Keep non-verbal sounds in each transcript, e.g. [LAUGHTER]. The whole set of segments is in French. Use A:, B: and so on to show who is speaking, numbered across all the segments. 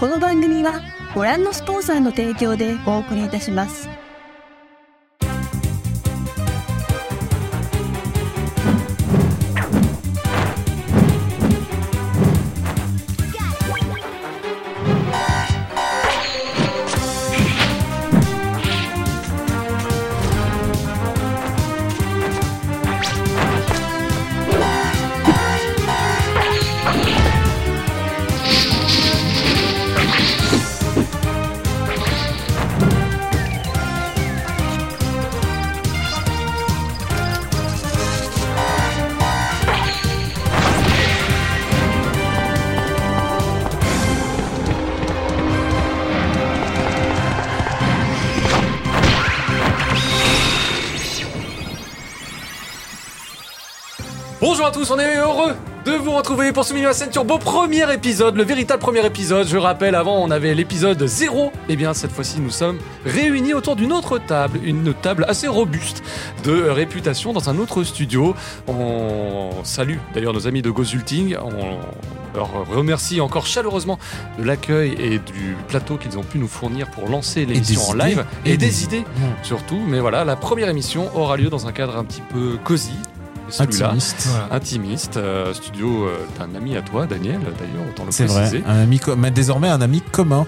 A: この番組はご覧のスポンサーの提供でお送りいたします
B: Bonjour à tous, on est heureux de vous retrouver pour ce milieu à scène sur beau premier épisode, le véritable premier épisode. Je rappelle, avant on avait l'épisode 0, et bien cette fois-ci nous sommes réunis autour d'une autre table, une table assez robuste de réputation dans un autre studio. On salue d'ailleurs nos amis de Gozulting, on leur remercie encore chaleureusement de l'accueil et du plateau qu'ils ont pu nous fournir pour lancer l'émission en
C: idées.
B: live et,
C: Et
B: des,
C: des-
B: idées
C: Ouais.
B: surtout. Mais voilà, la première émission aura lieu dans un cadre un petit peu cosy. Et Celui-là,
C: Intimiste.
B: Intimiste, euh, studio euh, d'un ami à toi, Daniel, d'ailleurs, autant le
C: C'est
B: préciser.
C: vrai. Un ami co- mais désormais un ami commun.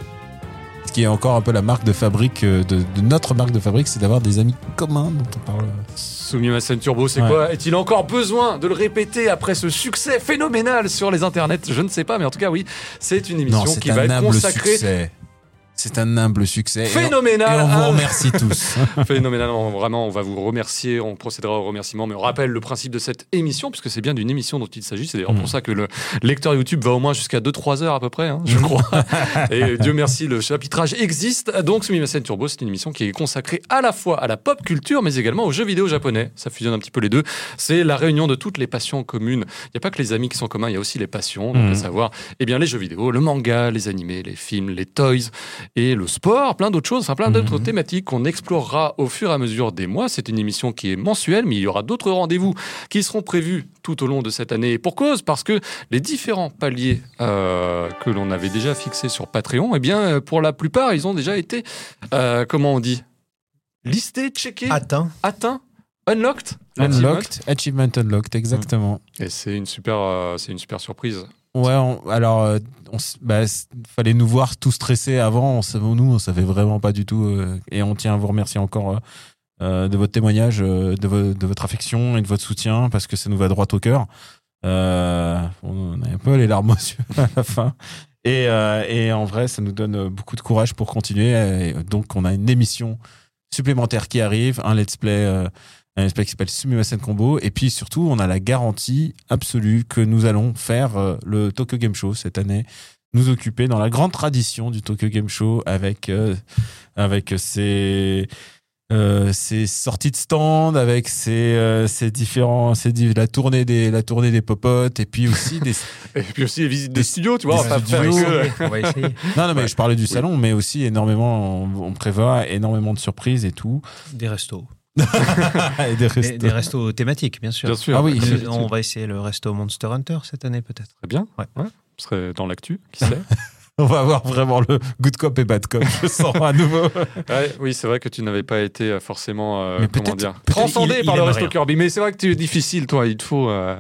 C: Ce qui est encore un peu la marque de fabrique euh, de, de notre marque de fabrique, c'est d'avoir des amis communs dont on parle.
B: Soumis à scène turbo, c'est
C: Ouais.
B: quoi Est-il encore besoin de le répéter après ce succès phénoménal sur les internets Je ne sais pas, mais en tout cas, oui, c'est une émission
C: non, c'est
B: qui va
C: un
B: être
C: humble
B: consacrée.
C: succès. C'est un humble succès. Et on-
B: Phénoménal,
C: Et on vous
B: à-
C: remercie tous.
B: [LAUGHS] phénoménal, on- vraiment, on va vous remercier, on procédera au remerciement, mais on rappelle le principe de cette émission, puisque c'est bien d'une émission dont il s'agit, c'est d'ailleurs
C: Mm.
B: pour ça que le lecteur YouTube va au moins jusqu'à 2-3 heures à peu près, hein, je crois. Et Dieu merci, le chapitrage existe. Donc, Sumimasen Turbo, c'est une émission qui est consacrée à la fois à la pop culture, mais également aux jeux vidéo japonais. Ça fusionne un petit peu les deux. C'est la réunion de toutes les passions communes. Il n'y a pas que les amis qui sont communs, il y a aussi les passions, donc
C: Mhm.
B: à savoir eh bien, les jeux vidéo, le manga, les animés, les films, les toys et le sport, plein d'autres choses, enfin plein d'autres
C: Mhm.
B: thématiques qu'on explorera au fur et à mesure des mois. C'est une émission qui est mensuelle, mais il y aura d'autres rendez-vous qui seront prévus tout au long de cette année. Et pour cause, parce que les différents paliers euh, que l'on avait déjà fixés sur Patreon, eh bien, euh, pour la plupart, ils ont déjà été, euh, comment on dit, listés, checkés,
D: Atteint.
B: atteints, unlocked.
C: unlocked, achievement unlocked, exactement.
B: Et c'est une super, euh, c'est une super surprise.
C: Ouais, on- alors, euh, on, s- bah, s- fallait nous voir tout stressés avant. On, savait- nous, on savait vraiment pas du tout. euh, et on tient à vous remercier encore euh, euh, de votre témoignage, euh, de, vo- de votre affection et de votre soutien, parce que ça nous va droit au cœur. Euh, on a un peu les larmes aux yeux [LAUGHS] à la fin. Et, euh, et en vrai, ça nous donne euh, beaucoup de courage pour continuer. Et donc, on a une émission supplémentaire qui arrive, un let's play. euh, un let's play qui s'appelle Sumimasen Combo. Et puis surtout, on a la garantie absolue que nous allons faire euh, le Tokyo Game Show cette année. Nous occuper dans la grande tradition du Tokyo Game Show avec, euh, avec ses, euh, ses sorties de stand, avec ses, euh, ses différents. ses di- la, tournée des, la tournée des popotes et puis aussi des. [LAUGHS]
B: Et puis aussi les visites des studios, tu vois,
C: des
B: on va pas
C: studios.
B: faire que-
D: On va essayer.
C: Non, non, mais
B: Ouais.
C: je parlais du salon, mais aussi énormément. On, on prévoit énormément de surprises et tout.
D: Des restos.
C: [LAUGHS] et des restos.
D: Des, des restos thématiques, bien sûr.
B: Bien sûr.
C: Ah oui. [LAUGHS]
B: Bien
D: Euh,
B: sûr.
D: On va essayer le resto Monster Hunter cette année, peut-être.
B: Très bien.
D: Ouais.
B: Ce serait dans l'actu, qui sait.
C: [LAUGHS] On va avoir vraiment le good cop et bad cop, je sens à nouveau.
B: Ouais, oui, c'est vrai que tu n'avais pas été euh, forcément, euh,
C: Mais
B: comment
C: peut-être-
B: dire,
C: peut-être
B: transcendé
D: il- il
B: par le
D: aime
B: resto
D: rien.
B: Kirby. Mais c'est vrai que tu es difficile, toi. Il te faut. euh,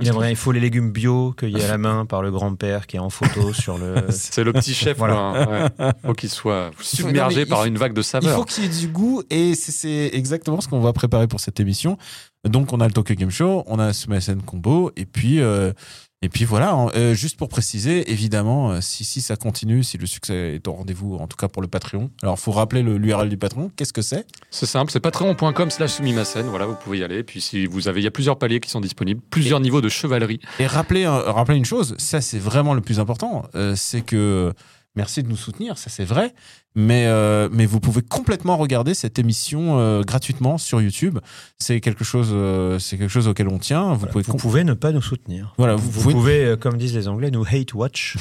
D: Il, aimerait- il faut les légumes bio cueillis à la main par le grand-père qui est
C: [LAUGHS]
D: en photo sur le.
B: c'est le petit chef.
D: Voilà.
B: quoi, hein. Ouais. Faut qu'il soit
C: non, mais
B: submergé
C: il
B: par
C: faut-
B: une vague de
C: Il
B: saveurs.
C: faut qu'il y ait du goût et c'est- c'est exactement ce qu'on va préparer pour cette émission. Donc on a le Tokyo Game Show, on a Sumasen Combo et puis euh, et puis voilà. hein. Euh, juste pour préciser, évidemment, euh, si si ça continue, si le succès est au rendez-vous, en tout cas pour le Patreon. Alors faut rappeler le l'URL du Patreon. Qu'est-ce que c'est
B: C'est simple, c'est patreon.com slash sumimasen. Voilà, vous pouvez y aller. Puis si vous avez, il y a plusieurs paliers qui sont disponibles, plusieurs niveaux de chevalerie.
C: Et rappeler euh, rappeler une chose, ça c'est vraiment le plus important, euh, c'est que merci de nous soutenir, ça c'est vrai, mais euh, mais vous pouvez complètement regarder cette émission euh, gratuitement sur YouTube. C'est quelque chose euh, c'est quelque chose auquel on tient. Vous
D: Voilà,
C: pouvez
D: vous pouvez ne pas nous soutenir.
C: Voilà,
D: Vous,
C: vous pouvez-
D: pouvez, euh, comme disent les Anglais, nous hate watch.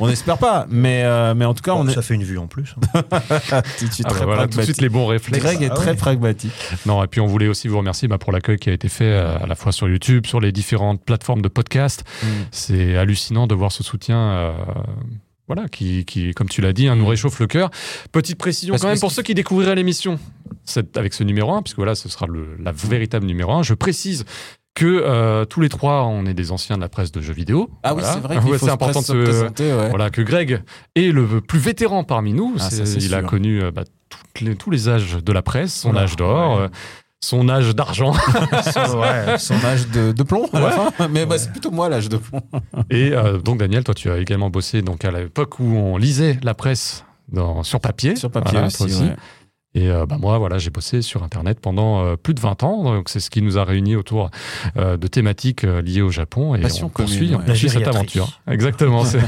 C: On n'espère pas, mais, euh, mais en tout cas,
D: Bon,
C: on est
D: Ça fait une vue
C: [LAUGHS]
D: en plus. hein.
C: tout de suite
B: Ah bah
C: très
B: voilà, tout de
C: pragmatique.
B: suite les bons réflexes.
C: Greg est
D: Ah
C: très
D: ouais.
C: pragmatique.
B: Non, et puis on voulait aussi vous remercier bah, pour l'accueil qui a été fait euh, à la fois sur YouTube, Mm. sur les différentes plateformes de podcast. C'est hallucinant de voir ce soutien euh, Voilà, qui, qui, comme tu l'as dit, hein, nous réchauffe le cœur. Petite précision
C: Mm. Parce
B: quand
C: que
B: même
C: ce
B: pour
C: qui-
B: ceux qui découvriraient l'émission c'est avec ce numéro 1, puisque voilà, ce sera le,
C: Mm.
B: la véritable numéro 1. Je précise que euh, tous les trois, on est des anciens de la presse de jeux vidéo.
C: Ah
B: Voilà.
C: oui, c'est vrai. qu'il
B: Ouais,
C: faut
B: c'est
C: se
B: important de
C: presse- se
B: se,
C: présenter, ouais.
B: voilà, que Greg est le plus vétéran parmi nous.
C: Ah,
B: C'est-
C: ça, c'est
B: il a
C: sûr.
B: connu euh, bah, toutes les- tous les âges de la presse, son
D: Oula,
B: âge d'or,
D: ouais.
B: euh, son âge d'argent
D: Son- ouais, son-
C: Son âge de, de plomb, à la
B: Ouais.
C: fin. Mais bah, c'est plutôt moi l'âge de plomb.
B: Et euh, donc, Daniel, toi, tu as également bossé donc, à l'époque où on lisait la presse dans, sur papier.
C: Sur papier
B: Voilà,
C: aussi.
B: toi
C: ouais.
B: Et euh, bah, moi, voilà, j'ai bossé sur Internet pendant euh, plus de 20 ans. Donc, c'est ce qui nous a réunis autour euh, de thématiques euh, liées au Japon. Et
C: Passion
B: on poursuit,
C: commune,
B: on
C: ouais.
B: poursuit
D: La
B: cette
D: gériatrie.
B: aventure. Exactement. c'est-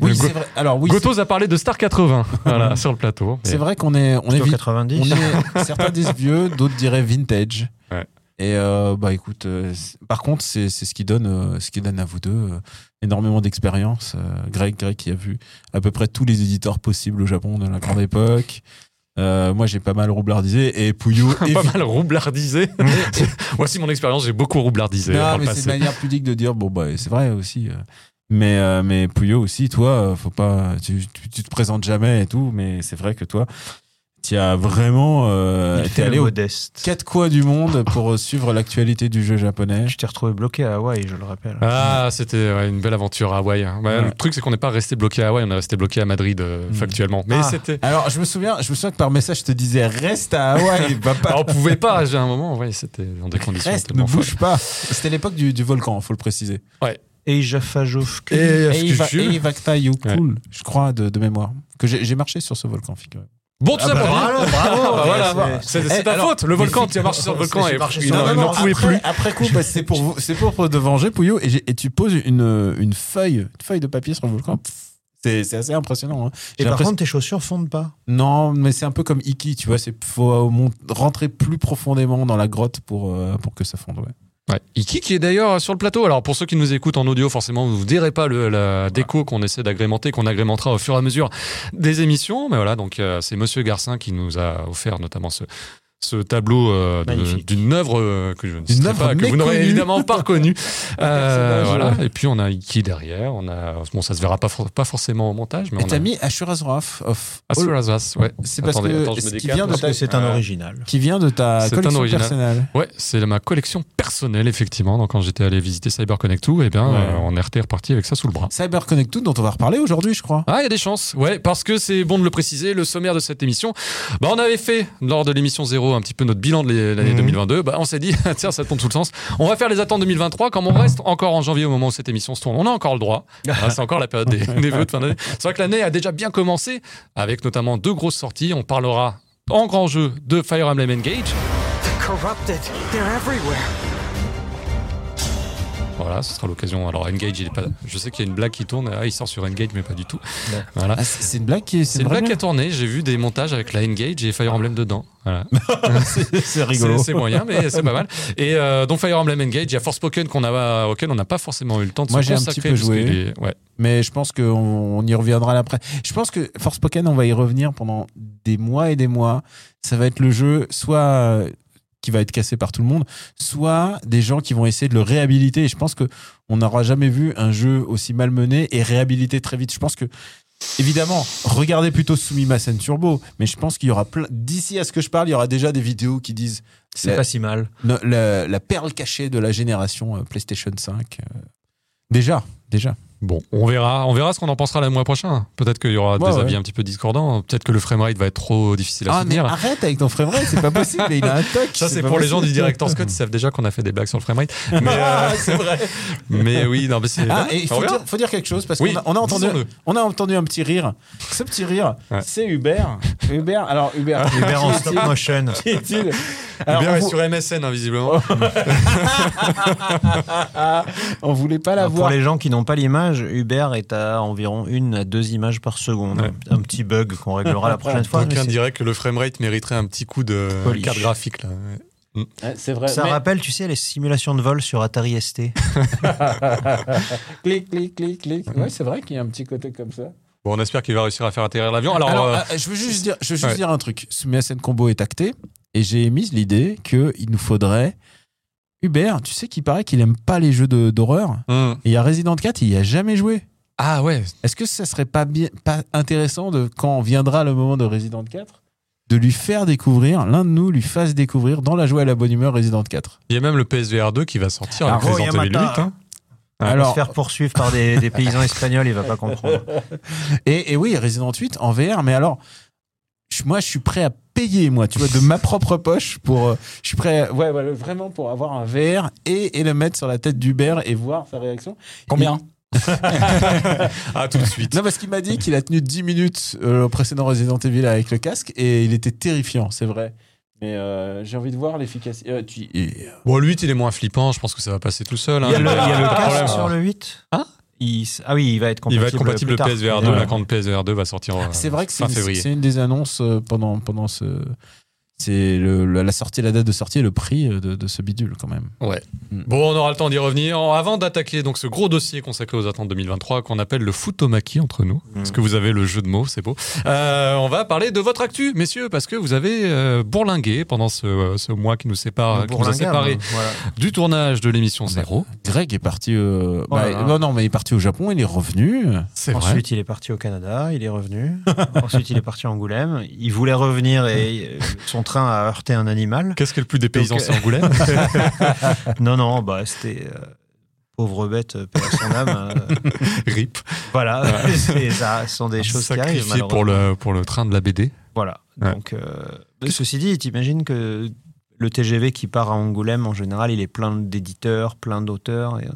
C: Oui,
B: Le Go-
C: c'est vrai. Alors [LAUGHS] oui,
B: Gotos a parlé de Star
C: [LAUGHS]
B: 80 voilà, sur le plateau.
C: c'est- c'est
B: Et-
C: vrai qu'on est, on est
D: plutôt
C: vite
D: 90.
B: [LAUGHS]
C: On est- certains disent vieux, d'autres diraient vintage.
B: Ouais.
C: Et euh, bah écoute, euh, c'est- par contre, c'est c'est ce qui donne, euh, ce qui donne à vous deux euh, énormément d'expérience. Euh, Greg, Greg qui a vu à peu près tous les éditeurs possibles au Japon de
B: [LAUGHS]
C: la grande époque. Euh, moi, j'ai pas mal roublardisé et Pouillot.
B: [LAUGHS]
C: évi-
B: Pas mal roublardisé.
C: [LAUGHS]
B: Voici mon expérience, j'ai beaucoup roublardisé
C: Non,
B: dans le
C: mais c'est une
B: passé.
C: manière pudique de dire bon bah c'est vrai aussi. euh. Mais euh, mais Pouillot aussi, toi, euh, faut pas, tu, tu, tu te présentes jamais et tout. Mais c'est vrai que toi, tu as vraiment, euh,
D: Il
C: t'es
D: fait
C: allé
D: le
C: au
D: modeste.
C: quatre coins du monde pour euh, suivre l'actualité du jeu japonais.
D: Je t'ai retrouvé bloqué à Hawaï, je le rappelle.
B: Ah, c'était ouais, une belle aventure à Hawaï. Bah,
C: Ouais.
B: Le truc, c'est qu'on n'est pas resté bloqué à Hawaï, on est resté bloqué à Madrid euh,
C: Mm.
B: factuellement. Mais
D: Ah.
B: c'était.
C: Alors, je me souviens, je me souviens que par message, je te disais reste
B: [LAUGHS]
C: à Hawaï, va pas.
B: Ah, on pouvait pas, j'ai un moment, ouais, c'était dans des conditions
C: Reste, ne
B: tellement folles.
C: bouge pas. C'était l'époque du, du volcan, faut le préciser.
D: Et Jaffa Jofke.
B: Et euh,
C: Eiva-
B: Excuse-tu.
C: Eivakta Yukul,
B: Ouais.
C: je crois, de, de mémoire. Que j'ai j'ai marché sur ce volcan, figurez
B: Bon, tout
C: Ah
B: ça
C: bah,
B: pour dire-
D: bravo,
B: Ah, bah,
D: bravo,
B: voilà,
D: c'est-
B: voilà. c'est c'est
C: Eh,
B: ta
C: alors,
B: faute, le
C: mais
B: volcan,
C: c'est-
B: tu as marché sur le
C: [LAUGHS]
D: c'est-
B: volcan
D: j'ai
B: et
D: marché
B: il
D: sur
B: n'en
D: le
B: il
D: volcan.
B: n'en pouvait
C: après,
B: plus.
C: après coup, bah, c'est pour, vous- c'est pour te venger, Pouillot, et, j'ai- et tu poses une, une, feuille, une feuille de papier sur le volcan. Pff, C'est c'est assez impressionnant. hein.
D: Et
C: J'ai
D: par
C: l'impression-
D: contre, tes chaussures fondent pas.
C: Non, mais c'est un peu comme Iki, tu vois, c'est faut mont- rentrer plus profondément dans la grotte pour, euh, pour que ça fonde. ouais.
B: Ouais. Iki qui est d'ailleurs euh, sur le plateau. Alors pour ceux qui nous écoutent en audio, forcément vous ne verrez pas le- la déco qu'on essaie d'agrémenter, qu'on agrémentera au fur et à mesure des émissions. Mais voilà, donc euh, c'est Monsieur Garcin qui nous a offert notamment ce ce tableau euh, de-
D: Magnifique.
B: d'une œuvre euh, que je ne
C: D'une
B: citerai
C: œuvre
B: pas, que vous n'aurez
C: méconnue.
B: évidemment pas
C: [LAUGHS]
B: reconnue. Euh,
C: personnage,
B: voilà. Et puis on a Iki derrière. On a bon, ça se verra pas, for- pas forcément au montage, mais
C: Et
B: on a
C: t'as mis Ashura's Off.
B: Asurazas, ouais.
C: C'est parce
B: Attendez,
C: que
B: attends, je me
C: ce qui
B: décale
C: vient de
B: parce
D: Parce
C: ta,
D: que c'est un
B: Euh,
D: original.
C: qui vient de ta
B: C'est un
C: collection
B: original.
C: personnelle.
B: Ouais, c'est ma collection personnelle, effectivement. Donc, quand j'étais allé visiter CyberConnect 2, eh bien,
C: Ouais.
B: euh, on était reparti avec ça sous le bras.
C: Cyber Connect Tout, dont on va reparler aujourd'hui, je crois.
B: Ah, il y a des chances, ouais, parce que c'est bon de le préciser, le sommaire de cette émission. Bah, on avait fait, lors de l'émission zéro, un petit peu notre bilan de l'é- l'année
D: Mhm.
B: 2022. Bah, on s'est dit, [LAUGHS] tiens, ça tombe tout le sens. On va faire les attentes 2023, comme on reste encore en janvier au moment où cette émission se tourne. On a encore le
D: [LAUGHS]
B: droit. Ah, c'est encore la période des, des vœux de fin d'année. C'est vrai que l'année a déjà bien commencé, avec notamment deux grosses sorties. On parlera en grand jeu de Fire Emblem Engage.
E: corrupted. They're everywhere.
B: Voilà, ce sera l'occasion. Alors Engage, il est pas. Je sais qu'il y a une blague qui tourne. Ah, il sort sur Engage, mais pas du tout.
D: Ouais.
B: Voilà.
C: Ah, c'est c'est une blague qui est.
B: C'est une blague qui
C: vraie
B: a tourné. J'ai vu des montages avec la Engage et Fire Emblem dedans. Voilà.
C: blague [LAUGHS] C'est Bah, rigolo.
B: C'est c'est moyen, mais c'est pas mal. Et euh, donc Fire Emblem Engage, il y a Forspoken qu'on a, auquel on n'a pas forcément eu le temps de
C: Moi,
B: se
C: j'ai un
B: consacrer.
C: petit peu
B: parce
C: joué.
B: qu'il est- ouais.
C: Mais je pense qu'on on y reviendra après. Je pense que Force Pokémon, on va y revenir pendant des mois et des mois. Ça va être le jeu, soit euh, qui va être cassé par tout le monde, soit des gens qui vont essayer de le réhabiliter. Et je pense que on n'aura jamais vu un jeu aussi malmené et réhabilité très vite. Je pense que, évidemment, regardez plutôt Sumimasen Turbo. Mais je pense qu'il y aura plein. D'ici à ce que je parle, il y aura déjà des vidéos qui disent
D: C'est
C: la-
D: pas si mal.
C: la, la- la perle cachée de la génération euh, PlayStation 5. euh. Déjà, déjà.
B: Bon, on verra, on verra ce qu'on en pensera le mois prochain. Peut-être qu'il y aura des
C: Ouais, ouais.
B: avis un petit peu discordants. Peut-être que le framerate va être trop difficile à
C: Ah, mais
B: soutenir.
C: arrête avec ton framerate, c'est pas possible, mais il a un toc.
B: Ça, c'est
C: pas
B: pour les gens du
C: possible.
B: Director's Cut, ils savent déjà qu'on a fait des blagues sur le framerate. Mais,
C: [LAUGHS]
B: euh, [LAUGHS]
C: c'est vrai.
B: mais oui, non, mais c'est.
C: Ah, et il
B: On
C: faut
B: verra.
C: dire, faut dire quelque chose parce
B: Oui,
C: qu'on a, on a entendu,
B: disons-le.
C: on a entendu un petit rire. Ce petit rire,
B: Ouais. Ah,
C: c'est Hubert. Hubert, alors Hubert.
D: [LAUGHS] Hubert en stop motion.
C: [LAUGHS] Qui est-il Alors, on, vou-
B: MSN,
C: Oh,
B: invisiblement.
C: ah, on voulait pas la
B: Ah,
D: Alors, pour
C: voir.
D: les gens qui n'ont pas l'image, Hubert est à environ une à deux images par seconde.
B: Ouais.
D: Un petit bug qu'on
B: [LAUGHS]
D: réglera la prochaine fois.
B: Quelqu'un dirait que le framerate mériterait un petit coup de
D: Polish.
B: carte graphique. Là.
C: Ouais, C'est vrai.
D: Ça
C: mais- Ah,
D: rappelle, tu sais, les simulations de vol sur Atari ST.
C: [LAUGHS] Clic, clic, clic, clic. Ouais, c'est vrai qu'il y a un petit côté comme ça.
B: Bon, on espère qu'il va réussir à faire atterrir l'avion. Alors,
C: Alors,
B: euh,
C: euh, je veux juste dire, je veux juste
B: ouais.
C: dire un truc. Sumiasen Combo est acté et j'ai émis l'idée qu'il nous faudrait. Hubert, tu sais qu'il paraît qu'il aime pas les jeux de- d'horreur.
D: euh,
B: hum.
C: Et il y a Resident 4, il y a jamais joué.
F: Ah ouais,
C: Est-ce que ça serait pas, bien, pas intéressant de, quand viendra le moment de Resident 4, de lui faire découvrir, l'un de nous lui fasse découvrir dans la joie et la bonne humeur Resident 4
B: Il y a même le PSVR 2 qui va sortir
C: Ah,
B: avec
D: oh,
B: Resident
D: Yamata.
B: Evil 8.
D: [LAUGHS]
B: hein.
D: Alors,
C: Alors,
D: se faire poursuivre par des, des paysans espagnols, il va
B: [LAUGHS]
D: pas comprendre.
C: et, et oui, Resident 8 en VR, mais alors, je- moi je suis prêt à payer, moi, tu vois, de ma propre poche pour. euh, Je suis prêt, à- ouais, ouais, vraiment pour avoir un VR et, et le mettre sur la tête d'Hubert et voir sa réaction.
F: Combien
B: Ah, tout de suite.
C: Non, parce qu'il m'a dit qu'il a tenu 10 minutes euh, au précédent Resident Evil avec le casque et il était terrifiant, c'est vrai. Mais euh, j'ai envie de voir l'efficacité. Euh, tu- et-
B: Bon, le 8, il est moins flippant. Je pense que ça va passer tout seul. hein.
D: Il y a le, il y a le
B: Pas de
D: casque
B: problème.
D: sur le 8
B: Hein
D: Il s- Ah oui, il va être
B: Il
D: compatible,
B: va être compatible
D: plus tard.
B: PSVR 2
D: Ouais.
B: là, quand le PSVR 2 va sortir. euh,
C: Ah, C'est vrai que c'est
B: fin
C: une,
B: février.
C: c'est une des annonces euh, pendant, pendant ce. C'est le- le- la sortie, la date de sortie et le prix euh, de, de ce bidule quand même.
B: Bon, on aura le temps d'y revenir. Avant d'attaquer donc ce gros dossier consacré aux attentes 2023 qu'on appelle le futomaki entre nous,
D: Mm.
B: parce que vous avez le jeu de mots, c'est beau. Euh, on va parler de votre actu, messieurs, parce que vous avez euh, bourlingué pendant ce, euh, ce mois qui nous sépare, qui nous a
D: Bourlingame,
B: séparés
D: voilà.
B: du tournage de l'émission Zéro.
C: Greg est parti. euh,
D: Oh
C: bah,
D: là là.
C: non, non, mais il est parti au Japon, il est revenu.
B: C'est
D: Ensuite, il est parti au Canada, il est revenu. [LAUGHS] Ensuite, il est parti à Angoulême. Il voulait revenir et euh, son train a heurté un animal. [LAUGHS]
B: Qu'est-ce que le plus des paysans,
D: Donc, euh,
B: c'est Angoulême [LAUGHS]
D: Non, non, bah, c'était. euh, Pauvre bête, euh, paix à son âme. euh,
B: RIP.
D: voilà, [LAUGHS] c'est- ça ce sont des choses qui arrivent.
B: Sacrifié pour le, pour le train de la BD.
D: Voilà.
B: Ouais.
D: Donc, euh, ceci dit, t'imagines que le TGV qui part à Angoulême, en général, il est plein d'éditeurs, plein d'auteurs. et, euh,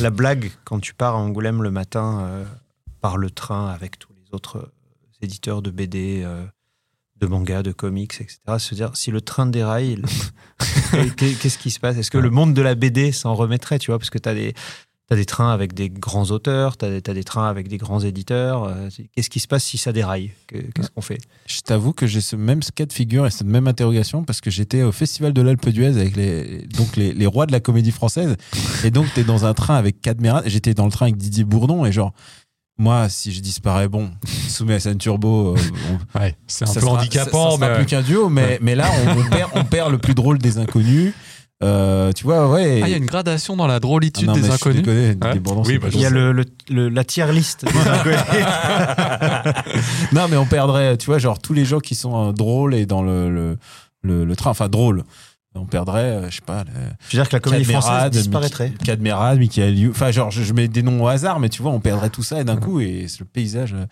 D: la blague, quand tu pars à Angoulême le matin euh, par le train avec tous les autres euh, éditeurs de BD, euh, de manga, de comics, etc., se dire si le train déraille, le- et qu'est- qu'est-ce qui se passe Est-ce que le monde de la BD s'en remettrait, tu vois Parce que tu as des. T'as des trains avec des grands auteurs, t'as des, t'as des trains avec des grands éditeurs. euh, Qu'est-ce qui se passe si ça déraille Que- Qu'est-ce qu'on fait
C: Je t'avoue que j'ai ce même cas de figure et cette même interrogation parce que j'étais au Festival de l'Alpe d'Huez avec les, donc les, les rois de la comédie française. Et donc, t'es dans un train avec Cadmerat. J'étais dans le train avec Didier Bourdon et genre, moi, si je disparais, bon, soumis à San Turbo, euh, on-
B: Ouais, c'est un
C: Ça
B: peu
C: sera-
B: handicapant,
C: ça- ça sera
B: mais.
C: plus qu'un duo, mais, mais là, on, on perd, on perd le plus drôle des inconnus. Euh, tu vois, ouais.
B: Ah, il y a une gradation dans la drôlitude
C: Ah non, mais
B: des
C: je suis
B: inconnus.
C: déconné,
B: Ouais.
C: des Bourdons,
B: Oui,
C: c'est
B: bah,
C: pas
B: je
D: Il y a
C: drôle.
D: le, le- le- la tier list.
B: [LAUGHS]
C: Non, mais on perdrait, tu vois, genre tous les gens qui sont euh, drôles et dans le, le, le- le train, enfin drôles. On perdrait, euh, je sais pas, le-
D: Je veux dire que la comédie française
C: Cadmerade,
D: disparaîtrait.
C: Mickey- Cadmerade, Michael You. Enfin, genre, je, je mets des noms au hasard, mais tu vois, on perdrait tout ça et d'un coup, et c'est le paysage euh,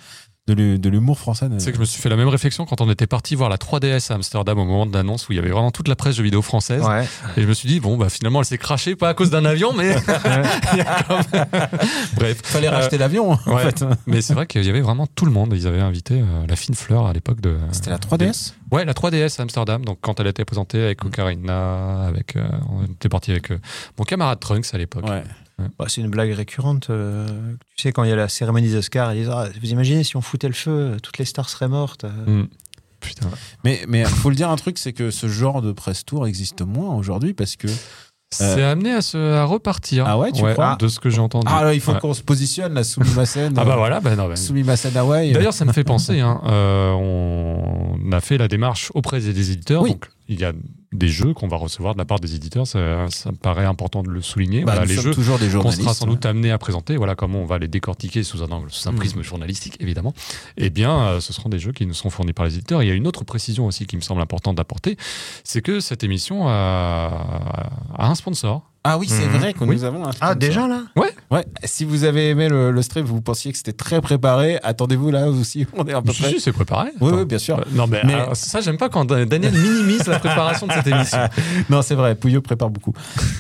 C: de l'hu- de l'humour français. ne-
B: Tu sais que je me suis fait la même réflexion quand on était parti voir la 3DS à Amsterdam au moment de l'annonce où il y avait vraiment toute la presse de vidéo française.
D: Ouais.
B: Et je me suis dit, bon, bah finalement, elle s'est crachée, pas à cause d'un avion,
C: [LAUGHS]
B: mais. [LAUGHS] Il y a quand même- Bref.
C: Fallait racheter l'avion, en
B: ouais.
C: fait. hein.
B: Mais c'est vrai qu'il y avait vraiment tout le monde. Ils avaient invité euh, la fine fleur à l'époque de.
C: C'était
B: [LAUGHS]
C: la 3DS
B: Ouais, la 3DS à Amsterdam. Donc quand elle était présentée
C: Mm.
B: avec Ocarina, avec. euh, on était parti avec euh, mon camarade Trunks à l'époque.
C: Ouais.
D: Bah, c'est une blague récurrente. euh, tu sais, quand il y a la cérémonie des Oscars, ils disent Ah, Vous imaginez si on foutait le feu, toutes les stars seraient mortes. euh.
B: Mm. Putain.
C: Euh. Mais mais faut le dire un truc, c'est que ce genre de press tour existe moins aujourd'hui parce que
B: C'est amené à, se, à repartir.
C: Ah ouais, tu crois
B: De ce que j'ai entendu.
C: ah là, il faut
B: Ouais.
C: qu'on se positionne là sous Masen.
B: Ah bah voilà, bah non, bah-
C: Sous Masen Hawaii.
B: D'ailleurs, ça me
C: [LAUGHS]
B: fait penser. hein, euh, on a fait la démarche auprès des éditeurs.
C: Oui.
B: Donc, il y a des jeux qu'on va recevoir de la part des éditeurs. Ça, ça me paraît important de le souligner.
C: Bah,
B: Voilà,
C: nous
B: les
C: sommes
B: jeux
C: toujours des
B: qu'on
C: journalistes. hein.
B: sera sans doute amené à présenter. Voilà comment on va les décortiquer sous un angle, sous un
C: Mm.
B: prisme journalistique, évidemment. Eh bien, euh, ce seront des jeux qui nous seront fournis par les éditeurs. Il y a une autre précision aussi qui me semble importante d'apporter, c'est que cette émission a, a un sponsor.
C: Ah oui, c'est
D: Mhm.
C: vrai que
B: Oui.
C: nous avons un
D: Ah,
C: sponsor.
D: déjà là
C: Ouais, si vous avez aimé le, le stream, vous pensiez que c'était très préparé, attendez-vous là aussi, [LAUGHS] on est à peu
B: Si,
C: près.
B: si, c'est préparé.
C: Oui,
B: Attends.
C: oui, bien sûr.
B: Euh, Non, mais,
C: Mais-
B: alors, ça, j'aime pas quand Daniel minimise la préparation de cette émission.
C: [LAUGHS] Non, c'est vrai, Pouilleux prépare beaucoup.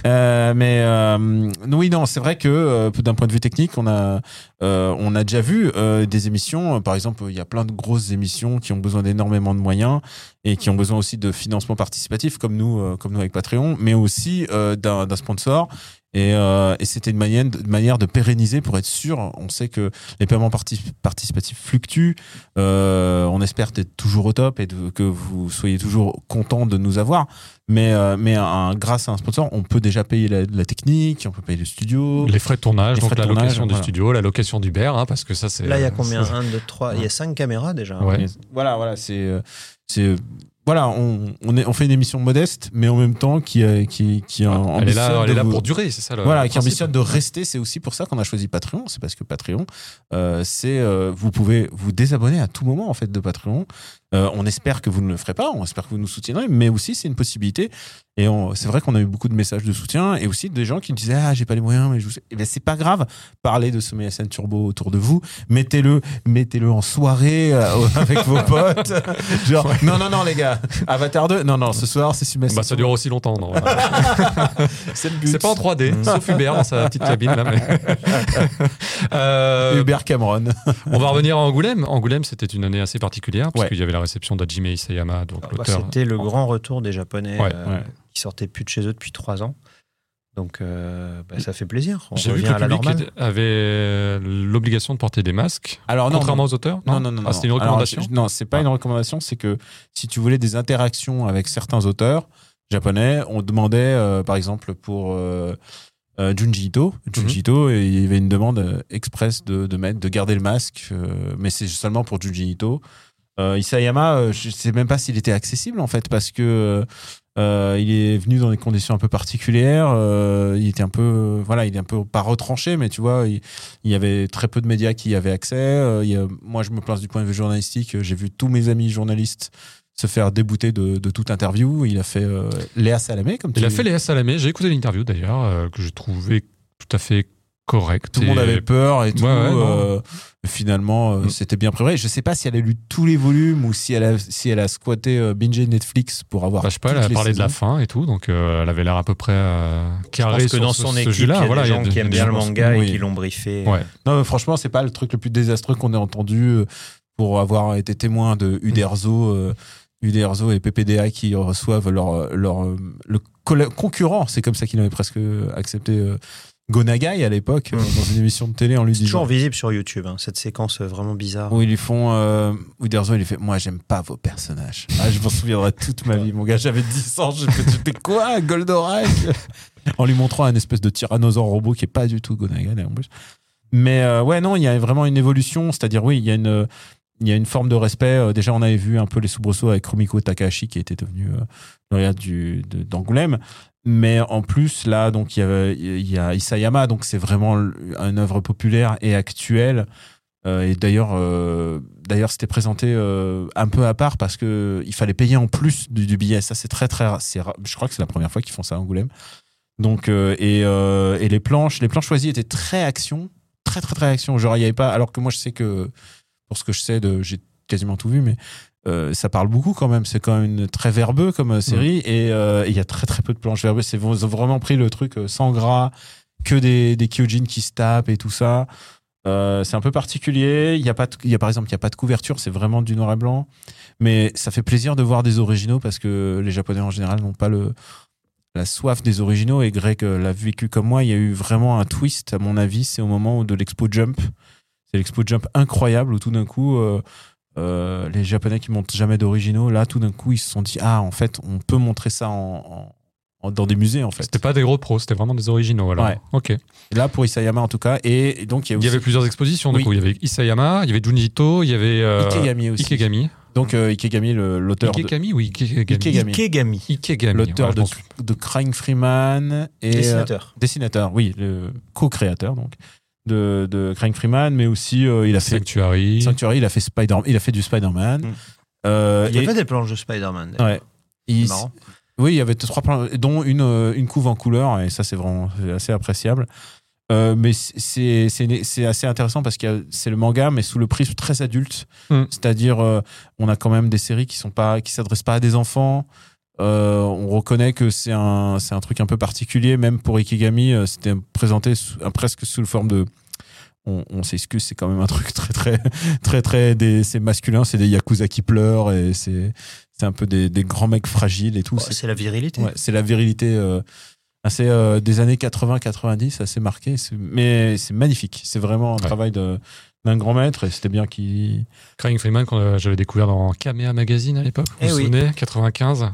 C: Euh, mais euh, oui, non, c'est vrai que euh, d'un point de vue technique, on a, euh, on a déjà vu euh, des émissions. euh, Par exemple, il y a plein de grosses émissions qui ont besoin d'énormément de moyens et qui ont besoin aussi de financement participatif, comme nous, euh, comme nous avec Patreon, mais aussi euh, d'un d'un sponsor. Et, euh, et c'était une manière, de- une manière de pérenniser pour être sûr. On sait que les paiements parti- participatifs fluctuent. Euh, on espère être toujours au top et de- que vous soyez toujours content de nous avoir. Mais, euh, mais un- grâce à un sponsor, on peut déjà payer la, la technique, on peut payer le studio.
B: Les frais de tournage,
C: Les
B: donc
C: frais de
B: la
C: tournage,
B: location
C: voilà.
B: du studio, la location du BER, hein, parce que ça c'est.
D: Là, il y a combien
B: c'est-
D: 1, 2, 3. Il y a 5 caméras déjà.
B: Ouais.
C: Voilà, voilà, c'est. euh, c'est euh, voilà, on, on, est, on fait une émission modeste, mais en même temps qui, euh, qui, qui en-
B: Elle est là,
C: ambitionne
B: elle est
C: de
B: là
C: vous-
B: pour durer, c'est ça le
C: voilà,
B: le
C: qui
B: Euh, principe.
C: ambitionne de rester. C'est aussi pour ça qu'on a choisi Patreon. C'est parce que Patreon, euh, c'est euh, vous pouvez vous désabonner à tout moment en fait de Patreon. Euh, on espère que vous ne le ferez pas. On espère que vous nous soutiendrez, mais aussi c'est une possibilité. Et on- c'est vrai qu'on a eu beaucoup de messages de soutien et aussi des gens qui disaient ah j'ai pas les moyens, mais je vous. Eh ben, c'est pas grave. Parlez de ce MSN Turbo autour de vous. Mettez-le, mettez-le en soirée euh, [LAUGHS] avec vos potes. [LAUGHS] Genre non non non les gars, Avatar 2. Non non ce soir c'est Submersion.
B: Bah, ça dure aussi longtemps. non, voilà.
C: C'est le but.
B: C'est pas en 3D,
C: Mm.
B: sauf Hubert dans sa petite cabine. Là, mais-
C: [LAUGHS]
B: Euh,
C: Hubert Cameron.
B: on va revenir à Angoulême. Angoulême, c'était une année assez particulière, parce
C: Ouais. Ah,
B: qu'il y avait la réception d'Hajime Isayama, donc
D: Bah,
B: l'auteur.
D: C'était le grand retour des Japonais
B: Ouais,
D: euh,
C: ouais.
D: qui sortaient plus de chez eux depuis trois ans. Donc euh, bah, ça fait plaisir. On
B: J'ai vu
D: revient
B: que
D: à la
B: le public
D: normale.
B: était- avait l'obligation de porter des masques,
C: Alors Ah, non,
B: contrairement
C: non.
B: aux auteurs.
C: Non, non, non.
B: Ah, c'était une
C: non. Alors,
B: recommandation. Ah.
C: c'est- non, c'est pas une recommandation. C'est que si tu voulais des interactions avec certains auteurs japonais, on demandait, euh, par exemple, pour euh, euh, Junji Ito. Junji
B: Mhm.
C: Ito, et il y avait une demande euh, express de, de mettre, de garder le masque, euh, mais c'est seulement pour Junji Ito. Euh, Isayama, euh, je sais même pas s'il était accessible en fait, parce que euh, euh, il est venu dans des conditions un peu particulières. euh, il était un peu, euh, voilà, il est un peu pas retranché, mais tu vois, il, il y avait très peu de médias qui y avaient accès. Euh, il y a- moi, je me place du point de vue journalistique. Euh, J'ai vu tous mes amis journalistes se faire débouter de, de toute interview. Il a fait euh, Léa Salamé, comme tu
B: Il a fait les Salamé. J'ai écouté l'interview d'ailleurs, euh, que j'ai trouvé tout à fait correcte.
C: Tout le
B: et-
C: monde avait peur et tout.
B: Ouais, ouais, non.
C: euh, finalement, euh,
B: Mm.
C: c'était bien préparé. Je sais pas si elle a lu tous les volumes ou si elle a, si elle a squatté euh, bingé Netflix pour avoir.
B: Bah, je sais pas,
C: toutes
B: elle a
C: les
B: parlé de la
C: saisons.
B: fin et tout, donc euh, elle avait l'air à peu près euh,
D: Je
B: carrée
D: pense que
B: sur
D: dans
B: ce-
D: son
B: ce
D: équipe, il y
B: jeu-là.
D: a
B: Voilà,
D: des gens qui aiment
B: des
D: bien
B: gens-
D: le manga
C: oui.
D: et qui l'ont briefé.
B: Ouais.
C: Non, mais franchement, c'est pas le truc le plus désastreux qu'on ait entendu euh, pour avoir été témoin de
D: Mm.
C: Uderzo, euh, Uderzo et PPDA qui reçoivent leur, euh, leur euh, le colla- concurrent. C'est comme ça qu'il avait presque accepté euh, Gonagai à l'époque
D: Mm.
C: euh, dans une émission de télé en lui
D: C'est toujours
C: disant.
D: visible sur YouTube, hein, cette séquence euh, vraiment bizarre.
C: Où ils lui font. euh, Uderzo, il lui fait Moi, j'aime pas vos personnages. Ah, je m'en souviendrai toute ma vie. Mon gars, j'avais 10 ans. Je fais J'étais quoi Goldorak [LAUGHS] En lui montrant un espèce de tyrannosaure robot qui est pas du tout Gonagan, en plus. Mais euh, ouais, non, il y a vraiment une évolution. C'est-à-dire, oui, il y a une. euh, Il y a une forme de respect. Euh, Déjà, on avait vu un peu les soubresauts avec Rumiko Takahashi qui était devenu euh, lauréat du- de- d'Angoulême. Mais en plus, là, donc, il y, avait- il y a Isayama. Donc, c'est vraiment l- une œuvre populaire et actuelle. Euh, et d'ailleurs, euh, d'ailleurs, c'était présenté euh, un peu à part parce que il fallait payer en plus du, du billet. Ça, c'est très très. ra- c'est ra- je crois que c'est la première fois qu'ils font ça à Angoulême. Donc euh, et, euh, et les planches, les planches choisies étaient très action, très très très action. Genre il y avait pas. Alors que moi, je sais que pour ce que je sais, de, j'ai quasiment tout vu, mais euh, ça parle beaucoup quand même. C'est quand même une- très verbeux comme euh, série et euh, et il y a très très peu de planches verbeuses. C'est ils ont vraiment pris le truc euh, sans gras, que des des Kyojin qui se tapent et tout ça. Euh, c'est un peu particulier. Il y a pas, de- il y a par exemple, il y a pas de couverture. C'est vraiment du noir et blanc. Mais ça fait plaisir de voir des originaux parce que les Japonais en général n'ont pas le la soif des originaux. Et Greg euh, l'a vécu comme moi. Il y a eu vraiment un twist à mon avis. C'est au moment de l'expo Jump. C'est l'expo Jump incroyable où tout d'un coup. euh, euh, les Japonais qui montent jamais d'originaux, là tout d'un coup ils se sont dit ah en fait on peut montrer ça en- en- en- dans des musées en fait.
B: C'était pas des gros pros, c'était vraiment des originaux. Alors.
C: Ouais.
B: Ok.
C: Là pour Isayama en tout cas et, et donc il y a
B: Il y
C: aussi
B: avait plusieurs expositions. Du
C: Oui.
B: coup, il y avait Isayama, il y avait Junjito, il y avait euh,
C: Ikegami aussi.
B: Ikegami.
C: Donc euh, Ikegami, le- l'auteur de,
B: Ikegami ou Ikegami
C: Ikegami.
D: Ikegami,
B: Ikegami,
C: l'auteur
B: ouais, je
C: de,
B: pense.
C: de Crying Freeman et euh,
D: dessinateur.
C: dessinateur, oui, le co-créateur donc de, de Crying Freeman, mais aussi euh, il a fait
B: Sanctuary.
C: Sanctuary, il a fait Spider, il a fait du Spider-Man.
D: Mm.
C: Euh,
D: Il y
C: et-
D: a pas des planches de Spider-Man. d'ailleurs.
C: ouais. Il-
D: C'est marrant.
C: oui, il y avait trois plans, dont une, euh, une couve en couleur, et ça, c'est vraiment c'est assez appréciable. Euh, mais c'est c'est- c'est assez intéressant parce que c'est le manga, mais sous le prisme très adulte.
B: Mm.
C: C'est-à-dire, euh, on a quand même des séries qui sont pas qui s'adressent pas à des enfants. Euh, on reconnaît que c'est un, c'est un truc un peu particulier, même pour Ikigami, euh, c'était présenté sous- euh, presque sous le forme de. On, on s'excuse, c'est quand même un truc [LAUGHS] très, très, très, très. des- C'est masculin, c'est des yakuza qui pleurent et c'est c'est un peu des, des grands mecs fragiles et tout.
D: Oh,
C: C'est-
D: C'est la virilité.
C: Ouais, c'est la virilité euh, assez euh, des années 80-90, assez marqué. c'est- Mais c'est magnifique. C'est vraiment un
B: Ouais.
C: travail de- d'un grand maître et c'était bien qu'il.
B: euh, Crying Freeman, que j'avais découvert dans Kamea Magazine à l'époque. Vous
D: Eh
B: vous
D: oui.
B: souvenez 95.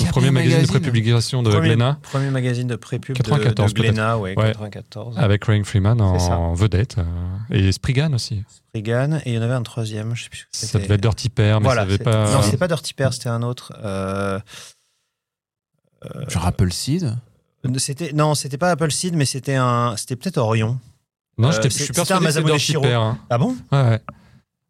B: Le premier magazine de prépublication de
D: Premier-
B: Glénat
D: Premier magazine de prépub
B: 94
D: de, de Glénat, ouais,
B: Ouais. Ah.
D: 94.
B: avec Craig Freeman en
D: C'est ça.
B: vedette euh, et Spriggan aussi.
D: Reagan, et il y en avait un troisième, je sais plus. ce que
B: Ça
D: c'était.
B: devait être Dirty Pair, mais
D: Voilà,
B: ça devait
D: c'est-
B: pas.
D: Non, c'était pas Dirty Pair, c'était un autre. Euh, euh,
C: Je rappelle Seed.
D: c'était non, c'était pas Apple Seed, mais c'était un, c'était peut-être Orion.
B: Non,
D: Euh,
B: j'étais- je
D: c'est-
B: suis
D: c'était un
B: persuadé que c'était
D: Masamune
B: Dirty
D: Shiro.
B: Pair. hein.
D: Ah bon
B: Ouais, ouais.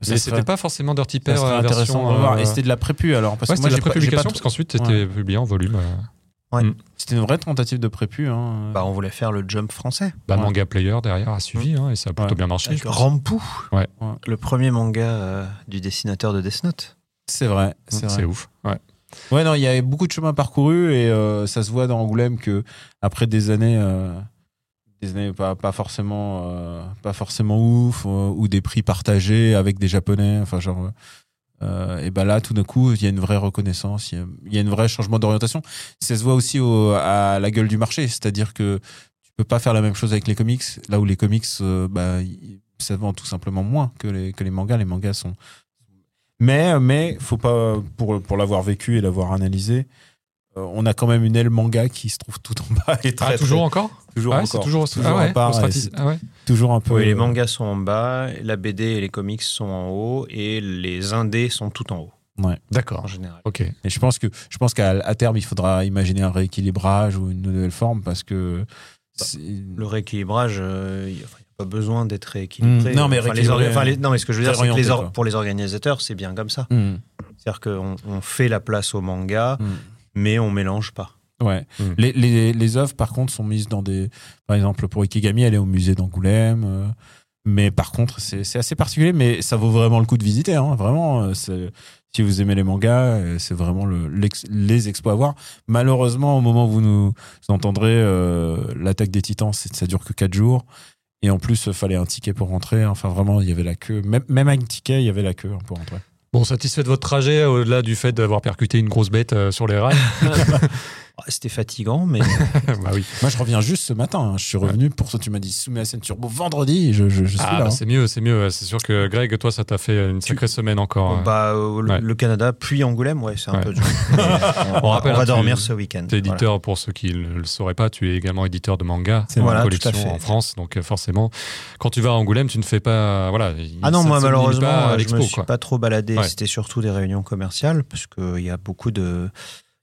C: Ça
B: Mais
C: serait-
B: c'était pas forcément Dirty
C: ça
B: Pair
C: serait
B: euh,
C: intéressant
B: version.
C: de revoir.
B: euh,
C: Et c'était de la prépu alors. Parce
B: Ouais,
C: que
B: c'était
C: moi,
B: de la
C: j'ai pas- j'ai pas
B: prépublication,
C: trop-
B: parce qu'ensuite c'était publié en volume. euh,
C: C'était une vraie tentative de prépu. Hein.
D: Bah, on voulait faire le jump français.
B: Bah,
C: Ouais.
B: Manga Player derrière a suivi hein, et ça a plutôt
C: Ouais.
B: bien marché.
D: Avec Rampou,
B: Ouais.
D: le premier manga euh, du dessinateur de Death Note.
C: c'est vrai. C'est vrai.
B: C'est ouf. Ouais.
C: Ouais, non, il y avait beaucoup de chemin parcouru et euh, ça se voit dans Angoulême que après des années, euh, des années pas, pas forcément, euh, pas forcément ouf euh, ou des prix partagés avec des Japonais, enfin genre. euh, et ben là, tout d'un coup, il y a une vraie reconnaissance, il y a, il y a un vrai changement d'orientation. Ça se voit aussi au- à la gueule du marché, c'est-à-dire que tu peux pas faire la même chose avec les comics, là où les comics, euh, bah, y- ça vend tout simplement moins que les, que les mangas. Les mangas sont mais, mais faut pas, pour, pour l'avoir vécu et l'avoir analysé, euh, on a quand même une aile manga qui se trouve tout en bas. Et très,
B: Ah, toujours
C: très-
B: encore
C: toujours
B: Ouais, c'est
C: encore.
B: toujours,
C: Toujours
B: ah ouais,
C: à part,
B: on stratise-
C: et c'est-
B: ah ouais.
C: toujours un peu.
D: Oui, les
C: euh,
D: mangas sont en bas, la BD et les comics sont en haut, et les indés sont tout en haut en
B: D'accord.
D: général.
B: Ok.
C: euh, Et je pense que je pense qu'à à terme, il faudra imaginer un rééquilibrage ou une nouvelle forme parce que. c'est-
D: Bah, Le rééquilibrage, euh, il n'y a pas besoin d'être rééquilibré.
C: Mm. Non, mais
D: Enfin, les
C: rééquilibré,
D: orga- enfin, les- non, mais ce que je veux
C: très
D: dire, c'est que
C: orienté,
D: les or-
C: quoi.
D: pour les organisateurs, c'est bien comme ça.
C: Hmm.
D: C'est-à-dire qu'on on fait la place au manga,
C: Hmm.
D: mais on mélange pas.
C: Ouais.
B: Mm.
C: Les, les, les œuvres, par contre, sont mises dans des. Par exemple, pour Ikigami, elle est au musée d'Angoulême. euh, mais par contre, c'est c'est assez particulier, mais ça vaut vraiment le coup de visiter. hein, vraiment, euh, c'est- si vous aimez les mangas, euh, c'est vraiment le, l'ex- les exploits à voir. Malheureusement, au moment où vous nous vous entendrez, euh, l'attaque des titans, c'est- ça dure que 4 jours. Et en plus, il fallait un ticket pour rentrer. Enfin, vraiment, il y avait la queue. Même, même avec un ticket, il y avait la queue hein, pour rentrer.
B: Bon, satisfait de votre trajet au-delà du fait d'avoir percuté une grosse bête euh, sur les rails
D: Ah, C'était fatigant,
B: [LAUGHS]
D: mais
B: Bah oui.
C: Moi, je reviens juste ce matin. hein. Je suis revenu. Pour ça, tu m'as dit soumets à scène turbo vendredi. Je, je, je suis
B: Ah,
C: là.
B: bah,
C: hein.
B: c'est mieux, c'est mieux. C'est sûr que Greg, toi, ça t'a fait une sacrée semaine encore. hein.
D: bah, euh, le-
B: Ouais.
D: le Canada, puis Angoulême, ouais, c'est un
B: Ouais.
D: peu dur. Mais, euh, on,
B: On rappelle,
D: on
B: hein,
D: va
B: tu-
D: dormir ce week-end.
B: T'es éditeur, pour ceux qui ne le sauraient pas, tu es également éditeur de manga,
D: C'est
B: une
D: voilà, tout
B: collection
D: à fait.
B: en France. Donc euh, forcément, quand tu vas à Angoulême, tu ne fais pas... Voilà,
D: Voilà. Ah non, moi malheureusement,
B: pas à
D: euh, je me
B: l'expo.
D: suis
B: quoi.
D: pas trop baladé.
B: Ouais.
D: C'était surtout des réunions commerciales, parce qu'il y a beaucoup de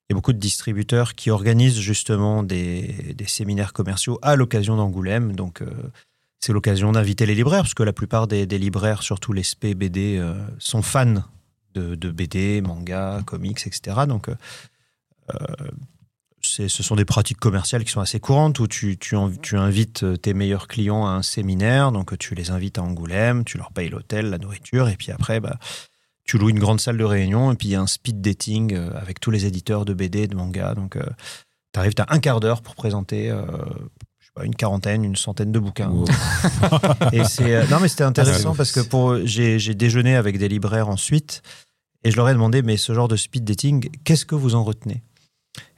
D: il y a beaucoup de distributeurs qui organisent justement des, des séminaires commerciaux à l'occasion d'Angoulême. Donc euh, c'est l'occasion d'inviter les libraires, parce que la plupart des, des libraires, surtout les SP BD, euh, sont fans de, de BD, manga, comics, etc. Donc euh, euh, c'est- ce sont des pratiques commerciales qui sont assez courantes où tu, tu, en- tu invites euh, tes meilleurs clients à un séminaire, donc euh, tu les invites à Angoulême, tu leur payes l'hôtel, la nourriture, et puis après, bah, tu loues une grande salle de réunion, et puis il y a un speed dating euh, avec tous les éditeurs de BD, de manga. Donc tu arrives, tu as un quart d'heure pour présenter. euh, je sais pas, une quarantaine, une centaine de bouquins.
C: Wow.
D: [LAUGHS]
C: Ah,
D: Et c'est euh, non mais c'était
C: c'est
D: intéressant
C: ouf.
D: parce que pour j'ai j'ai déjeuné avec des libraires ensuite et je leur ai demandé mais ce genre de speed dating qu'est-ce que vous en retenez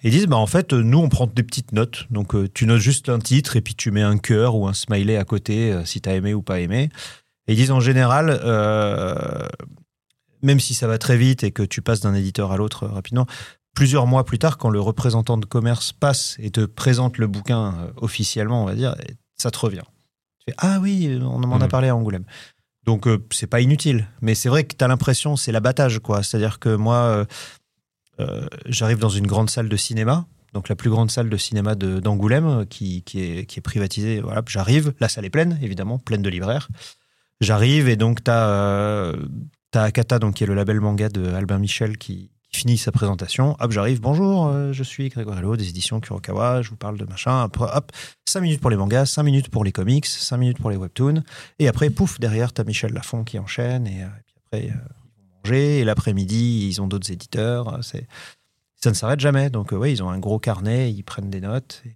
D: Et ils disent bah en fait euh, nous on prend des petites notes donc euh, tu notes juste un titre et puis tu mets un cœur ou un smiley à côté euh, si t'as aimé ou pas aimé. Et ils disent en général euh, même si ça va très vite et que tu passes d'un éditeur à l'autre euh, rapidement Plusieurs mois plus tard, quand le représentant de commerce passe et te présente le bouquin euh, officiellement, on va dire, ça te revient. Tu fais, ah oui, on m'en a
B: Mhm.
D: parlé à Angoulême. Donc euh, c'est pas inutile, mais c'est vrai que tu as l'impression c'est l'abattage quoi. C'est-à-dire que moi euh, euh, j'arrive dans une grande salle de cinéma, donc la plus grande salle de cinéma de- d'Angoulême euh, qui, qui est, qui est privatisée. Voilà, j'arrive, la salle est pleine évidemment, pleine de libraires. J'arrive et donc euh, tu as, Akata donc qui est le label manga de Albin Michel qui qui finit sa présentation, hop, j'arrive, bonjour, euh, je suis Grégoire Hello des éditions Kurokawa, je vous parle de machin, après, hop, 5 minutes pour les mangas, 5 minutes pour les comics, 5 minutes pour les webtoons. Et après, pouf, derrière, t'as Michel Lafon qui enchaîne. Et, euh, et puis après, euh, ils vont manger. Et l'après-midi, ils ont d'autres éditeurs. euh, c'est Ça ne s'arrête jamais. Donc, euh, ouais, ils ont un gros carnet, ils prennent des notes. Et euh,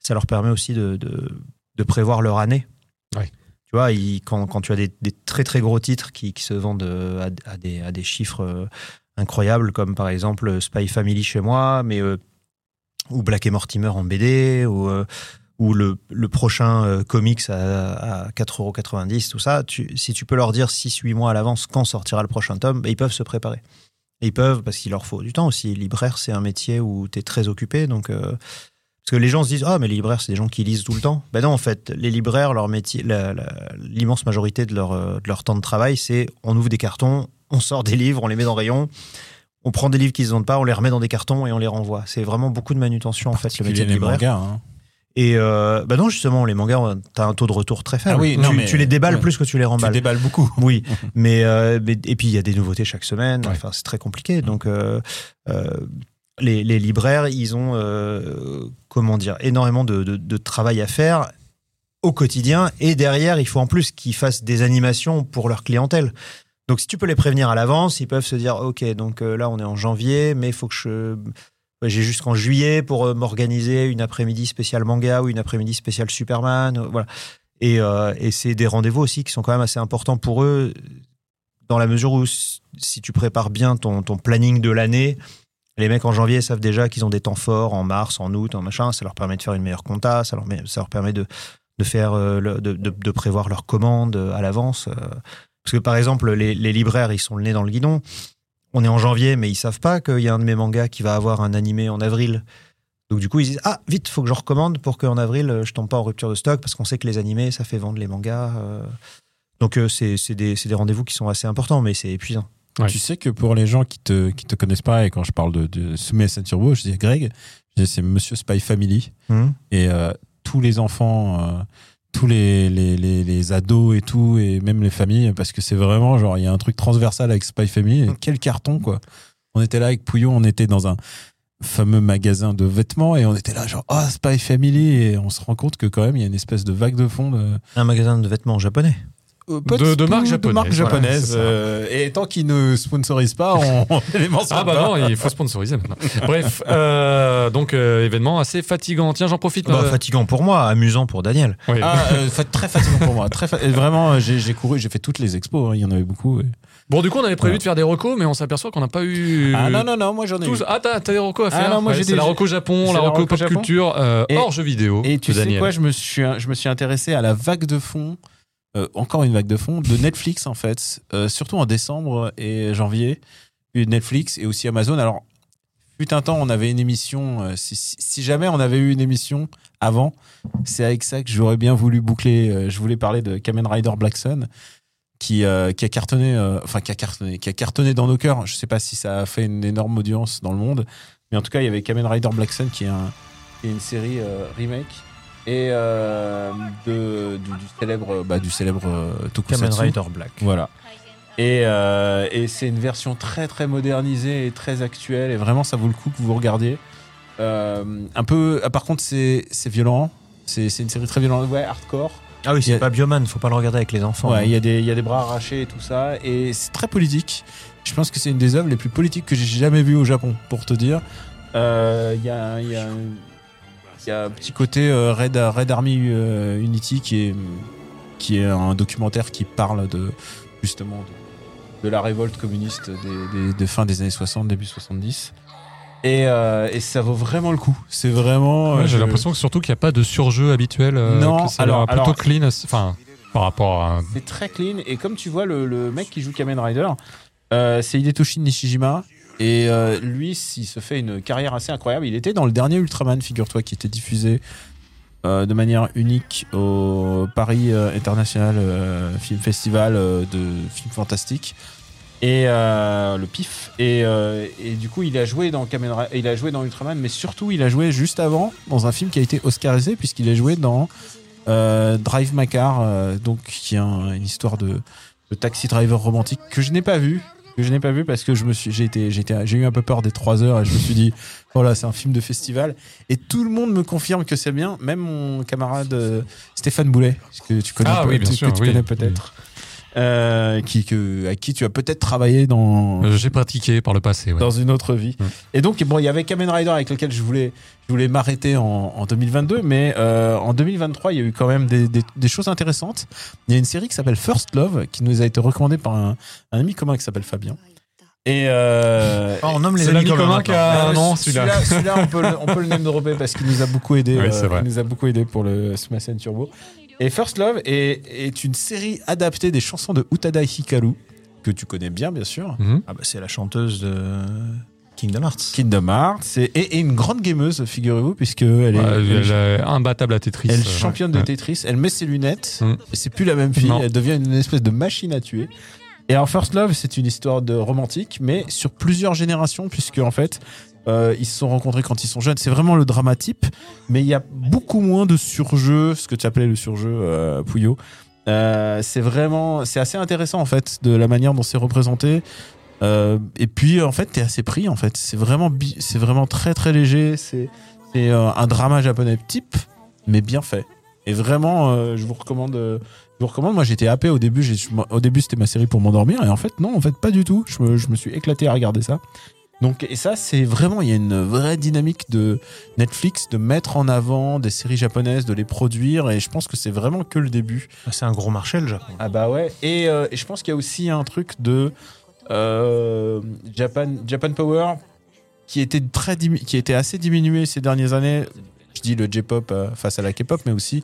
D: ça leur permet aussi de, de, de prévoir leur année.
B: Ouais.
D: Tu vois, ils- quand, quand tu as des, des très très gros titres qui, qui se vendent euh, à, à des, à des chiffres euh, incroyables, comme par exemple euh, Spy Family chez moi, mais euh, ou Black et Mortimer en BD, ou euh, ou le, le prochain euh, comics à, à 4,90€, tout ça, tu- si tu peux leur dire 6-8 mois à l'avance quand sortira le prochain tome, bah, ils peuvent se préparer. Et ils peuvent, parce qu'il leur faut du temps aussi. Libraire, c'est un métier où tu es très occupé. Donc, euh, parce que les gens se disent Ah, mais les libraires, c'est des gens qui lisent tout le temps. Ben non, en fait, les libraires, leur métier, la- la- l'immense majorité de leur, euh, de leur temps de travail, c'est on ouvre des cartons, on sort des livres, on les met dans le rayon. On prend des livres qu'ils ne vendent pas, on les remet dans des cartons et on les renvoie. C'est vraiment beaucoup de manutention, en fait, le métier de
C: les
D: libraire.
C: mangas. hein.
D: Et euh, bah non, justement, les mangas, on- t'as un taux de retour très faible.
C: Ah oui, non,
D: tu,
C: mais-
D: tu les déballes
C: ouais.
D: plus que tu les
C: Tu
D: remballes.
C: déballes beaucoup.
D: [LAUGHS] oui, mais, euh, mais- et puis il y a des nouveautés chaque semaine.
C: Ouais.
D: Enfin, c'est très compliqué. Donc euh, euh, les, les libraires, ils ont euh, comment dire énormément de, de- de travail à faire au quotidien. Et derrière, il faut en plus qu'ils fassent des animations pour leur clientèle. Donc si tu peux les prévenir à l'avance, ils peuvent se dire ok, donc euh, là on est en janvier, mais il faut que je Ouais, J'ai jusqu'en juillet pour euh, m'organiser une après-midi spéciale manga ou une après-midi spéciale Superman. euh, Voilà. Et, euh, et c'est des rendez-vous aussi qui sont quand même assez importants pour eux, dans la mesure où s- si tu prépares bien ton, ton planning de l'année, les mecs en janvier savent déjà qu'ils ont des temps forts en mars, en août, en machin. Ça leur permet de faire une meilleure compta, ça leur, met- ça leur permet de, de, faire, euh, le- de, de- de prévoir leurs commandes euh, à l'avance. euh. Parce que par exemple, les, les libraires, ils sont le nez dans le guidon on est en janvier, mais ils savent pas qu'il y a un de mes mangas qui va avoir un animé en avril. Donc du coup, ils disent ah vite, faut que je recommande pour qu'en avril euh, je tombe pas en rupture de stock parce qu'on sait que les animés ça fait vendre les mangas. euh. Donc euh, c'est c'est des, c'est des rendez-vous qui sont assez importants, mais c'est épuisant.
B: Ouais.
C: Tu sais que pour les gens qui te, qui te connaissent pas, et quand je parle de, de Soumet Saint Turbo, je dis Greg, je dis, c'est Monsieur Spy Family. Et euh, tous les enfants, euh, tous les, les, les, les ados et tout, et même les familles, parce que c'est vraiment genre, il y a un truc transversal avec Spy Family. Et quel carton, quoi. On était là avec Pouillon, on était dans un fameux magasin de vêtements et on était là genre ah Spy Family et on se rend compte que quand même il y a une espèce de vague de fond de,
D: Un magasin de vêtements japonais.
C: Euh, pas
B: De- de
C: spo-
B: marque
C: de
B: japonaise,
C: marque
B: voilà,
C: japonaise,
B: c'est ça.
C: euh, et tant qu'ils ne sponsorisent pas, on, [LAUGHS] on les mentionne
B: Ah bah
C: pas.
B: non, il faut sponsoriser
C: [LAUGHS]
B: maintenant. Bref, euh, donc euh, événement assez fatigant. Tiens, j'en profite.
D: Bah,
B: euh,
D: fatigant pour moi, amusant pour Daniel.
B: oui.
C: Ah, euh, fa- très fatigant pour moi. Très fa- et Vraiment, euh, j'ai j'ai couru, j'ai fait toutes les expos, hein, il y en avait beaucoup. et-
B: Bon, du coup, on avait prévu
C: Voilà.
B: de faire des recos, mais on s'aperçoit qu'on n'a pas eu.
C: Ah non, non, non, moi j'en ai
B: Euh, Tous...
C: eu.
B: Ah, t'as t'as des recos à
C: Ah
B: faire
C: non, moi, j'ai
B: c'est
C: des-
B: la reco Japon,
C: c'est
B: la
C: la
B: reco
C: reco
B: pop
C: Japon.
B: culture, euh,
C: Et-
B: hors jeux vidéo.
C: Et tu
B: de
C: sais
B: Daniel.
C: quoi, je me, suis, je me suis intéressé à la vague de fond, euh, encore une vague de fond, de Netflix en fait, euh, surtout en décembre et janvier. Et Netflix et aussi Amazon. Alors, fut un temps, on avait une émission, euh, si, si- si jamais on avait eu une émission avant, c'est avec ça que j'aurais bien voulu boucler. euh, je voulais parler de Kamen Rider Black Sun. Qui, euh, qui a cartonné, euh, enfin qui a cartonné, qui a cartonné dans nos cœurs. Je sais pas si ça a fait une énorme audience dans le monde, mais en tout cas il y avait Kamen Rider Black Sun qui est, un- qui est une série euh, remake et euh, de, du, du célèbre, bah, du célèbre euh,
D: Kamen
C: Tokusatsu.
D: Rider Black.
C: Voilà. Et, euh, et c'est une version très très modernisée et très actuelle et vraiment ça vaut le coup que vous regardiez. Euh, un peu, ah, par contre c'est c'est violent, c'est c'est une série très violente, ouais, hardcore.
D: Ah oui,
C: Il
D: c'est
C: y a-
D: pas Bioman, faut pas le regarder avec les enfants.
B: hein.
C: Ouais, il y, a des- il y a des bras arrachés et tout ça et c'est très politique. Je pense que c'est une des œuvres les plus politiques que j'ai jamais vues au Japon, pour te dire. Euh, Il y, a, il y a- il y a un petit côté euh, Red, Red Army euh, Unity qui est, qui est un documentaire qui parle de justement de, de la révolte communiste des, des- de fin des années 60, début 70. Et, euh, et ça vaut vraiment le coup. C'est vraiment. euh,
B: Ouais, J'ai
C: je-
B: l'impression que surtout qu'il n'y a pas de surjeu habituel. euh,
C: Non,
B: que ça a
C: alors-
B: l'air plutôt
C: alors-
B: clean, enfin, par rapport à. un-
C: C'est très clean. Et comme tu vois, le, le mec qui joue Kamen Rider, euh, c'est Hidetoshi Nishijima. Et euh, lui, il se fait une carrière assez incroyable. Il était dans le dernier Ultraman, figure-toi, qui était diffusé euh, de manière unique au Paris euh, International euh, Film Festival euh, de films fantastiques. Et euh, le pif. Et, euh, et du coup, il a joué dans Kamen Ra- il a joué dans Ultraman, mais surtout, il a joué juste avant dans un film qui a été Oscarisé, puisqu'il a joué dans euh, Drive My Car, euh, donc qui est un- une histoire de, de taxi driver romantique que je n'ai pas vu, que je n'ai pas vu parce que je me suis, j'ai été, j'ai été- j'ai eu un peu peur des trois heures et je me suis dit, [LAUGHS] voilà, c'est un film de festival. Et tout le monde me confirme que c'est bien, même mon camarade euh, Stéphane Boulet, que tu connais,
B: Ah
C: peut-
B: oui, bien
C: que
B: sûr,
C: tu
B: oui.
C: connais peut-être. euh, qui, que, à qui tu as peut-être travaillé dans,
B: Euh, J'ai pratiqué par le passé. ouais.
C: dans une autre vie.
B: Mm.
C: Et donc, bon, il y avait Kamen Rider avec lequel je voulais, je voulais m'arrêter en, en 2022, mais euh, en 2023, il y a eu quand même des, des- des choses intéressantes. Il y a une série qui s'appelle First Love, qui nous a été recommandée par un, un ami commun qui s'appelle Fabien. Et euh,
D: Ah, on nomme les
B: C'est
D: amis
B: l'ami commun qui a- Ah,
C: euh,
B: non,
C: celui-là,
B: celui-là.
C: celui-là, on peut le, on peut le name dropper parce qu'il nous a beaucoup aidé.
B: Oui,
C: euh,
B: c'est vrai.
C: il nous a beaucoup aidé pour le Smash and Turbo. Et First Love est, est une série adaptée des chansons de Utada Hikaru, que tu connais bien, bien sûr.
B: Mhm.
D: Ah bah, c'est la chanteuse de Kingdom Hearts.
C: Kingdom Hearts. Et, et- et une grande gameuse, figurez-vous, puisque elle est,
B: Ouais,
C: elle,
B: elle est imbattable à Tetris.
C: elle est
B: Euh,
C: championne de
B: ouais.
C: Tetris. Elle met ses lunettes.
B: Mhm.
C: Et c'est plus la même fille.
B: Non.
C: Elle devient une espèce de machine à tuer. Et alors, First Love, c'est une histoire de romantique, mais sur plusieurs générations, puisque en fait, euh, ils se sont rencontrés quand ils sont jeunes. C'est vraiment le drama type, mais il y a beaucoup moins de surjeu, ce que tu appelais le surjeu, euh, Pouillot. Euh, c'est vraiment, c'est assez intéressant en fait de la manière dont c'est représenté. Euh, et puis en fait, t'es assez pris en fait. C'est vraiment, bi- c'est vraiment très très léger. C'est c'est, euh, un drama japonais type, mais bien fait. Et vraiment, euh, je vous recommande. euh, je vous recommande. Moi, j'étais happé au début. j'ai- je m'en- au début, c'était ma série pour m'endormir. Et en fait, non, en fait, pas du tout. Je me, je me suis éclaté à regarder ça. Donc, et ça, c'est vraiment, il y a une vraie dynamique de Netflix de mettre en avant des séries japonaises, de les produire. Et je pense que c'est vraiment que le début.
D: Ah, C'est un gros marché le Japon.
C: Ah bah ouais. Et, euh, et je pense qu'il y a aussi un truc de euh, Japan, Japan Power qui était, très dimi- qui était assez diminué ces dernières années. Je dis le J-pop euh, face à la K-pop, mais aussi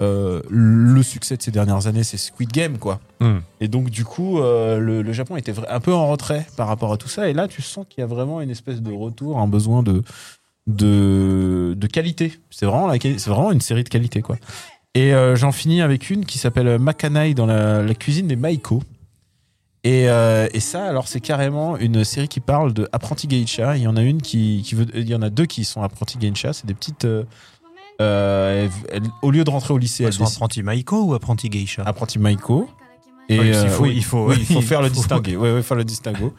C: euh, le succès de ces dernières années, c'est Squid Game, quoi.
B: Hmm.
C: Et donc, du coup, euh, le, le Japon était vra- un peu en retrait par rapport à tout ça. Et là, tu sens qu'il y a vraiment une espèce de retour, un besoin de, de, de qualité. C'est vraiment, la quali- c'est vraiment une série de qualité, quoi. Et euh, j'en finis avec une qui s'appelle Makanai dans la, la cuisine des Maiko. Et, euh, et ça, alors, c'est carrément une série qui parle de apprentis geisha. Il y en a une qui, qui veut, il y en a deux qui sont apprentis geisha. C'est des petites. euh, euh, elles- elles- au lieu de rentrer au lycée,
D: Elles
C: elles
D: sont
C: décident-
D: apprenti Maiko ou apprenti Geisha
C: apprenti Maiko. Et
D: Ouais,
C: euh,
D: il faut-
C: oui,
D: il faut-
C: oui, il faut
D: il
C: faire le
D: faut-
C: distinguo. [LAUGHS] Ouais, ouais, faire le distinguo.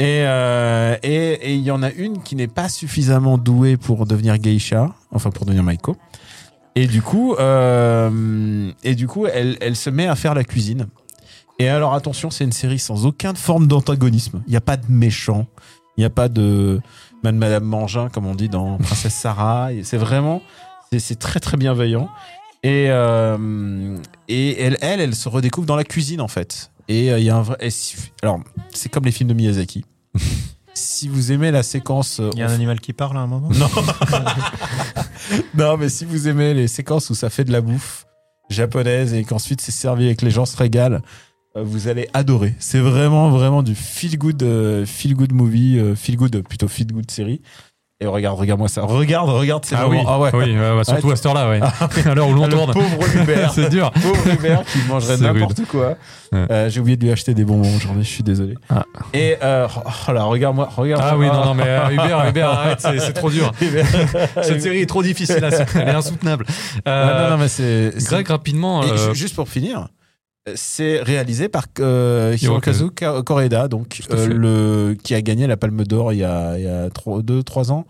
C: Et euh, et et il y en a une qui n'est pas suffisamment douée pour devenir geisha, enfin pour devenir Maiko. Et du coup, euh, et du coup, elle, elle se met à faire la cuisine. Et alors attention, c'est une série sans aucune forme d'antagonisme. Il n'y a pas de méchant, il n'y a pas de Mad- Madame Mangin comme on dit dans Princesse Sarah. Et C'est vraiment, c'est- c'est très très bienveillant. Et, euh, et elle, elle, elle se redécouvre dans la cuisine en fait. Et euh, il y a un vrai. et si- alors, c'est comme les films de Miyazaki. [LAUGHS] si vous aimez la séquence, euh,
D: Il y a un animal qui parle à un moment
C: non, mais si vous aimez les séquences où ça fait de la bouffe japonaise et qu'ensuite c'est servi et que les gens se régalent, euh, vous allez adorer. C'est vraiment, vraiment du feel good, euh, feel good movie, euh, feel good, plutôt feel good série. Et regarde, regarde-moi ça. Regarde, regarde ces
B: Ah oui,
C: moments. Ah ouais.
B: oui, ouais, bah, surtout
C: Ouais,
B: à cette heure-là, ouais.
C: [LAUGHS] Ah
B: [LAUGHS] à l'heure où l'on
C: Le
B: tourne.
C: pauvre Hubert.
B: [LAUGHS] C'est dur.
C: pauvre Hubert qui mangerait
B: C'est
C: n'importe quoi.
B: Ouais.
C: Euh, J'ai oublié de lui acheter des bonbons aujourd'hui, je suis désolé.
B: Ah.
C: Et euh, oh, oh là, regarde-moi, regarde.
B: Ah oui, non,
C: [LAUGHS]
B: non, mais euh, Hubert, Hubert, arrête, c'est c'est trop dur.
D: Ah,
B: Cette série est trop difficile, à- elle est insoutenable. Euh,
C: non, non, mais c'est. c'est-
B: Greg, rapidement,
C: Et
B: euh,
C: ju- juste pour finir, euh, c'est réalisé par euh,
B: Hirokazu.
C: Hirokazu Ka- Koreeda, donc
B: Tout à
C: euh,
B: fait.
C: le qui a gagné la Palme d'Or il y a 2-3 ans.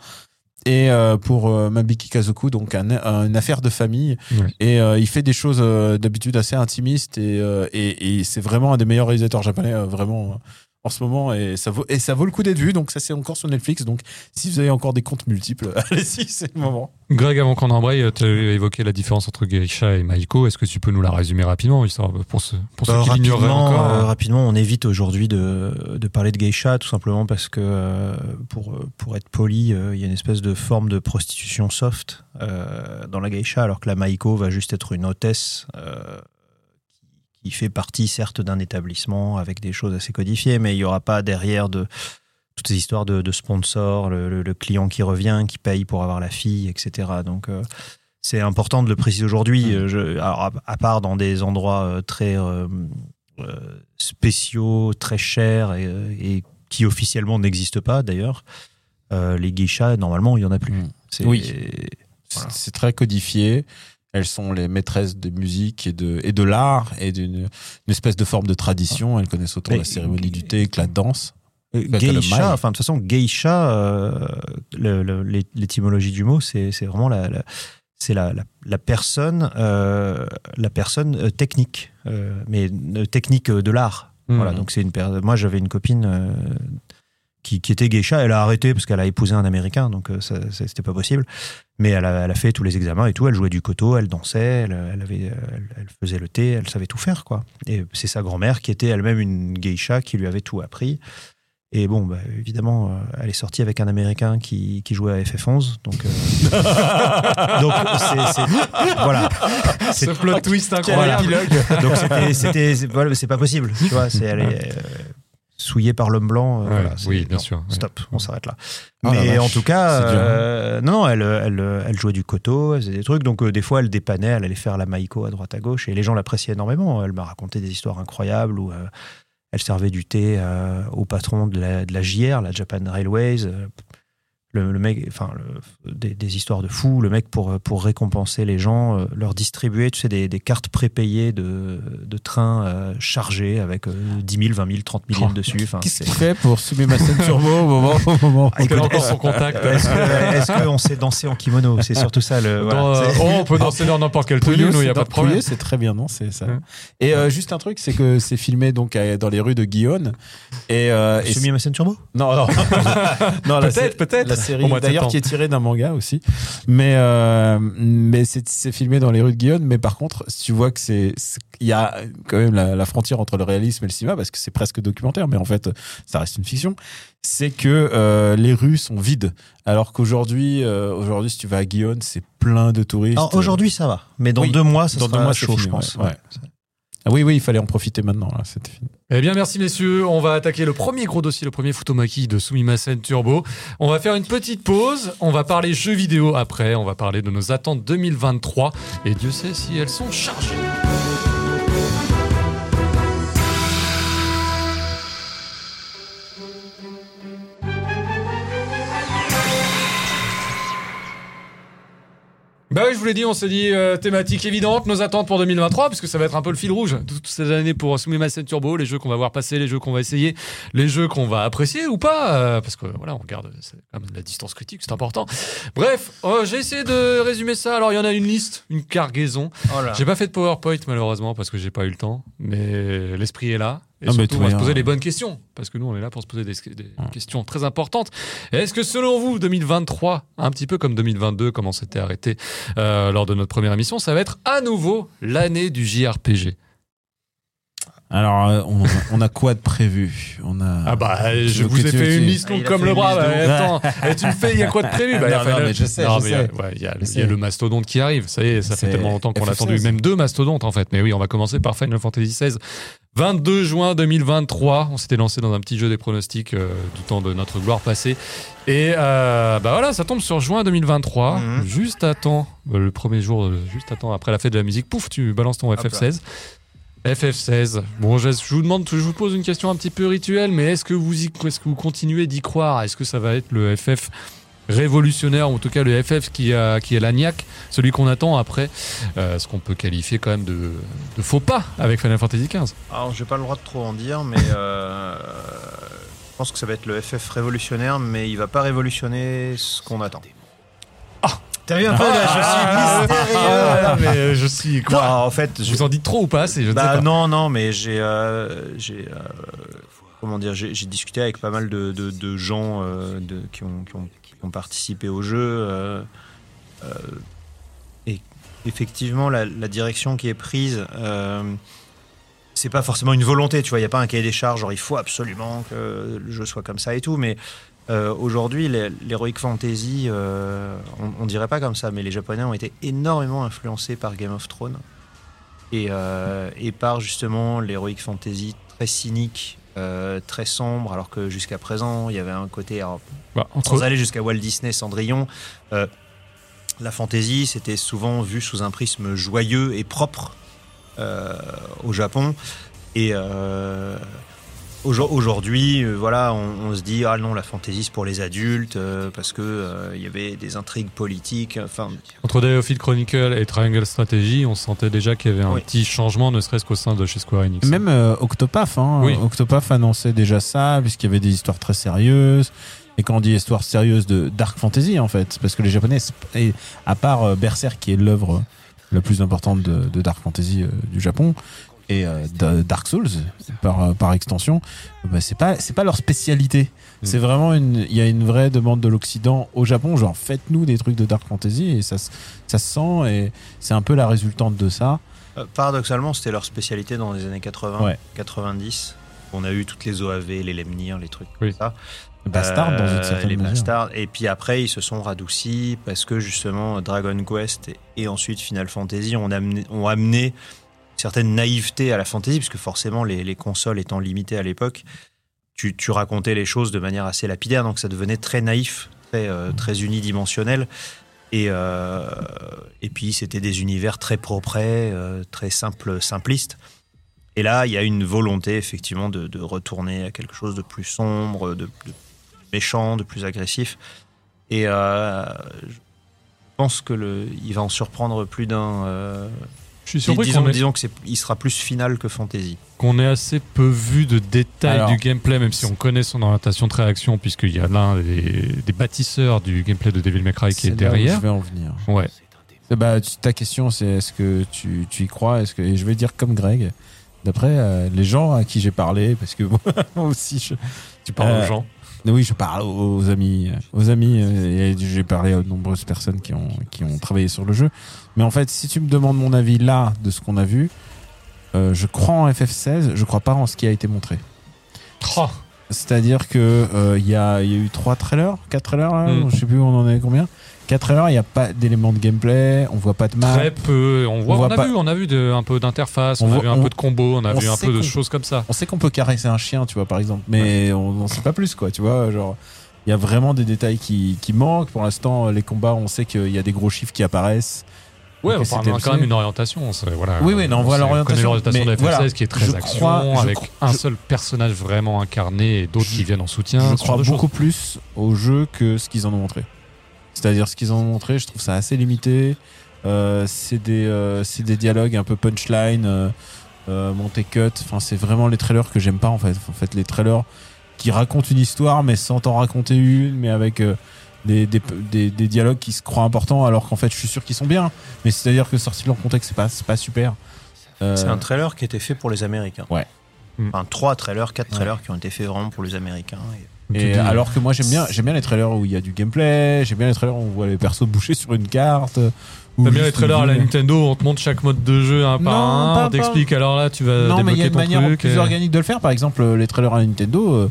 C: Et euh, pour euh, Mabiki Kazuku, donc un- un- une affaire de famille.
B: Ouais.
C: Et euh, il fait des choses euh, d'habitude assez intimistes et, euh, et, et c'est vraiment un des meilleurs réalisateurs japonais euh, vraiment euh, en ce moment et ça vaut et ça vaut le coup d'être vu. Donc ça c'est encore sur Netflix. Donc si vous avez encore des comptes multiples, [LAUGHS] allez-y, c'est le moment.
B: Greg, avant qu'on embraye, tu as évoqué la différence entre Geisha et Maiko. Est-ce que tu peux nous la résumer rapidement, histoire pour, ce, pour
D: Bah,
B: ceux qui l'ignoraient
D: rapidement,
B: encore hein.
D: euh, rapidement, on évite aujourd'hui de, de parler de geisha, tout simplement parce que, euh, pour, pour être poli, euh, il y a une espèce de forme de prostitution soft euh, dans la geisha, alors que la maiko va juste être une hôtesse euh, qui fait partie, certes, d'un établissement avec des choses assez codifiées, mais il n'y aura pas derrière de toutes ces histoires de, de sponsors, le, le- le client qui revient, qui paye pour avoir la fille, etc. Donc, euh, c'est important de le préciser aujourd'hui. Euh, je- alors, à, à part dans des endroits euh, très euh, euh, spéciaux, très chers et, euh, et qui officiellement n'existent pas d'ailleurs, euh, les geishas, normalement, il n'y en a plus.
C: Mm.
D: C'est-
C: Oui. C'est-
D: Voilà.
C: C'est très codifié. Elles sont les maîtresses de musique et de, et de l'art et d'une une espèce de forme de tradition. Elles connaissent autant
D: Mais-
C: la cérémonie du thé que la danse.
D: Euh,
C: Bah, t'as le mail.
D: Geisha, enfin de toute façon, geisha, euh, le- le- l'é- l'étymologie du mot, c'est c'est vraiment la, la- c'est la, la, la personne, euh, la personne euh, technique, euh, mais euh, technique euh, de l'art.
C: Hmm.
B: Mhm.
D: Voilà, donc c'est une per- Moi, j'avais une copine euh, qui, qui était geisha. Elle a arrêté parce qu'elle a épousé un Américain, donc euh, ça- ça- c'était pas possible. Mais elle a, elle a fait tous les examens et tout. Elle jouait du koto, elle dansait, elle, elle avait, euh, elle, elle faisait le thé, elle savait tout faire, quoi. Et c'est sa grand-mère qui était elle-même une geisha qui lui avait tout appris Et bon, bah, évidemment, euh, elle est sortie avec un Américain qui, qui jouait à FF11. Donc,
B: [LAUGHS]
D: euh, donc c'est- c'est- voilà.
B: Ce
D: [LAUGHS]
B: plot twist incroyable.
D: Donc c'était- c'était, c'est voilà, c'est pas possible. Tu vois, c'est elle est euh, souillée par l'homme blanc. euh,
B: Ouais,
D: voilà, c'est-
B: oui, bien
D: non,
B: sûr. ouais.
D: Stop, on s'arrête là.
C: Oh la
D: Mais
C: vache,
D: en tout cas,
C: c'est dur. hein.
D: euh, non, non, elle, elle, elle jouait du coteau, elle faisait des trucs. Donc euh, des fois, elle dépannait, elle allait faire la maïko à droite à gauche. Et les gens l'appréciaient énormément. Elle m'a raconté des histoires incroyables où euh, elle servait du thé euh, au patron de la, de la JR, la Japan Railways. euh, le, le mec, enfin, le- des, des histoires de fous. Le mec, pour, euh, pour récompenser les gens, euh, leur distribuait, tu sais, des, des cartes prépayées de, de trains euh, chargés avec euh, 10 000, 20 000, 30 000 yens dessus. Enfin,
C: Oh, Qu'est-ce
D: c'est-
C: qu'il fait pour sublimer ma scène turbo au moment, au moment
D: Ah, écoute,
B: Quel est encore
D: est-ce-
B: son contact euh,
D: Est-ce que- est-ce qu'on sait danser en kimono C'est surtout ça le. voilà.
B: Dans, euh,
D: C'est- [LAUGHS]
B: oh, on peut danser dans n'importe quelle tenue,
C: Pouilleux,
B: nous, il n'y a
C: c'est-
B: pas de problème.
C: Pouilleux, c'est très bien, non C'est ça.
B: Ouais.
C: Et euh, juste un truc, c'est que c'est filmé donc à- dans les rues de Guillaume. Et, euh, et-
D: Sumi Masen Turbo
C: non, [LAUGHS] non, non la sé-
B: Peut-être, peut-être.
C: La série
B: Au mois de
C: d'ailleurs
B: septembre.
C: qui est tirée d'un manga aussi, mais euh, mais c'est c'est filmé dans les rues de Guillaume. Mais par contre, tu vois que c'est c'est- il y a quand même la, la frontière entre le réalisme et le cinéma parce que c'est presque documentaire, mais en fait ça reste une fiction. C'est que euh, les rues sont vides, alors qu'aujourd'hui euh, aujourd'hui si tu vas à Guillaume, c'est plein de touristes.
D: Alors aujourd'hui ça va, mais dans
C: Oui.
D: deux mois ça
C: Dans
D: sera
C: deux mois, c'est
D: chaud,
C: fini,
D: je pense.
C: ouais, ouais. Ah oui oui, il fallait en profiter maintenant là, c'était fini.
B: Eh bien, merci messieurs. On va attaquer le premier gros dossier, le premier Futomaki de Sumimasen Turbo. On va faire une petite pause. On va parler jeux vidéo après. On va parler de nos attentes 2023. Et Dieu sait si elles sont chargées. Bah oui, je vous l'ai dit, on s'est dit euh, thématique évidente, nos attentes pour 2023, puisque ça va être un peu le fil rouge de toutes ces années pour Sumimasen Turbo, les jeux qu'on va voir passer, les jeux qu'on va essayer, les jeux qu'on va apprécier ou pas, euh, parce que voilà, on garde c'est quand même de la distance critique, c'est important. Bref, euh, j'ai essayé de résumer ça. Alors, il y en a une liste, une cargaison. J'ai pas fait de PowerPoint malheureusement parce que j'ai pas eu le temps, mais l'esprit est là. Et
C: Ah, mais
B: surtout,
C: tout
B: on
C: Ah.
B: va se
C: bien.
B: poser les bonnes questions, parce que nous, on est là pour se poser des, des questions très importantes. Est-ce que, selon vous, 2023, un petit peu comme 2022, comme on s'était arrêté euh, lors de notre première émission, ça va être à nouveau l'année du JRPG
C: Alors euh, on, on a quoi de prévu On a
B: Ah bah, euh,
C: tu
B: je
C: veux
B: vous
C: que
B: ai
C: tu-
B: fait
C: tu-
B: une liste
D: Ah, il
B: longue
D: a
B: comme
D: fait
B: le
D: une
B: bras.
D: liste
B: bah,
C: de ouf.
B: attends,
D: [LAUGHS]
B: et tu me fais, il y a quoi de prévu Bah, il y a
C: Non, non,
B: Final-
C: mais je sais,
B: Non,
C: je
B: mais, euh,
C: sais.
B: ouais, Il y a-
C: Je
B: il y a
C: sais.
B: le mastodonte qui arrive. Ça y est, ça fait
C: C'est
B: tellement longtemps qu'on l'a
C: FF16.
B: attendu. Même deux mastodontes, en fait. Mais oui, on va commencer par Final Fantasy XVI. 22 juin 2023, on s'était lancé dans un petit jeu des pronostics euh, du temps de notre gloire passée. Et euh, bah voilà, ça tombe sur juin 2023,
D: Mhm.
B: juste à temps, euh, le premier jour, euh, juste à temps après la fête de la musique, pouf, tu balances ton FF16. FF16. Bon, je, je vous demande, je vous pose une question un petit peu rituelle, mais est-ce que vous, y- est-ce que vous continuez d'y croire Est-ce que ça va être le FF révolutionnaire, ou en tout cas le FF qui, a, qui est l'agnac, celui qu'on attend après euh, ce qu'on peut qualifier quand même de, de faux pas avec Final Fantasy XV
D: Alors j'ai pas le droit de trop en dire, mais euh, je pense que ça va être le FF révolutionnaire, mais il va pas révolutionner ce qu'on attend. Ah, T'as vu un peu là, je suis mystérieux.
B: mais je suis
D: Non, en fait,
B: Je
D: je,
B: vous en dis trop ou pas c'est- je ne sais
D: Bah
B: pas.
D: non, non, mais j'ai, euh, j'ai, euh, comment dire, j'ai, j'ai discuté avec pas mal de, de- de gens euh, de- qui, ont, qui ont- qui ont participé au jeu. euh, euh, et effectivement, la, la direction qui est prise, euh, c'est pas forcément une volonté, tu vois. Il n'y a pas un cahier des charges, genre il faut absolument que le jeu soit comme ça et tout, mais. euh, aujourd'hui, les- l'Heroic Fantasy, euh, on, on dirait pas comme ça, mais les Japonais ont été énormément influencés par Game of Thrones et, euh, et par justement l'héroïque fantasy très cynique, euh, très sombre, alors que jusqu'à présent, il y avait un côté, alors,
B: Bah, entre
D: sans aller jusqu'à Walt Disney, Cendrillon, euh, la fantasy, c'était souvent vu sous un prisme joyeux et propre euh, au Japon. Et euh, aujo- aujourd'hui, euh, voilà, on, on se dit ah non, la fantasy c'est pour les adultes euh, parce que euh, il y avait des intrigues politiques. Enfin,
B: Entre Day of Field Chronicle et Triangle Strategy, on sentait déjà qu'il y avait un
D: Oui.
B: petit changement, ne serait-ce qu'au sein de chez Square Enix.
C: Même euh, Octopath, hein.
B: Oui.
C: Octopath annonçait déjà ça, puisqu'il y avait des histoires très sérieuses. Et quand on dit histoire sérieuse de Dark Fantasy, en fait, c'est parce que les Japonais, c'est- et à part euh, Berserk, qui est l'œuvre la plus importante de, de Dark Fantasy euh, du Japon, et euh, de- Dark Souls, par, euh, par extension, bah, c'est pas, c'est pas leur spécialité. C'est vraiment une, il y a une vraie demande de l'Occident au Japon, genre faites-nous des trucs de Dark Fantasy, et ça, se- ça se sent, et c'est un peu la résultante de ça.
D: Euh, Paradoxalement, c'était leur spécialité dans les années 80,
C: Ouais.
D: 90. On a eu toutes les OAV, les Lemnir, les trucs
B: Oui.
D: comme ça.
C: Bastard, dans
D: Euh,
C: une certaine
D: les
C: mesure.
D: Bastards. Et puis après, ils se sont radoucis parce que justement, Dragon Quest et, et ensuite Final Fantasy ont amené, ont amené une certaine naïveté à la fantasy, puisque forcément, les, les consoles étant limitées à l'époque, tu, tu racontais les choses de manière assez lapidaire, donc ça devenait très naïf, très, euh, très unidimensionnel. Et, euh, et puis, c'était des univers très propres, euh, très simples, simplistes. Et là, il y a une volonté, effectivement, de, de retourner à quelque chose de plus sombre, de, de méchant, de plus agressif. Et euh, je pense que le, il va en surprendre plus d'un. euh,
B: Je suis surpris
D: disons,
B: qu'on ait,
D: disons que c'est, il sera plus final que fantasy.
B: qu'on ait assez peu vu de détails
C: Alors,
B: du gameplay, même si on connaît son orientation très action, puisqu'il y a l'un des, des bâtisseurs du gameplay de Devil May Cry qui est
C: C'est là où
B: derrière.
C: Je vais en venir.
B: Ouais.
C: Eh Bah, tu- ta question, c'est est-ce que tu, tu y crois est-ce que, Et je vais dire comme Greg, d'après euh, les gens à qui j'ai parlé, parce que [LAUGHS] moi aussi, je,
B: Tu parles
C: Euh,
B: aux gens.
C: Mais Oui, je parle aux aux amis, aux amis, euh, et j'ai parlé à de nombreuses personnes qui ont, qui ont travaillé sur le jeu. Mais en fait, si tu me demandes mon avis là, de ce qu'on a vu, euh, je crois en FF16, je crois pas en ce qui a été montré.
B: Oh,
C: C'est-à-dire que euh, il y, a, il y a eu trois trailers, quatre trailers, là,
B: Mm.
C: je sais plus où on en est combien. Quatre trailers, il n'y a pas d'éléments de gameplay, on voit pas de map.
B: très peu. On, voit,
C: bah, on
B: on,
C: voit
B: a
C: pas-
B: vu, on a vu de- un peu d'interface,
C: On
B: on, a
C: voit-
B: vu un
C: on-
B: peu de combo, on a
C: on
B: vu un
C: sait
B: peu de
C: qu'on-
B: choses comme ça.
C: On sait qu'on peut caresser un chien, tu vois, par exemple, mais on n'en sait pas plus, quoi, tu vois. Genre, il y a vraiment des détails qui, qui manquent. Pour l'instant, les combats, on sait qu'il y a des gros chiffres qui apparaissent.
B: Ouais,
C: Donc,
B: enfin,
C: c'était
B: on a
C: le
B: quand même
C: ciné.
B: une orientation. on sait, voilà,
C: Oui, oui, non, on voit
B: sait-
C: l'orientation,
B: connaît l'orientation
C: mais
B: de la
C: voilà,
B: FSS qui est très
C: je
B: action,
C: crois- je
B: avec
C: crois-
B: un
C: je-
B: seul personnage vraiment incarné et d'autres
C: Je-
B: qui viennent en soutien.
C: je
B: ce
C: crois
B: genre de choses.
C: beaucoup plus au jeu que ce qu'ils en ont montré. C'est-à-dire ce qu'ils en ont montré, je trouve ça assez limité. Euh, c'est des, euh, c'est des dialogues un peu punchline, euh, euh, monté cut. Enfin, c'est vraiment les trailers que j'aime pas en fait. En fait, les trailers qui racontent une histoire mais sans t'en raconter une, mais avec euh, des, des, des- des dialogues qui se croient importants alors qu'en fait je suis sûr qu'ils sont bien. Mais c'est-à-dire que sorti de leur contexte, c'est pas, c'est pas super. Euh,
D: C'est un trailer qui était fait pour les Américains.
C: Ouais.
D: Enfin, trois trailers, quatre trailers qui ont été faits vraiment pour les Américains. Et-
C: Et
B: Tu dis-
C: alors que moi j'aime bien, j'aime bien les trailers où il y a du gameplay, j'aime bien les trailers où on voit les persos boucher sur une carte. ou
B: T'aimes bien
C: juste euh,
B: les trailers
C: une
B: à la
C: ville.
B: Nintendo, on te montre chaque mode de jeu un
C: Non,
B: par un,
C: pas-
B: on t'explique alors là tu vas
C: Non, mais il y
B: euh, débloquer
C: a une
B: ton
C: manière
B: truc.
C: plus
B: et-
C: organique de le faire. Par exemple, euh, les trailers à la Nintendo, euh,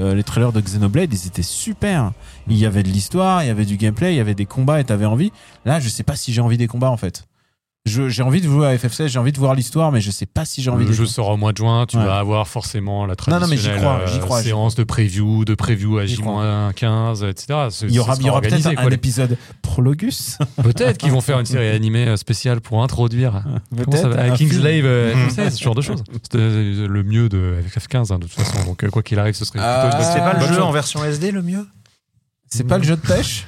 C: euh, les trailers de Xenoblade, ils étaient super. Il y avait de l'histoire, il y avait du gameplay, il y avait des combats et t'avais envie. Là, je sais pas si j'ai envie des combats en fait. Je- J'ai envie de jouer à FF16, j'ai envie de voir l'histoire, mais je sais pas si j'ai envie
B: Le
C: de
B: jeu sort au mois de juin, tu
C: Ouais.
B: vas avoir forcément la
C: Non, non, mais j'y
B: traditionnelle
C: crois, j'y
B: euh,
C: crois, j'y
B: séance de preview, de preview à
C: J'y
B: J-15, etc. C'est-
C: Il y aura,
B: ce
C: il y
B: sera
C: aura peut-être
B: organisé,
C: un,
B: quoi. Les-
C: épisode Prologus, [LAUGHS]
B: Peut-être qu'ils vont faire une série animée euh, spéciale pour introduire Comment ça
C: peut-être.
B: va
C: un
B: avec
C: film. Mhm.
B: Kingslave, euh, FF16, ce genre de choses. C'était euh, le mieux de FF15 hein, de toute façon, donc euh, quoi qu'il arrive, ce serait
C: Ah,
B: plutôt une bonne-
D: C'est pas le
B: bonne
D: jeu
B: chose.
D: en version SD le mieux
C: C'est pas le jeu de pêche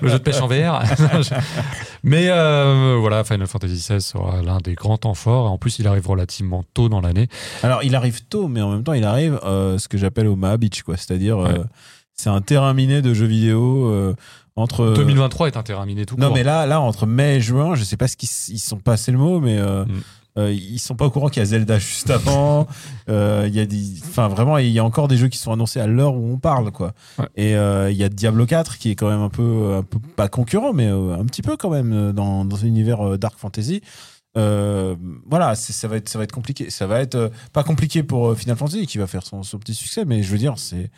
B: le jeu de pêche en
C: [LAUGHS]
B: VR. Non, je- Mais euh, voilà, Final Fantasy XVI sera l'un des grands temps forts. En plus, il arrive relativement tôt dans l'année.
C: Alors, il arrive tôt, mais en même temps, il arrive euh, ce que j'appelle au Mahabitch, quoi. C'est-à-dire, euh,
B: Ouais.
C: c'est un terrain miné de jeux vidéo euh, entre.
B: 2023 est un terrain miné tout
C: Non,
B: court.
C: mais là, là, entre mai et juin, je sais pas ce qu'ils s- ils sont passés le mot, mais euh,
B: Mm.
C: euh, ils sont pas au courant qu'il y a Zelda juste
B: [LAUGHS]
C: avant. Euh, Il y a des, enfin, vraiment, il y a encore des jeux qui sont annoncés à l'heure où on parle, quoi.
B: Ouais.
C: Et euh, il y a Diablo 4 qui est quand même un peu, euh, un peu pas concurrent, mais euh, un petit peu quand même euh, dans, dans l'univers euh, dark fantasy. Euh, voilà, c'est- ça va être, ça va être compliqué. Ça va être euh, pas compliqué pour euh, Final Fantasy qui va faire son, son petit succès, mais je veux dire, c'est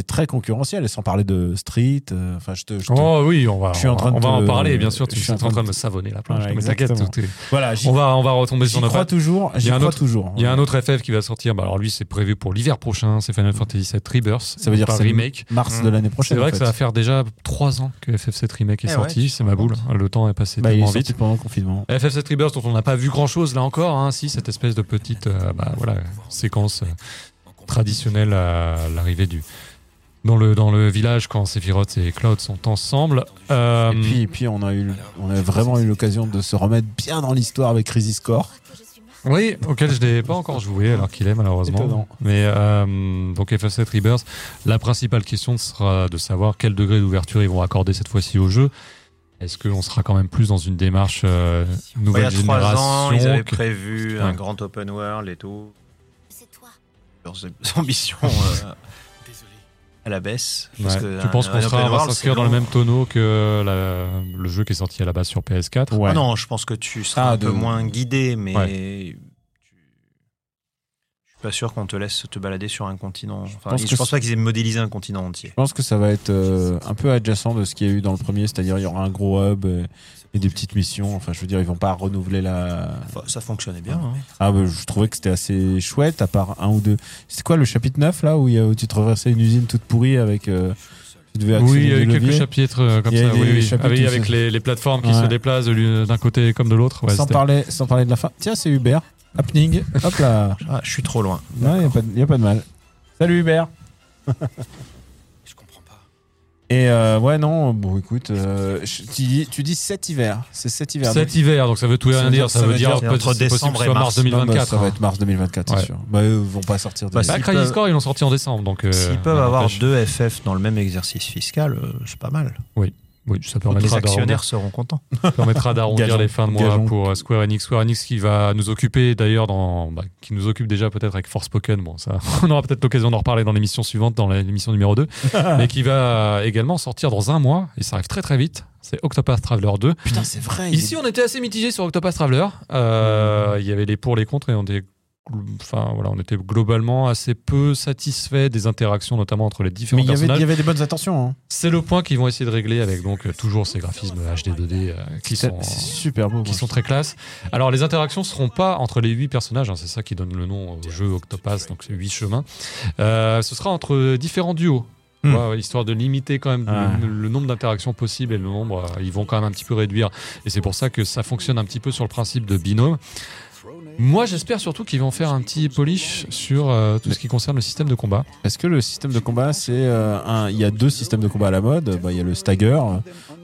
C: c'est très concurrentiel. Et sans parler de Street, euh, enfin, je te, je te-
B: Oh oui, on va,
C: Je suis
B: on
C: en
B: va-
C: train de
B: on va en
C: te-
B: parler, bien sûr.
C: je
B: Tu
C: suis
B: es
C: en
B: en
C: train de
B: train de
C: te-
B: me savonner la planche.
C: Voilà,
B: mais t'inquiète,
C: exactement.
B: tout est-
C: voilà. j'y-
B: on va, on va retomber
C: J'y
B: sur nos
C: crois
B: pattes.
C: toujours. J'y
B: un
C: crois
B: autre-
C: toujours.
B: Il y a un autre FF qui va sortir. Bah, alors lui, c'est prévu pour l'hiver prochain. C'est Final Fantasy VII Rebirth.
C: Ça veut dire
B: pas
C: c'est
B: remake.
C: Mars de l'année
B: Mm. C'est
C: prochaine.
B: vrai
C: en
B: que
C: fait.
B: ça va faire déjà 3 ans que FF7 Remake est
D: Eh ouais,
B: sorti.
D: tu te
B: c'est ma
D: rends
B: boule. Le temps est passé
C: Bah, il est
B: tellement
C: sorti
B: vite.
C: pendant le confinement.
B: FF7 Rebirth dont on n'a pas vu grand chose là encore, hein, si cette espèce de petite euh, bah, voilà, séquence euh, traditionnelle à l'arrivée du dans le, dans le village quand Sephiroth et Cloud sont ensemble. Euh,
C: Et puis, et puis on a eu, on a vraiment eu l'occasion de se remettre bien dans l'histoire avec Crisis Core.
B: Oui, auquel je n'ai pas encore joué alors qu'il est malheureusement.
C: Étonnant.
B: Mais euh, donc FF7 Rebirth, la principale question sera de savoir quel degré d'ouverture ils vont accorder cette fois-ci au jeu. Est-ce qu'on sera quand même plus dans une démarche euh,
D: Ouais, Bah, Il
B: nouvelle
D: y a trois
B: génération
D: ans, ils avaient
B: que-
D: prévu
B: Ouais.
D: un grand open world et tout.
G: C'est toi.
D: Leurs [LAUGHS] ambitions euh, à la baisse. Parce
B: Ouais.
D: que
B: tu
D: un-
B: penses
D: un
B: qu'on sera,
D: open
B: on va
D: world,
B: s'inscrire
D: c'est
B: dans le
D: long.
B: même tonneau que la- le jeu qui est sorti à la base sur PS4
D: Ah
B: Ah,
D: Non, je pense que tu seras
C: Ah,
D: un
C: de-
D: peu moins guidé, mais tu- suis pas sûr qu'on te laisse te balader sur un continent. Enfin,
C: pense
D: je
C: que
D: pense pas qu'ils aient modélisé un continent entier.
C: Je pense que ça va être euh, un peu adjacent de ce qu'il y a eu dans le premier, c'est-à-dire il y aura un gros hub euh, et des petites missions. Enfin, je veux dire, ils vont pas renouveler la.
D: Enfin, ça fonctionnait bien. hein.
C: Ah, bah, je trouvais que c'était assez chouette, à part un ou deux. C'est quoi le chapitre 9 là où il y a- où tu traversais une usine toute pourrie avec. euh, tu devais actionner
B: Oui,
C: du
B: avec quelques
C: levier
B: chapitres euh, comme
C: Il y a
B: ça.
C: des
B: oui, oui.
C: chapitres
B: Avec-
C: qui
B: avec
C: se-
B: les, les plateformes qui
C: Ouais.
B: se déplacent de l'une- d'un côté comme de l'autre. Ouais,
C: sans,
B: c'était-
C: parler, sans parler de la fin. Tiens, c'est Hubert. Happening. Hop là.
D: Ah, je suis trop loin.
C: Non, il n'y a, pas de- y a pas de mal. Salut Hubert.
E: Je comprends pas.
C: Et euh, ouais, non, bon, écoute, euh, je- tu, dis, tu dis cet hiver. C'est cet hiver.
B: Cet hiver, donc ça veut tout et
C: Ça
B: rien
C: veut
B: dire.
C: dire-
B: Ça
C: ça
B: veut
C: veut
B: dire
C: dire
B: peut-être
D: entre
B: c'est possible
D: décembre
B: que
D: et
B: ce soit
D: mars.
B: mars
D: Non,
C: Non, bah,
B: 2024.
C: ça va
B: hein.
C: être mars 2024,
B: Ouais.
C: c'est sûr. Bah, eux vont pas sortir de
D: Bah,
B: Bah,
D: s'ils
B: Crisis
D: peuvent-
B: Core, ils l'ont sorti en décembre. Donc, euh,
D: S'ils peuvent
B: rien
D: avoir
B: n'empêche.
D: deux FF dans le même exercice fiscal, euh, c'est pas mal.
B: Oui, ça
D: Les
B: permettra d'arrondir
D: actionnaires seront contents.
B: permettra d'arrondir
C: Gageons.
B: les fins de mois
C: Gageons.
B: pour euh, Square Enix. Square Enix qui va nous occuper d'ailleurs dans, bah, qui nous occupe déjà peut-être avec Force Pokémon. Bon, ça, [LAUGHS] on aura peut-être l'occasion d'en reparler dans l'émission suivante, dans la- l'émission numéro 2, mais qui va également sortir dans un mois et ça arrive très très vite. C'est Octopath Traveler 2.
C: Putain, c'est vrai.
B: Ici, on était assez mitigé sur Octopath Traveler. Euh, Il y avait les pour, les contre et on était Enfin, voilà, on était globalement assez peu satisfait des interactions, notamment entre les différents
C: Mais il y, avait,
B: personnages.
C: il y avait des bonnes intentions. hein.
B: C'est le point qu'ils vont essayer de régler avec donc euh, toujours ces graphismes HD 2D euh, qui
C: C'est
B: sont
C: c'est super beau.
B: qui
C: moi.
B: sont très classe. Alors les interactions seront pas entre les huit personnages, hein, c'est ça qui donne le nom au jeu Octopath, donc c'est huit chemins. Euh, ce sera entre différents duos.
C: Hmm. Ah.
B: Ouais, ouais, histoire de limiter quand même
C: Ouais.
B: le, le nombre d'interactions possibles et le nombre, euh, ils vont quand même un petit peu réduire. Et c'est pour ça que ça fonctionne un petit peu sur le principe de binôme. Moi, j'espère surtout qu'ils vont faire un petit polish sur euh, tout ce qui concerne le système de combat.
C: Est-ce que le système de combat, c'est euh, un. Il y a deux systèmes de combat à la mode. Bah, Il y a le stagger.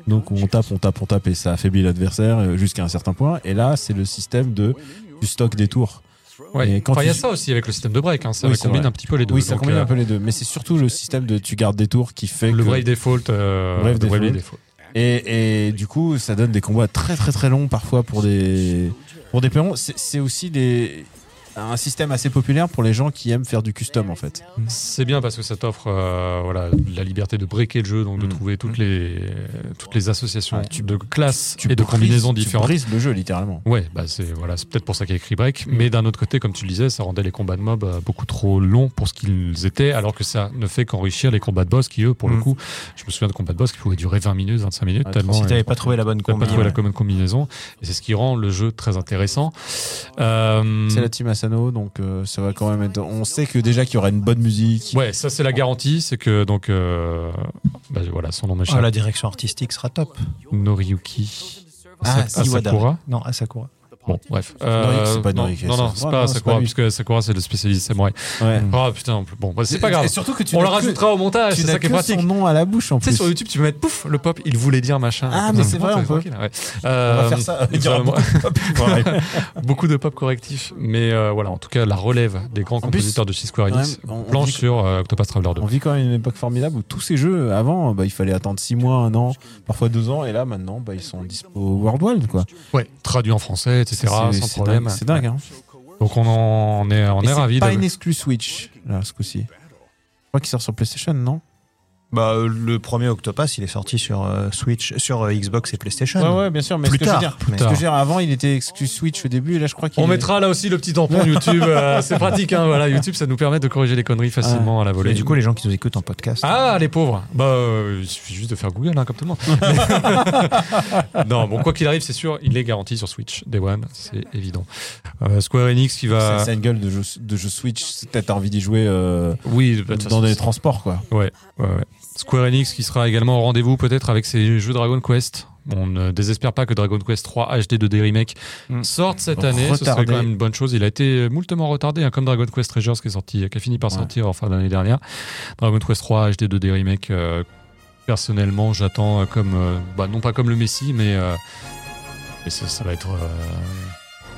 C: Donc, on tape, on tape, on tape et ça affaiblit l'adversaire euh, jusqu'à un certain point. Et là, c'est le système de. Tu stockes des tours.
B: Ouais.
C: Et quand
B: Enfin, il y a
C: tu-
B: ça aussi avec le système de break, hein, ça
C: Oui, c'est
B: combine
C: vrai.
B: un petit peu les deux.
C: Oui, ça
B: Donc,
C: combine
B: euh,
C: un peu les deux. Mais c'est surtout le système de tu gardes des tours qui fait
B: le
C: que.
B: brave default, euh,
C: Brave
B: le brave
C: default.
B: default.
C: Et, et du coup, ça donne des combats très très très longs parfois pour des pour des péons. C'est c'est aussi des un système assez populaire pour les gens qui aiment faire du custom en fait.
B: C'est bien parce que ça t'offre euh, voilà, la liberté de briquer le jeu, donc de
C: Mm.
B: trouver toutes les, toutes les associations
C: Ouais, tu-
B: de classes
C: Tu
B: et de
C: brises-
B: combinaisons différentes.
C: Tu brises Mm. le jeu littéralement.
B: Ouais, bah c'est voilà, c'est peut-être pour ça qu'il y a écrit break, mais d'un autre côté, comme tu le disais, ça rendait les combats de mobs euh, beaucoup trop longs pour ce qu'ils étaient, alors que ça ne fait qu'enrichir les combats de boss qui, eux, pour le
D: Mm.
B: coup, je me souviens de combats de boss qui pouvaient durer 20 minutes, 25 minutes,
C: Ah,
B: tellement
D: si
B: ils
D: t'avais pas trouvé la bonne
B: n'avaient pas
D: combi, hein.
B: trouvé la
D: ouais.
B: commune combinaison, et c'est ce qui rend le jeu très intéressant. Euh,
C: C'est la team Asano, donc euh, ça va quand même être. On sait que déjà qu'il y aura une bonne musique.
B: Ouais, ça c'est la garantie, c'est que donc euh, bah, voilà, son nom m'échappe.
D: Ah, la direction artistique sera top.
B: Noriyuki
D: Ah,
B: Asa-
D: Iwata.
B: Asakura.
D: Non, Asakura.
B: Bon, bref. Euh,
C: Noriyuki, c'est pas
B: non,
C: Noriyuki,
B: non, non,
C: ça.
B: c'est
C: Ouais,
B: pas
C: non, c'est
B: Asakura,
C: pas lui.
B: puisque Asakura, c'est le spécialiste samouraï.
C: Ouais.
B: Ah putain, bon, bah, c'est pas
C: Mm. Et
B: grave.
C: surtout que tu
B: On
C: n'as
B: le
C: que-
B: rajoutera au montage,
C: Tu
B: c'est
C: n'as
B: ça qui est
C: que son
B: pratique.
C: nom à la bouche en
B: Tu
C: plus.
B: sais, sur YouTube, tu peux mettre pouf, le pop, il voulait dire machin.
C: Ah,
B: Comme
C: mais
B: ça,
C: c'est vrai,
B: tranquille,
C: on peut.
B: tranquille, ouais.
C: On va
B: Euh,
C: faire ça. [LAUGHS] Il y aura
B: vraiment-
C: beaucoup de pop. [LAUGHS] Ouais.
B: beaucoup de pop correctif. Mais euh, voilà, en tout cas, la relève des grands
C: En plus,
B: compositeurs de chez Square Enix
C: quand même, on- on
B: planche
C: dit-
B: sur euh, Octopath Traveler 2.
C: On vit quand même une époque formidable où tous ces jeux, avant, bah, il fallait attendre 6 mois, 1 an, parfois 2 ans, et là, maintenant, bah, ils sont dispo worldwide, quoi.
B: Ouais, traduit en français, etc. sans problème.
C: dingue, C'est dingue, hein.
B: Donc on, en, on est, on
C: Et
B: est
C: c'est
B: ravis.
C: pas
B: de-
C: une exclus Switch, là, ce coup-ci. Je crois qu'il sort sur PlayStation, non
D: Bah, euh, le premier Octopass, il est sorti sur euh, Switch, sur euh, Xbox et PlayStation.
C: Ouais, ouais, bien sûr, mais
D: Plus
C: ce que je veux
D: tard,
C: dire,
D: plus
C: ce
B: tard.
C: que je veux dire, avant, il était exclus Switch au début, et là, je crois qu'il
B: On
C: est-
B: mettra là aussi le petit
D: [LAUGHS]
B: tampon YouTube. euh, c'est pratique, hein, voilà. YouTube, ça nous permet de corriger les conneries facilement à la volée.
D: Ah. Et du coup, les gens qui nous écoutent en podcast.
B: ah, les pauvres. Bah, euh, il suffit juste de faire Google, hein, comme tout le monde.
D: [LAUGHS]
B: non, bon, quoi qu'il arrive, c'est sûr, il est garanti sur Switch Day One, c'est évident. Euh, Square Enix qui va.
C: C'est- C'est une gueule de jeu, de jeu Switch, peut-être envie d'y jouer euh,
B: Oui, bah, de toute
C: dans
B: façon,
C: des
B: c'est-
C: transports, quoi.
B: Ouais, ouais, ouais. Square Enix qui sera également au rendez-vous peut-être avec ses jeux Dragon Quest. On ne désespère pas que Dragon Quest 3 HD 2D Remake
D: Mm.
B: sorte cette année. Ce serait
C: Retardé.
B: quand même une bonne chose. Il a été moultement retardé, hein, comme Dragon Quest Treasures qui, est sorti, qui a fini par
C: Ouais.
B: sortir en fin d'année dernière. Dragon Quest 3 HD 2D Remake, euh, personnellement, j'attends euh, comme. euh, bah, non pas comme le Messi, mais. euh, mais ça, ça va être. euh,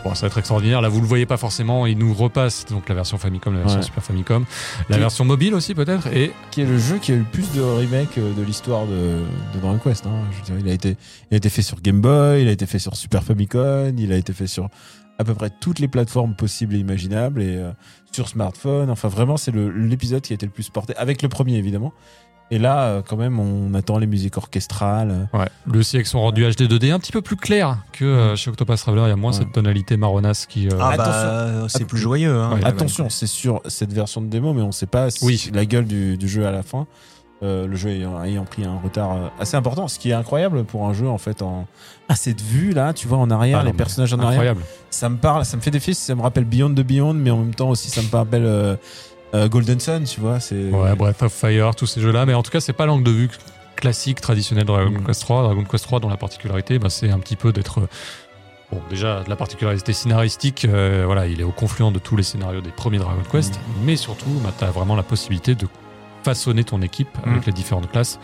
B: Bon, ça va être extraordinaire. Là, vous le voyez pas forcément. Il nous repasse donc la version Famicom, la version
C: Ouais.
B: Super Famicom, la
C: Qui-
B: version mobile aussi peut-être. Et
C: qui est le jeu qui a eu le plus de remakes euh, de l'histoire de, de Dragon Quest. hein. Je veux dire, il a été, il a été fait sur Game Boy, il a été fait sur Super Famicom, il a été fait sur à peu près toutes les plateformes possibles et imaginables et euh, sur smartphone. Enfin, vraiment, c'est le- l'épisode qui a été le plus porté avec le premier évidemment. Et là, euh, quand même, on attend les musiques orchestrales. euh,
B: Ouais. Le aussi avec son rendu HD2D un petit peu plus clair que euh, chez Octopus Traveler, il y a moins
C: Ouais.
B: cette tonalité marronasse qui. euh,
D: Ah
C: Attention.
D: bah, c'est plus joyeux. hein.
B: Ouais.
C: Attention, c'est sur cette version de démo, mais on ne sait pas si
B: Oui.
C: la gueule du, du jeu à la fin. euh, le jeu ayant, ayant pris un retard euh, assez important, ce qui est incroyable pour un jeu en fait. En... Ah, cette vue là, tu vois en arrière,
B: Ah non,
C: les
B: mais
C: personnages en arrière,
B: Incroyable.
C: ça me parle, ça me fait des fils, ça me rappelle Beyond the Beyond, mais en même temps aussi ça me rappelle euh, euh, Golden Sun, tu vois. C'est
B: Ouais, Breath of Fire, tous ces jeux-là, mais en tout cas, c'est pas l'angle de vue classique, traditionnel de Dragon
C: Mm.
B: Quest 3. Dragon Quest 3, dont la particularité, bah, c'est un petit peu d'être. euh, Bon, déjà, de la particularité scénaristique, euh, voilà, il est au confluent de tous les scénarios des premiers Dragon Quest,
C: Mm.
B: mais surtout, bah, t'as vraiment la possibilité de façonner ton équipe avec les différentes classes,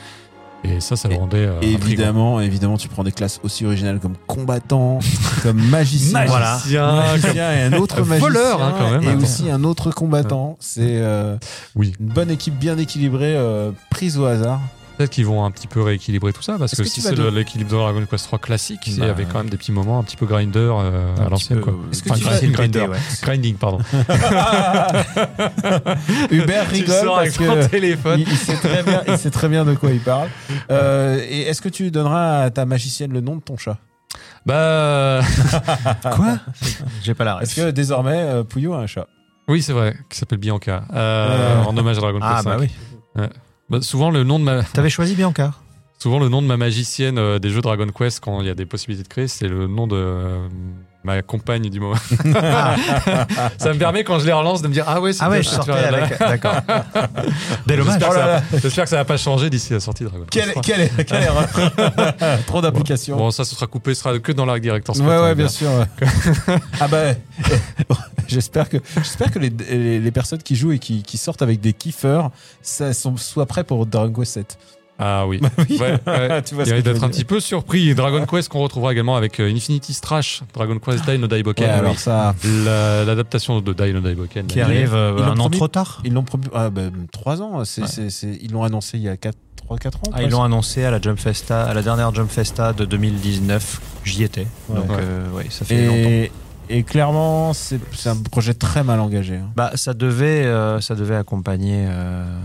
B: et ça, ça le
C: Mm. Et-
B: rendait. euh, intriguant.
C: évidemment, évidemment, tu prends des classes aussi originales comme combattant, [LAUGHS] comme magicien,
D: Voilà.
B: Magicien,
C: magicien et un autre magicien,
B: Voleur, hein, quand même.
C: et
B: Attends.
C: aussi un autre combattant. C'est euh,
B: Oui.
C: une bonne équipe bien équilibrée, euh, prise au hasard. [LAUGHS]
B: Peut-être qu'ils vont un petit peu rééquilibrer tout ça, parce
C: Est-ce
B: que,
C: que
B: si
C: tu vas
B: c'est
C: de-
B: le- l'équilibre de Dragon Quest 3 classique, c'est
C: Bah,
B: avec quand même des petits moments un petit peu grinder euh, à l'ancienne, quoi.
D: Est-ce
C: Est-ce
D: que
C: que
B: Enfin,
C: tu
B: grind-
C: vas-
B: grinder,
D: ouais.
B: [LAUGHS] Grinding, pardon.
C: Hubert rigole parce que
B: téléphone.
C: il, il sait très bien, il sait très bien de quoi il parle. Euh, et est-ce que tu donneras à ta magicienne le nom de ton chat
B: Bah
D: Quoi J'ai pas la
C: Est-ce
D: ref.
C: que désormais euh, Pouillot a un chat
B: oui, c'est vrai, qui s'appelle Bianca, euh,
C: Euh.
B: en hommage à Dragon Quest.
D: Ah bah
B: V.
D: oui.
B: Bah, souvent le nom de ma,
D: T'avais choisi Bianca.
B: souvent le nom de ma magicienne euh, des jeux Dragon Quest quand il y a des possibilités de créer, c'est le nom de euh, ma compagne du moment. [LAUGHS] ça me permet quand je les relance de me dire ah ouais, c'est
D: Ah ouais,
B: bien,
D: je
B: tu
D: sortais
B: vois, là.
D: avec. D'accord. Dès l'hommage.
B: J'espère que,
C: Oh
B: ça
C: là
B: va pas- j'espère que ça va pas changer d'ici la sortie de Dragon
C: Quelle,
B: Quest. III.
C: quelle, [LAUGHS] quelle erreur Trop d'applications.
B: Bon, ça, ce sera coupé, ce sera que dans l'arc directeur.
C: Ouais, ouais, bien sûr.
B: [LAUGHS]
C: ah bah, [LAUGHS] j'espère que, j'espère que les, les, les personnes qui jouent et qui, qui sortent avec des kiffeurs ça, sont, soient prêts pour Dragon Quest 7.
B: Ah
C: [LAUGHS]
B: oui.
C: Bah oui.
B: Ouais, ouais.
C: [LAUGHS] tu vois
B: Il y a
C: ce que je veux
B: d'être un
C: dire.
B: petit peu surpris. Dragon Quest qu'on retrouvera également avec euh, Infinity Strash, Dragon Quest Dai no Daiboken.
C: Ouais, alors ça,
B: La- L'adaptation de Dai no Daiboken.
D: Qui
B: là.
D: arrive euh,
C: ils l'ont
D: un an
C: promis-
D: trop tard.
C: ils l'ont promu... ah, bah, 3 ans. c'est
D: Ouais.
C: c'est c'est- ils l'ont annoncé il y a 4, 3, 4 ans.
D: Ah, ils l'ont annoncé à la Jump Festa, à la dernière Jump Festa de 2019. J'y étais.
C: Ouais.
D: Donc
B: Ouais.
D: euh, ouais, ça fait longtemps.
C: et, et clairement, c'est c'est un projet très mal engagé. hein.
D: Bah ça devait, euh, ça devait accompagner. euh,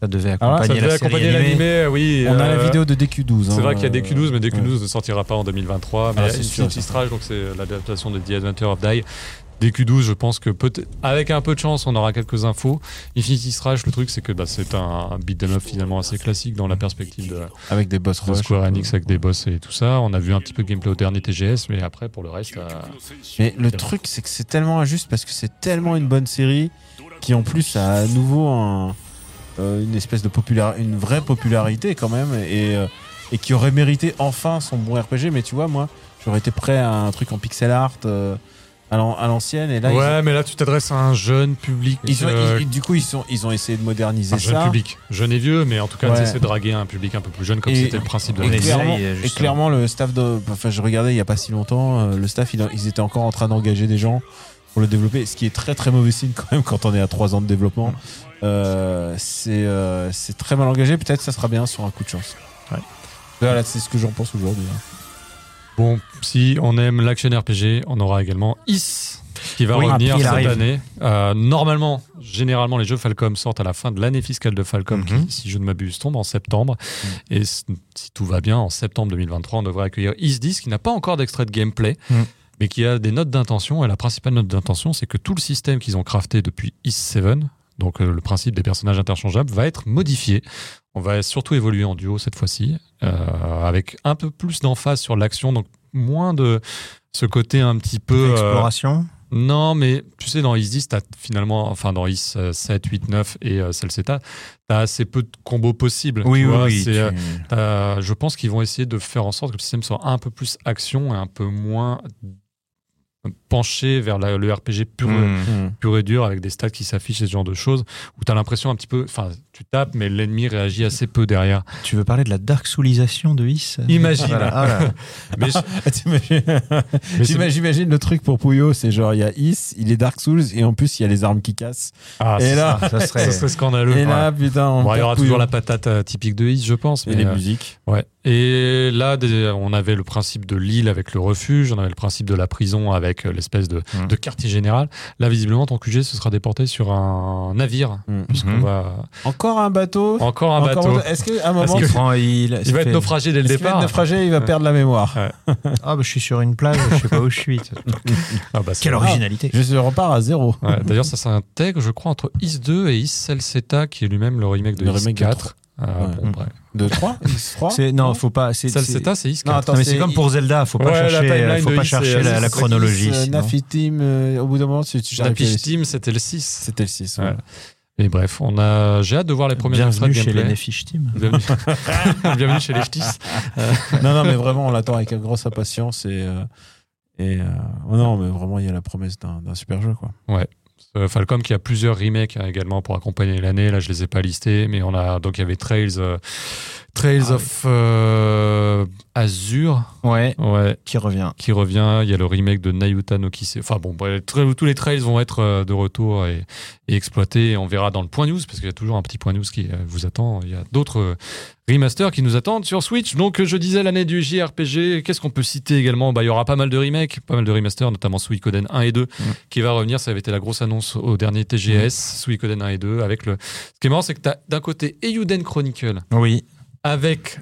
D: ça devait
C: Ah,
B: Ça
D: accompagner
B: devait
D: la série
B: accompagner
D: animée.
B: l'animé, oui.
C: On a la
B: euh,
C: vidéo de DQ12.
B: C'est
C: hein,
B: vrai qu'il y a
C: euh,
B: DQ12, mais DQ12
C: ouais.
B: ne sortira pas en 2023. Mais
C: Ah, c'est sûr,
B: Infinity
C: ça.
B: Strash, donc c'est l'adaptation de The Adventure of Die. DQ12, je pense que peut-être, avec un peu de chance, on aura quelques infos. Infinity Strash, le truc, c'est que bah, c'est un beat'em up finalement assez classique dans la perspective de,
C: Avec des boss
B: de
C: rush.
B: Square Enix avec des boss et tout ça. On a vu un petit peu de gameplay au dernier TGS, mais après, pour le reste, euh,
C: Mais le truc, c'est que c'est tellement injuste parce que c'est tellement une bonne série qui en plus a à nouveau un- euh, une espèce de popular, une vraie popularité quand même et, euh, et qui aurait mérité enfin son bon RPG. Mais tu vois, moi, j'aurais été prêt à un truc en pixel art euh, à l'an- à l'ancienne et là, ils-
B: ouais, mais là tu t'adresses à un jeune public.
C: ils, ont-
B: euh,
C: ils- ils- du coup, ils, sont, ils ont essayé de moderniser
B: un jeune
C: ça.
B: public, jeune et vieux, mais en tout cas,
C: Ouais.
B: tu essaies de draguer un public un peu plus jeune, comme
C: Et-
B: c'était le principe de
C: Et
D: On
B: la
D: essaye,
C: clairement,
D: euh,
C: et
D: justement.
C: clairement, le staff de. Enfin, je regardais il n'y a pas si longtemps, euh, le staff, il- ils étaient encore en train d'engager des gens pour le développer, ce qui est très très mauvais signe [LAUGHS] quand même quand on est à 3 ans de développement. Euh, c'est euh, c'est très mal engagé, peut-être ça sera bien sur un coup de chance.
D: Ouais.
C: Voilà, c'est ce que j'en pense aujourd'hui. hein.
B: Bon, si on aime l'action RPG, on aura également Is qui va
D: Oui,
B: revenir
D: il
B: cette
D: arrive.
B: année. Euh, normalement, généralement, les jeux Falcom sortent à la fin de l'année fiscale de Falcom,
D: Mhm.
B: qui, si je ne m'abuse, tombe en septembre. Et s- si tout va bien, en septembre 2023, on devrait accueillir Is 10, qui n'a pas encore d'extrait de gameplay,
D: Mhm.
B: mais qui a des notes d'intention. Et la principale note d'intention, c'est que tout le système qu'ils ont crafté depuis Is 7, donc euh, le principe des personnages interchangeables, va être modifié. On va surtout évoluer en duo cette fois-ci, euh, avec un peu plus d'emphase sur l'action, donc moins de ce côté un petit peu... euh,
D: Exploration.
B: non, mais tu sais, dans IS-10, t'as finalement, enfin dans euh, IS-7, 8, 9 et euh, celle CETA, t'as assez peu de combos possibles. tu vois, c'est,
D: tu-
B: euh, t'as- je pense qu'ils vont essayer de faire en sorte que le système soit un peu plus action et un peu moins penché vers la- le RPG pur,
D: Hmm.
B: pur et dur avec des stats qui s'affichent et ce genre de choses où t'as l'impression un petit peu enfin tu tapes mais l'ennemi réagit assez peu derrière
D: Tu veux parler de la Dark Soulisation de Is
B: Imagine.
D: Voilà, ah là.
B: mais, je-
C: [LAUGHS] T'imagines-
B: mais c'est-
C: J'imagine j'imagine le truc pour Puyo, c'est genre il y a Is, il est Dark Souls et en plus il y a les armes qui cassent.
B: Ah,
C: et
B: ça-
C: là,
D: ça
B: ça
D: serait.
B: serait scandaleux Ouais.
C: et là putain, on
B: Bon, il y
C: perd
B: aura
C: Puyo.
B: toujours la patate euh, typique de Is je pense
C: et
B: mais,
C: les
B: euh,
C: musiques.
B: Ouais, Et là, des- on avait le principe de l'île avec le refuge, on avait le principe de la prison avec euh, l'espèce de,
C: Mhm.
B: de quartier général. Là, visiblement, ton QG se sera déporté sur un navire. puisqu'on va...
C: Mm. Encore un bateau.
B: Encore un
C: Mmh. Encore
B: bateau.
C: Est-ce qu'à un moment,
B: Parce
D: Il
B: que-
D: prend- il,
B: Il va être naufragé dès le
C: est-ce qu'il va être
B: départ.
C: naufragé, il va
B: Ouais.
C: perdre la mémoire.
D: Ah, bah, je suis sur une plage, je sais pas où je suis.
B: Ah, bah, c'est-
D: [LAUGHS] Quelle originalité.
C: Je repars à zéro.
B: Ouais, D'ailleurs, ça s'intègre, je crois, entre Is 2 et Is Celceta, qui est lui-même le remake de
C: Le
B: Is
C: remake de
B: 4. Ah,
C: Ouais. Mmh.
B: bon, bref.
C: De
D: [LAUGHS]
C: 3 3
D: C'est- Non, faut pas. c'est- c'est-
B: Celceta, c'est Is
C: Non,
B: 4.
C: attends,
D: Non, mais c'est comme pour Zelda, faut pas
B: Ouais, la
D: chercher, euh,
B: timeline
D: faut
B: de
D: pas
B: Is,
D: chercher
B: c'est-
D: la, la
B: c'est-
D: chronologie. sinon.
C: Nafitim, euh, au bout d'un moment, si tu j'arrive
B: Napish
C: à-
B: Team, c'était le 6.
C: C'était le 6.
B: Ouais. Et bref, on a... j'ai hâte de voir les premiers extraits de
D: Bienvenue chez les
B: gameplay.
D: Nefish Team.
B: Bienvenue,
D: [LAUGHS]
B: [LAUGHS] Bienvenue chez les Ch'tis.
C: non, non, mais vraiment, on l'attend avec une grosse impatience. Et, euh, et euh, oh non, mais vraiment, il y a la promesse d'un d'un super jeu. Quoi.
B: Euh, Falcom qui a plusieurs remakes hein, également pour accompagner l'année. Là, je les ai pas listés, mais on a donc il y avait Trails, euh, Trails
D: Ah
B: of euh, Azure,
D: Ouais,
B: ouais,
D: qui revient.
B: qui revient. Il y a le remake de Nayuta no Kise. Enfin bon, bref, tra- tous les trails vont être euh, de retour et, et exploités. Et on verra dans le point news parce qu'il y a toujours un petit point news qui euh, vous attend. Il y a d'autres euh, remasters qui nous attendent sur Switch. Donc euh, je disais l'année du JRPG. Qu'est-ce qu'on peut citer également Bah il y aura pas mal de remakes, pas mal de remasters, notamment Suikoden 1 et 2 qui va revenir. Ça avait été la grosse annonce au dernier TGS. Suikoden 1 et 2 avec le. Ce qui est marrant, c'est que t'as d'un côté Eiyuden Chronicle
D: Oui,
B: avec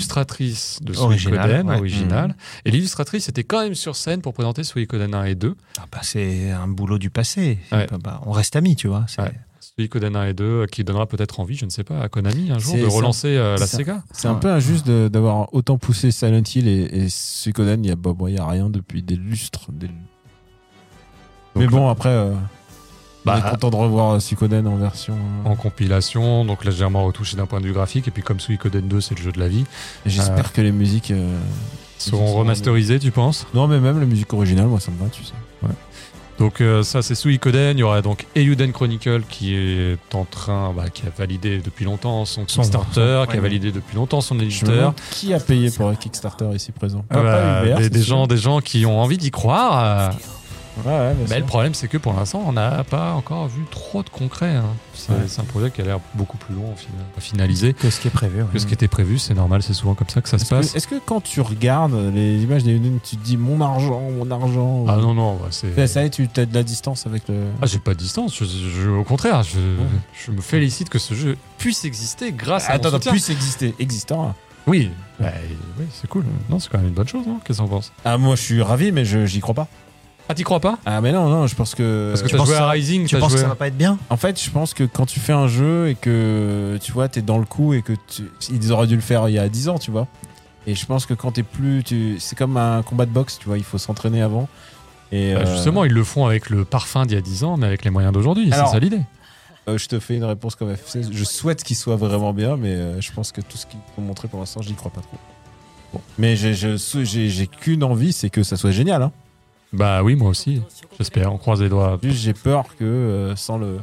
B: l'illustratrice de
D: Original,
B: Suikoden
D: ouais.
C: Mhm.
B: originale. Et l'illustratrice était quand même sur scène pour présenter Suikoden 1 et 2.
D: Ah bah, c'est un boulot du passé.
B: Ouais.
D: Bah, bah, on reste amis, tu vois. c'est-
B: Ouais. Suikoden 1 et 2 euh, qui donnera peut-être envie, je ne sais pas, à Konami un jour
C: C'est
B: de
C: ça.
B: relancer euh, la
C: C'est ça.
B: Sega.
C: C'est un peu injuste de- d'avoir autant poussé Silent Hill et, et Suikoden. Il n'y a, bah, bon, il y a rien depuis des lustres. des- mais bon, après, euh,
B: Bah,
C: on est content de revoir euh, Suikoden en version. euh,
B: En compilation, donc légèrement retouché d'un point de vue graphique. Et puis comme Suikoden 2, c'est le jeu de la vie,
C: J'espère que les musiques. euh,
B: seront remasterisées, tu penses
C: Non, mais même la musique originale, moi, ça me va, tu sais.
B: Donc euh, ça c'est Suikoden, il y aura donc Eiyuden Chronicle qui est en train, bah, qui a validé depuis longtemps son
D: Son-
B: Kickstarter,
D: ouais.
B: qui a validé depuis longtemps son
C: Je me demande
B: éditeur.
C: qui a payé pour un Kickstarter ici présent
B: Ah bah,
C: Pas Hubert,
B: des,
C: c'est
B: des
C: sûr.
B: gens, des gens qui ont envie d'y croire. euh,
C: Ouais, ouais, bien
B: mais
C: sûr.
B: le problème c'est que pour l'instant on n'a pas encore vu trop de concret. hein. C'est
C: Ouais.
B: c'est un projet qui a l'air beaucoup plus long au final, à finaliser
D: Que ce qui est prévu. ouais.
B: que ce qui était prévu. C'est normal, c'est souvent comme ça que ça se
C: Est-ce que-
B: passe.
C: Est-ce que quand tu regardes les images des Yunnan, tu te dis mon argent, mon argent
B: Ah
C: ou-
B: non non, ouais, c'est
C: Ça, ça y est, tu as de la distance avec le.
B: Ah, j'ai pas de distance, je- je- au contraire, je, je me félicite que ce jeu puisse exister grâce à mon
C: Attends,
B: soutien.
C: plus exister, existant.
B: Oui, bah, oui c'est cool. Non, c'est quand même une bonne chose, non Qu'est-ce qu'on pense
C: Ah, moi, je suis ravi, mais je j'y crois pas.
B: Ah, t'y crois pas
C: Ah, mais non, non, Euh, je pense que.
B: Parce que
D: tu
B: t'as
D: penses
B: joué
D: ça-
B: à Rising,
D: Tu
B: t'as
D: penses
B: joué...
D: que ça va pas être bien
C: En fait, je pense que quand tu fais un jeu et que tu vois, t'es dans le coup et que tu... ils auraient dû le faire il y a 10 ans, tu vois. Et je pense que quand t'es plus, tu... c'est comme un combat de boxe, tu vois, il faut s'entraîner avant. Et
B: Bah,
C: euh,
B: Justement, ils le font avec le parfum d'il y a 10 ans, mais avec les moyens d'aujourd'hui. C'est
C: Alors-
B: ça l'idée.
C: euh, je te fais une réponse comme F16. Je souhaite qu'il soit vraiment bien, mais euh, je pense que tout ce qu'ils ont montré pour l'instant, je n'y crois pas trop. Bon. Mais j'ai- je sou- j'ai j'ai qu'une envie, c'est que ça soit génial. Hein.
B: Bah oui, moi aussi. J'espère, on croise les doigts.
C: Juste, j'ai peur que euh, sans le,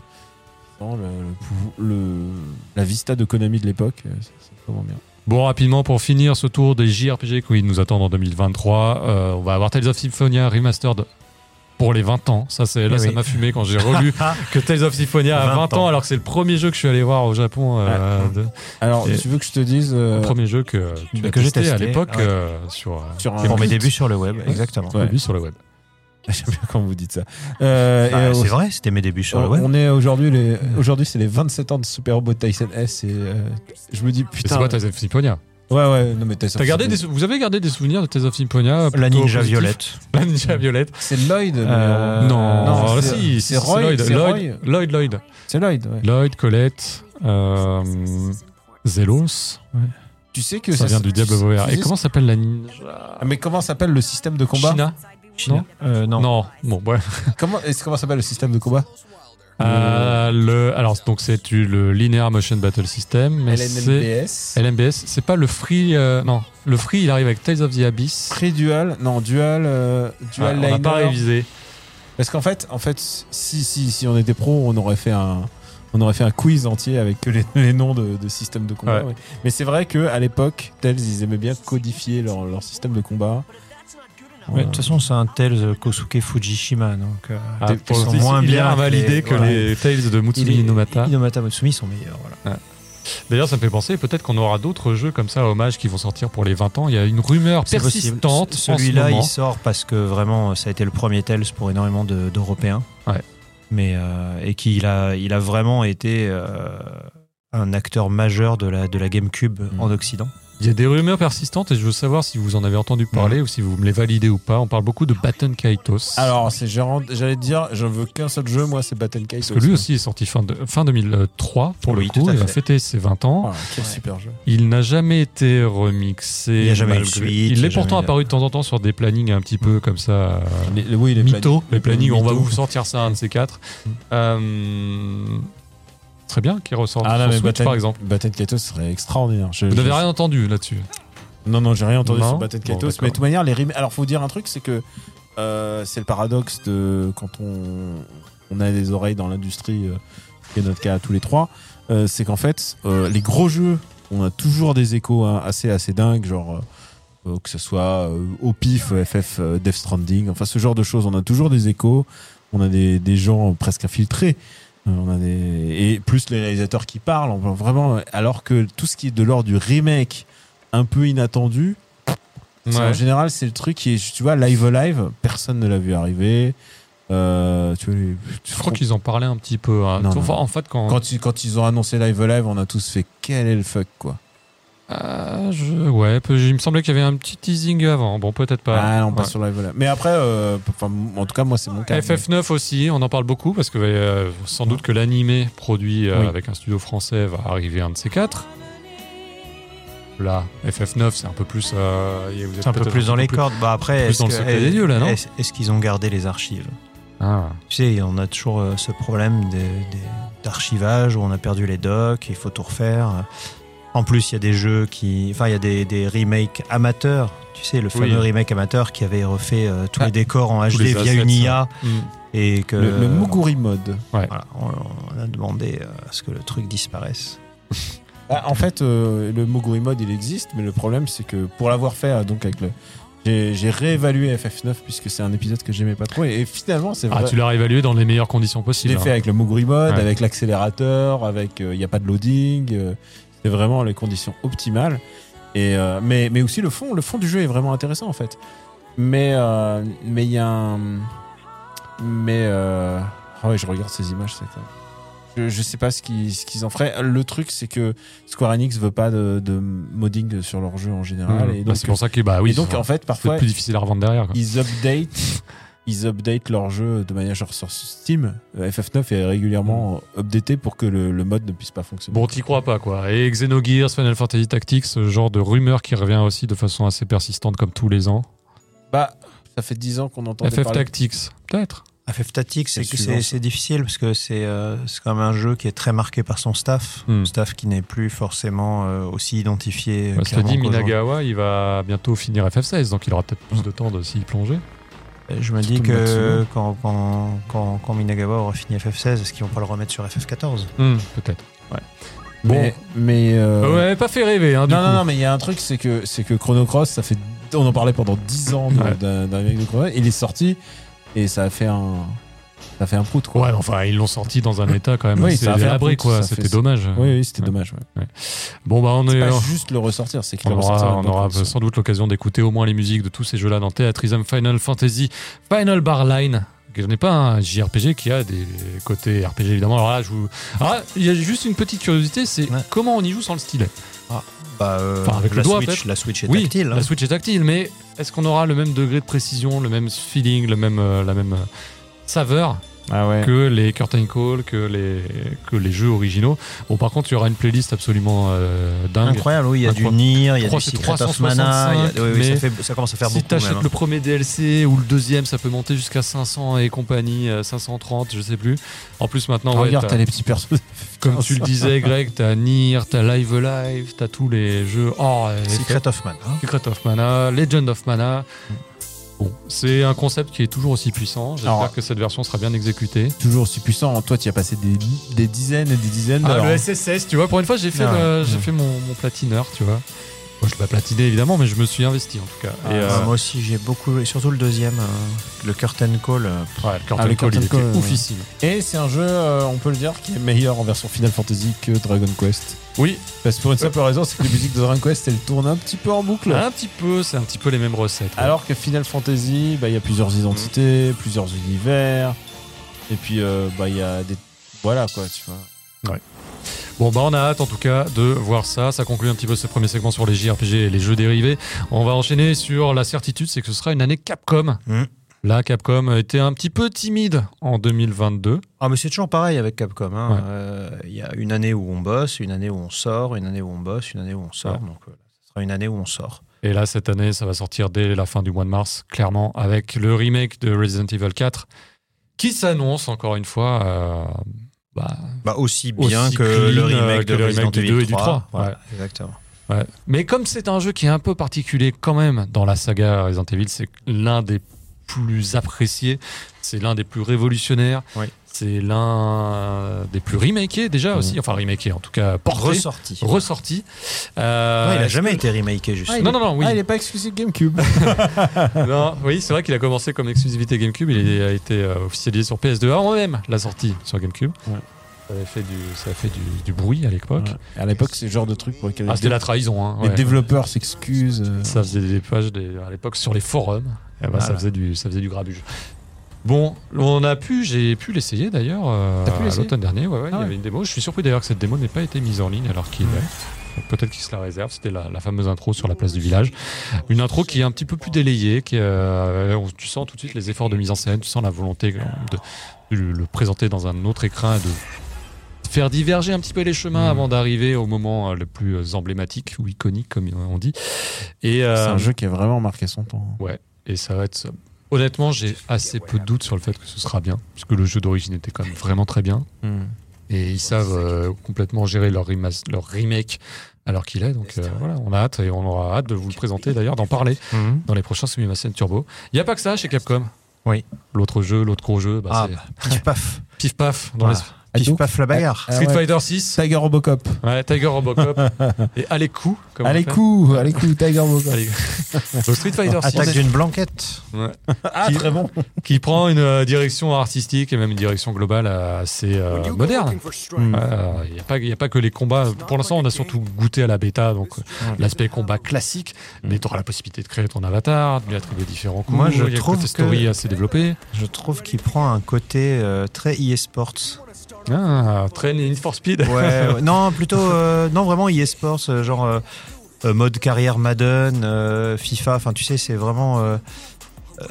C: sans le, le pou- le- la vista de Konami de l'époque, euh, ça- ça va vraiment bien.
B: Bon, rapidement, pour finir ce tour des JRPG qui nous attendent en 2023, euh, on va avoir Tales of Symphonia Remastered pour les 20 ans. Ça, c'est, là,
D: Eh
B: ça
D: oui.
B: m'a fumé quand j'ai
D: [LAUGHS]
B: relu que Tales of Symphonia a 20,
D: 20
B: ans,
D: ans.
B: alors que c'est le premier jeu que je suis allé voir au Japon. euh, de-
C: Alors,
B: Et-
C: tu veux que je te dise euh,
B: le premier jeu que tu
D: que
B: as
D: j'ai
B: testé, à
D: testé,
B: l'époque
D: ouais.
B: euh, sur, euh,
C: sur un
D: Pour
B: [LAUGHS]
D: mes débuts sur le web, exactement.
C: Ouais.
B: début sur le web.
C: J'aime bien quand vous dites ça. Euh,
D: Ah,
C: et, euh,
D: c'est vrai, c'était mes débuts sur le
C: on,
D: web.
C: on est aujourd'hui les aujourd'hui c'est les 27 ans de Super Robot Tyson S et euh, je me dis
B: Mais C'est
C: putain
B: quoi Tales of Symphonia
C: ouais ouais non mais Tyson
B: T'as gardé des sou- Vous avez gardé des souvenirs de Tales of Symphonia
D: La
B: plutôt
D: ninja
B: positifs
D: violette.
B: [LAUGHS] La Ninja Violette
C: c'est Lloyd mais
D: Euh,
C: on-
B: Non,
C: non,
B: là,
C: c'est-
B: si,
C: c'est
B: si,
C: Roy,
B: Lloyd,
C: c'est
B: Lloyd, Lloyd, Lloyd.
C: c'est Lloyd ouais.
B: Lloyd, Colette, euh, Zelos,
C: tu sais que
B: ça vient du Diable Vert. Et comment s'appelle la ninja
C: Ah, mais comment s'appelle le système de combat
B: China
D: China. Euh, non.
B: Non, bon, ouais.
C: Comment est-ce comment s'appelle le système de combat
B: Euh, le, alors, donc, c'est du- le Linear Motion Battle System, mais c'est.
C: LNMBS
B: LMBS, c'est pas le Free. euh, non, le Free, il arrive avec Tales of the Abyss.
C: Pré-dual, non, dual, euh,
B: Ah,
C: dual
B: on n'a pas
C: liner.
B: révisé.
C: Parce qu'en fait, en fait, si, si, si on était pro, on aurait fait un, on aurait fait un quiz entier avec que les, les noms de, de systèmes de combat.
B: Ouais.
C: ouais. Mais c'est vrai que à l'époque, Tels, ils aimaient bien codifier leur, leur système de combat.
D: Ouais, De toute façon, c'est un tel Kosuke Fujishima, donc euh,
B: Ah,
D: ils
B: pour
D: sont
B: le-
D: moins
B: il est
D: bien
B: invalidé que
D: voilà.
B: les Tales de
D: Il
B: Mutsumi
D: est-
B: Inomata.
D: Inomata Mutsumi sont meilleurs. Voilà.
B: D'ailleurs, ça me fait penser, peut-être qu'on aura d'autres jeux comme ça, hommage, qui vont sortir pour les 20 ans. Il y a une rumeur
D: C'est possible.
B: persistante.
D: Ce-
B: en ce
D: Celui-là,
B: moment.
D: il sort parce que vraiment, euh, ça a été le premier Tels pour énormément de- d'Européens.
B: Ouais.
D: Mais, euh, et qu'il a, il a vraiment été euh, un acteur majeur de la, de la GameCube en Occident.
B: Il y a des rumeurs persistantes et je veux savoir si vous en avez entendu parler ou si vous me les validez ou pas. On parle beaucoup de Batten Kaitos.
C: Alors, c'est Gérant- j'allais te dire, je veux qu'un seul jeu, moi, c'est Battle Case.
B: Parce que lui aussi est sorti fin, de- fin 2003, pour
D: Oui,
B: le coup,
D: tout à
B: il va
D: fait.
B: fêter ses 20 ans.
C: quel super jeu.
B: Il n'a jamais été remixé.
D: Il n'y a jamais eu de
B: malgré-
D: suite, il
B: Il
D: y a
B: est pourtant
D: jamais eu de-
B: apparu de temps en temps sur des plannings un petit peu comme ça. euh,
C: oui, les
B: mytho. Les plannings, on va
C: mytho.
B: vous sortir ça, un de ces quatre.
D: Mm.
B: Euh, Très bien qu'il ressorte
C: Ah non,
B: sur
C: mais
B: Switch,
C: Battle,
B: par exemple.
C: Battle Kaitos serait extraordinaire. Je-
B: Vous
C: je-
B: n'avez rien entendu là-dessus.
C: Non, non, j'ai rien entendu
B: Non
C: sur Battle
B: Bon,
C: Kaitos.
B: d'accord.
C: mais de toute manière, les remakes. Alors, faut dire un truc, c'est que euh, c'est le paradoxe de quand on, on a des oreilles dans l'industrie, euh, qui est notre cas à tous les trois, euh, c'est qu'en fait, euh, les gros jeux, on a toujours des échos hein, assez, assez dingues, genre. euh, que ce soit euh, au pif, euh, FF, euh, Death Stranding, enfin ce genre de choses, on a toujours des échos, on a des, des gens presque infiltrés, euh, on a des... et plus les réalisateurs qui parlent, on- vraiment, alors que tout ce qui est de l'ordre du remake un peu inattendu, c'est- En
B: Ouais.
C: général, c'est le truc qui est, tu vois, live live, personne ne l'a vu arriver. Euh, tu vois, les-
B: Je crois qu'ils en parlaient un petit peu. hein.
C: Non, non,
B: Enfin,
C: non.
B: En fait, quand.
C: quand ils, quand ils ont annoncé live live, on a tous fait quel est le fuck quoi.
B: Ah, je- Ouais, peu- il me semblait qu'il y avait un petit teasing avant. Bon, peut-être pas.
C: Ah, on passe
B: Ouais.
C: sur live live. Mais après, euh, enfin, en tout cas, moi, c'est mon cas.
B: FF9 aussi, on en parle beaucoup parce que euh, sans doute que l'animé produit euh,
C: Oui.
B: avec un studio français va arriver un de ces quatre. Là, FF9, c'est un peu plus. euh, vous êtes
D: C'est un peu
B: peut-être
D: plus dans les cordes. Bah, après,
B: plus
D: est-ce
B: dans le
D: que-
B: secret des dieux, là, non
D: est-ce- est-ce qu'ils ont gardé les archives
B: Ah.
D: Tu sais, on a toujours euh, ce problème des- des- d'archivage où on a perdu les docs, il faut tout refaire. En plus, il y a des jeux qui. Enfin, il y a des, des remakes amateurs. Tu sais, le fameux
B: Oui.
D: remake amateur qui avait refait euh, tous
B: Ah.
D: les décors en
B: Tous
D: HD
B: les
D: via
B: assets,
D: une IA.
B: ouais. Mm.
D: Et que,
C: Le, le Muguri mode.
D: Voilà, on, on a demandé euh, à ce que le truc disparaisse.
C: Ah, en fait, euh, le Muguri mode, il existe, mais le problème, c'est que pour l'avoir fait, euh, donc avec le, j'ai j'ai réévalué FF9 puisque c'est un épisode que j'aimais pas trop, et, et finalement, c'est
B: Ah,
C: vrai.
B: tu l'as réévalué dans les meilleures conditions
C: Je
B: possibles. hein.
C: l'ai fait avec le Muguri mode,
B: Ouais.
C: avec l'accélérateur, avec il n'y a pas de loading. euh, c'est vraiment les conditions optimales. Et euh, mais mais aussi le fond, le fond du jeu est vraiment intéressant en fait. Mais euh, mais il y a un mais euh, ah ouais, je regarde ces images. c'est, euh, Je, je sais pas ce qu'ils ce qu'ils en feraient. Le truc c'est que Square Enix veut pas de, de modding sur leur jeu en
B: Mm.
C: général.
B: Bah,
C: Et hein. donc,
B: c'est pour ça que bah oui.
C: et donc en fait
B: c'est
C: parfois
B: plus difficile à revendre derrière. quoi.
C: ils update ils update leur jeu de manière genre sur Steam Euh, FF9 est régulièrement euh, updaté pour que le, le mode ne puisse pas fonctionner
B: Hmm. Bon, t'y crois pas, quoi. Et Xenogears, Final Fantasy Tactics, ce genre de rumeur qui revient aussi de façon assez persistante comme tous les ans.
C: bah ça fait 10 ans qu'on entend
B: FF Tactics, peut-être.
D: FF Tactics, c'est
C: C'est
D: que
C: suivant,
D: c'est-
C: ça.
D: c'est difficile parce que c'est euh, c'est quand même un jeu qui est très marqué par son staff.
B: Hmm. Bah,
D: Staff qui n'est plus forcément euh, aussi identifié. euh,
B: Parce que
D: clairement
B: dit
D: qu'aujourd'hui.
B: Minagawa, il va bientôt finir FF16, donc il aura peut-être plus de temps de s'y plonger.
D: Et Je me dis
C: Surtout
D: que
C: Matsuno.
D: quand, quand, quand, quand Minagawa aura fini FF16, est-ce qu'ils vont pas le remettre sur FF14
B: peut-être.
C: bon mais, mais, Hmm. euh,
B: Ah Ouais, pas fait rêver, hein, du
C: non,
B: coup.
C: non non mais il y a un truc c'est que c'est que Chrono Cross ça fait on en parlait pendant 10 ans de-
B: Ouais.
C: d'un d'un remake de Chrono Cross. il est sorti et ça a fait un ça a fait un prout quoi
B: Ouais, mais enfin, ils l'ont sorti dans un état quand même
C: Oui,
B: assez
C: ça a fait un
B: délabré,
C: doute,
B: quoi.
C: ça fait
B: C'était
C: ça.
B: dommage.
C: oui, oui, c'était
B: Ouais.
C: dommage ouais.
B: Bon, bah, on
C: c'est
B: est.
C: pas
B: on-
C: juste le ressortir c'est qu'il
B: On
C: le ressortira
B: aura, on
C: dans
B: aura
C: la production.
B: sans doute l'occasion d'écouter au moins les musiques de tous ces jeux-là dans Theatrism, Final Fantasy, Final Bar Line. qui n'est pas hein, un JRPG qui a des côtés RPG évidemment. Alors là, je vous... Ah, il y a juste une petite curiosité, c'est
D: Ouais.
B: comment on y joue sans le stylet.
D: bah, euh,
B: Enfin, avec le
D: la
B: doigt,
D: Switch,
B: peut-être.
D: La Switch est
B: oui,
D: tactile. hein.
B: la Switch est tactile, mais est-ce qu'on aura le même degré de précision, le même feeling, le même, euh, la même euh, saveur
C: ah ouais
B: que les Curtain Call, que les, que les jeux originaux Bon, par contre, il y aura une playlist absolument euh, dingue.
D: Incroyable, oui, il y a
B: Incroyable.
D: du Nier, il y a
B: Trois-
D: du
B: c'est
D: Secret of Mana, il y a- oui, oui,
B: 365,
D: ça, fait- ça commence à faire
B: si
D: beaucoup.
B: t'achètes
D: Même, hein.
B: le premier DLC ou le deuxième, ça peut monter jusqu'à 500 et compagnie, euh, 530, je sais plus. En plus
D: Ah,
B: maintenant, ouais,
C: regarde
B: t'as-
C: t'as les petits persos
B: comme tu
C: [LAUGHS]
B: le disais, Greg, t'as Nier, t'as Live Alive, t'as tous les jeux. Oh, euh,
D: Secret hein. of Mana.
B: Secret of Mana, Legend of Mana. Bon, c'est un concept qui est toujours aussi puissant. J'espère
C: Alors-
B: que cette version sera bien exécutée.
C: toujours aussi puissant. Toi, tu y as passé des, des dizaines et des dizaines
B: Ah,
C: d'heures. hein.
B: le SSS, tu vois, pour une fois, j'ai fait,
C: Ah ouais.
B: le- j'ai fait mon, mon platineur, tu vois. Ah. Moi, je l'ai pas platiné évidemment, mais je me suis investi en tout cas.
D: Et, euh, moi aussi, j'ai beaucoup joué, surtout le deuxième, euh, le Curtain Call. euh,
B: Ouais, le Curtain
C: Ah,
B: Call,
C: le
B: il
C: Curtain
B: était
C: Call, ouais.
B: oufissime.
C: Et c'est un jeu, euh, on peut le dire, qui est meilleur en version Final Fantasy que Dragon Quest.
B: Oui,
C: Parce que pour une simple raison, c'est que les musiques de Dragon Quest, elles tournent un petit peu en boucle.
B: un petit peu, c'est un petit peu les mêmes recettes. ouais.
C: Alors que Final Fantasy, bah, il y a plusieurs identités,
B: Mm.
C: plusieurs univers. Et puis, euh, bah, il y a des. Voilà, quoi, tu vois.
B: Bon bah on a hâte en tout cas de voir ça. Ça conclut un petit peu ce premier segment sur les JRPG et les jeux dérivés. On va enchaîner sur la certitude, c'est que ce sera une année Capcom.
D: Mm.
B: Là, Capcom était un petit peu timide en 2022.
D: Ah, mais c'est toujours pareil avec Capcom. hein.
B: Ouais.
D: Euh, Il y a une année où on bosse, une année où on sort, une année où on bosse, une année où on sort. Donc, euh, ce sera une année où on sort.
B: Et là, cette année, ça va sortir dès la fin du mois de mars, clairement, avec le remake de Resident Evil 4, qui s'annonce encore une fois euh, bah,
D: Bah, aussi
B: Aussi
D: bien que
B: clean,
D: le
B: euh,
D: remake
B: que
D: de
B: le
D: Resident
B: remake du
D: Evil
B: deux et du
D: 3.
B: trois.
D: Voilà,
B: Ouais.
D: exactement.
B: Ouais. Mais comme c'est un jeu qui est un peu particulier quand même dans la saga Resident Evil, c'est l'un des plus appréciés, c'est l'un des plus révolutionnaires,
D: Oui.
B: c'est l'un des plus remakés déjà aussi, enfin remakés en tout cas, porté, ressorti.
D: Ressorti. Ouais,
B: Euh,
D: il a jamais été remaké, justement.
B: non, non, non, oui.
C: Ah, il est pas exclusif GameCube.
B: Non, oui, c'est vrai qu'il a commencé comme exclusivité GameCube, il a été euh, officialisé sur PS2 avant même la sortie sur GameCube.
C: Ouais.
B: Ça avait fait du, ça a fait du, du bruit à l'époque.
C: À l'époque, c'est le genre de truc pour lequel
B: Ah,
C: les,
B: c'était la trahison. Hein,
C: les
B: ouais.
C: développeurs s'excusent. euh.
B: Ça faisait des pages des- à l'époque sur les forums. Eh ben, Ça
D: Voilà.
B: faisait du, ça faisait du grabuge. Bon, on a pu, j'ai pu l'essayer d'ailleurs euh,
C: T'as pu
B: à
C: l'essayer
B: l'automne dernier. Ouais, ouais, il
C: Ah
B: y
C: ouais.
B: avait une démo. Je suis surpris d'ailleurs que cette démo n'ait pas été mise en ligne alors qu'il donc peut-être qu'il se la réserve. C'était la, la fameuse intro sur la place du village. Une intro qui est un petit peu plus délayée. Qui, euh, on- tu sens tout de suite les efforts de mise en scène. Tu sens la volonté euh, de, de le, le présenter dans un autre écran, de faire diverger un petit peu les chemins
C: Mhm.
B: avant d'arriver au moment euh, le plus emblématique ou iconique comme on dit. Et
C: C'est
B: euh,
C: un jeu qui a vraiment marqué son temps.
B: et ça va être ça. Honnêtement, j'ai assez peu de doutes sur le fait que ce sera bien, puisque le jeu d'origine était quand même vraiment très bien. Et ils savent euh, complètement gérer leur, remas- leur remake alors qu'il est. Donc euh, voilà, on a hâte et on aura hâte de vous le présenter d'ailleurs, d'en parler
D: [LAUGHS] Mhm.
B: dans les prochains Sumimasen Turbo. Il n'y a pas que ça chez Capcom.
D: Oui.
B: L'autre jeu, l'autre gros jeu, bah,
D: Ah,
B: c'est
D: Pif paf.
B: pif paf dans
D: Voilà.
B: les
D: Pif paf la bagarre.
C: Ah
B: Street
C: ouais.
B: Fighter 6,
C: Tiger Robocop.
B: ouais, Tiger Robocop et Alekou. comme on
C: Allez,
B: l'appelle.
C: coup, allez, coup, Tiger Robocop. [LAUGHS]
B: Allez. Donc, Street Fighter 6.
D: Attaque d'une blanquette.
C: Ah,
B: Qui-
C: très bon.
B: [LAUGHS] qui prend une euh, direction artistique et même une direction globale euh, assez euh, moderne. Il
D: Mm.
B: n'y a, pas que les combats. Pour l'instant, on a surtout goûté à la bêta, donc euh, l'aspect combat classique. Mais tu auras la possibilité de créer ton avatar, de lui attribuer différents coups.
D: Moi, je
B: il y a
D: trouve
B: côté story
D: que-
B: assez développé.
D: Je trouve qu'il prend un côté euh, très e-sports.
B: Ah, train et Need for Speed.
D: Ouais, ouais. non, plutôt euh, non vraiment e-sports euh, genre euh, euh, mode carrière Madden, euh, FIFA, enfin tu sais, c'est vraiment euh, euh,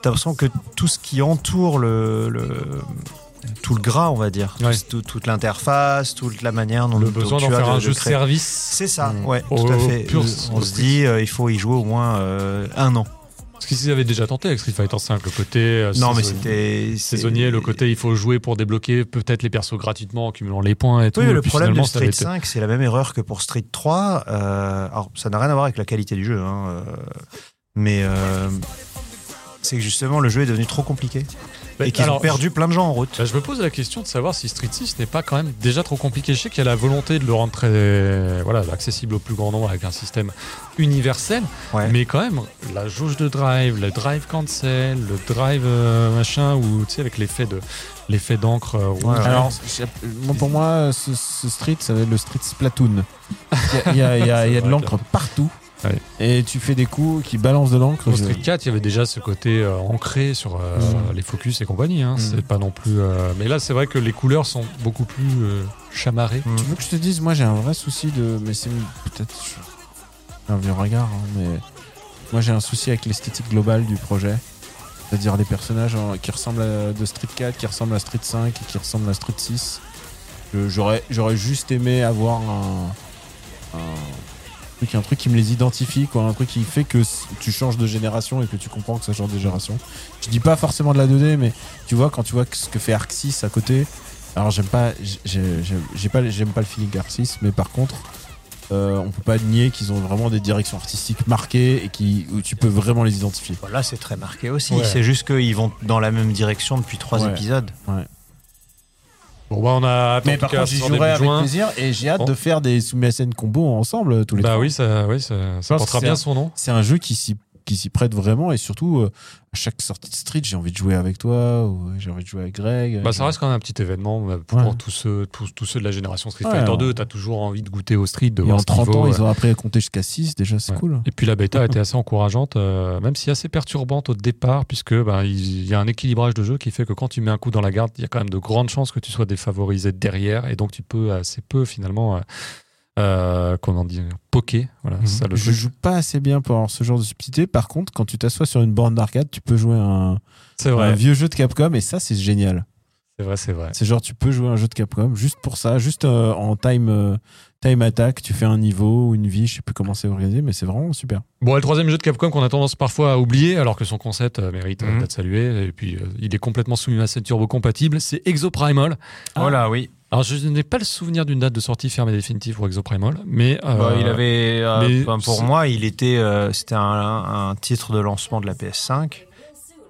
D: t'as l'impression que tout ce qui entoure le, le- tout le gras, on va dire,
B: Ouais.
D: Tout- toute l'interface, toute la manière
B: [LAUGHS]
D: dont
B: Le
D: dont
B: besoin
D: tu
B: d'en
D: as
B: faire
D: de-
B: un
D: de
B: jeu
D: créer.
B: service.
D: C'est ça, ouais,
B: Au-
D: tout à
B: au
D: fait.
B: pur-
D: on se dit, euh, il faut y jouer au moins euh, un an.
B: Parce qu'ils avaient déjà tenté avec Street Fighter 5, le côté. euh,
D: Non, mais
B: saison-
D: c'était c'est-
B: Saisonnier, le côté il faut jouer pour débloquer peut-être les persos gratuitement en cumulant les points et tout.
D: Oui,
B: et
D: le
B: puis
D: problème de
B: finalement, ça avait
D: Street
B: été-
D: 5, c'est la même erreur que pour Street 3. Euh, alors, ça n'a rien à voir avec la qualité du jeu, hein, euh, mais euh, c'est que justement le jeu est devenu trop compliqué et qu'ils ont
B: Alors,
D: perdu plein de gens en route.
B: Bah, je me pose la question de savoir si Street 6 n'est pas quand même déjà trop compliqué. Je sais qu'il y a la volonté de le rendre très, voilà, accessible au plus grand nombre avec un système universel,
D: Ouais.
B: mais quand même, la jauge de drive, le drive cancel, le drive euh, machin, ou tu sais, avec l'effet de l'effet d'encre euh, rouge.
D: Ouais, ouais.
C: Alors, moi, pour moi, euh, ce, ce street, ça va être le street Splatoon. Il y a, il y a- il y a de l'encre partout.
D: Ah
B: Ouais.
C: Et tu fais des coups qui balancent de l'encre.
B: Dans
C: Je-
B: Street 4, il y avait déjà ce côté euh, ancré sur euh,
C: Mhm.
B: les focus et compagnie.
D: Mm.
B: hein.
C: Mhm.
B: C'est pas non plus. euh, Mais là, c'est vrai que les couleurs sont beaucoup plus euh, chamarrées.
C: Tu veux que je te dise, moi j'ai un vrai souci de. Mais c'est peut-être. je- Un vieux regard, mais. Moi j'ai un souci avec l'esthétique globale du projet. C'est-à-dire les personnages en- qui ressemblent à de Street 4, qui ressemblent à Street 5 et qui ressemblent à Street 6. Je- J'aurais j'aurais juste aimé avoir un. un truc, un truc qui me les identifie, quoi. Un truc qui fait que s- tu changes de génération et que tu comprends que ça change de génération. Je dis pas forcément de la 2D, mais tu vois, quand tu vois ce que fait Arc 6 à côté, alors j'aime pas, j'ai- j'ai- j'ai- j'ai pas, j'aime pas le feeling Arc 6, mais par contre, euh, on peut pas nier qu'ils ont vraiment des directions artistiques marquées et qui, où tu peux vraiment les identifier.
D: Bon, là, c'est très marqué aussi.
B: Ouais.
D: C'est juste qu'ils vont dans la même direction depuis trois
C: Ouais.
D: épisodes.
B: Bon, bah, on a.
C: Mais
B: en tout
C: par
B: cas,
C: contre, j'y
B: sans début
C: jouerai avec
B: juin.
C: plaisir et j'ai hâte
B: Bon.
C: de faire des Sumimasen combos ensemble euh, tous les
B: Bah
C: trois.
B: oui, ça, oui, ça, ça
C: Parce
B: portera
C: que
B: bien
C: c'est
B: son nom.
C: C'est un jeu qui s'y qui s'y prête vraiment et surtout euh, à chaque sortie de street j'ai envie de jouer avec toi ou j'ai envie de jouer avec Greg
B: Bah, ça reste quand même un petit événement bah, pour
C: Ouais.
B: tous, ceux, tous, tous ceux de la génération Street
C: Ouais,
B: Fighter
C: alors.
B: 2. T'as toujours envie de goûter au street, de
C: et
B: voir
C: en
B: ce qu'il
C: 30
B: vaut,
C: ans
B: ouais.
C: ils ont appris à compter jusqu'à 6 déjà c'est
B: Ouais.
C: cool
B: Et puis la bêta
C: [LAUGHS]
B: était assez encourageante, euh, même si assez perturbante au départ, puisque ben, il y a un équilibrage de jeu qui fait que quand tu mets un coup dans la garde, il y a quand même de grandes chances que tu sois défavorisé derrière, et donc tu peux assez peu finalement, euh, euh, comment dire, poker. Voilà, c'est ça le
C: je
B: jeu.
C: joue pas assez bien pour avoir ce genre de subtilité par contre quand tu t'assois sur une borne d'arcade tu peux jouer à un,
B: C'est
C: un
B: vrai,
C: vieux jeu de Capcom et ça c'est génial
B: c'est vrai, c'est vrai.
C: C'est genre, tu peux jouer à un jeu de Capcom juste pour ça, juste euh, en time, euh, time attack, tu fais un niveau ou une vie, je sais plus comment c'est organisé, mais c'est vraiment super.
B: Bon, et le troisième jeu de Capcom qu'on a tendance parfois à oublier, alors que son concept euh, mérite euh,
D: Mhm.
B: d'être salué, et puis euh, il est complètement soumis à cette turbo compatible, c'est Exoprimal.
D: Voilà, oui.
B: Alors je n'ai pas le souvenir d'une date de sortie ferme et définitive pour Exoprimal, mais euh,
D: Bah, il avait, euh,
B: mais
D: enfin, pour
B: c'est-
D: moi, il était, euh, c'était un, un titre de lancement de la PS5.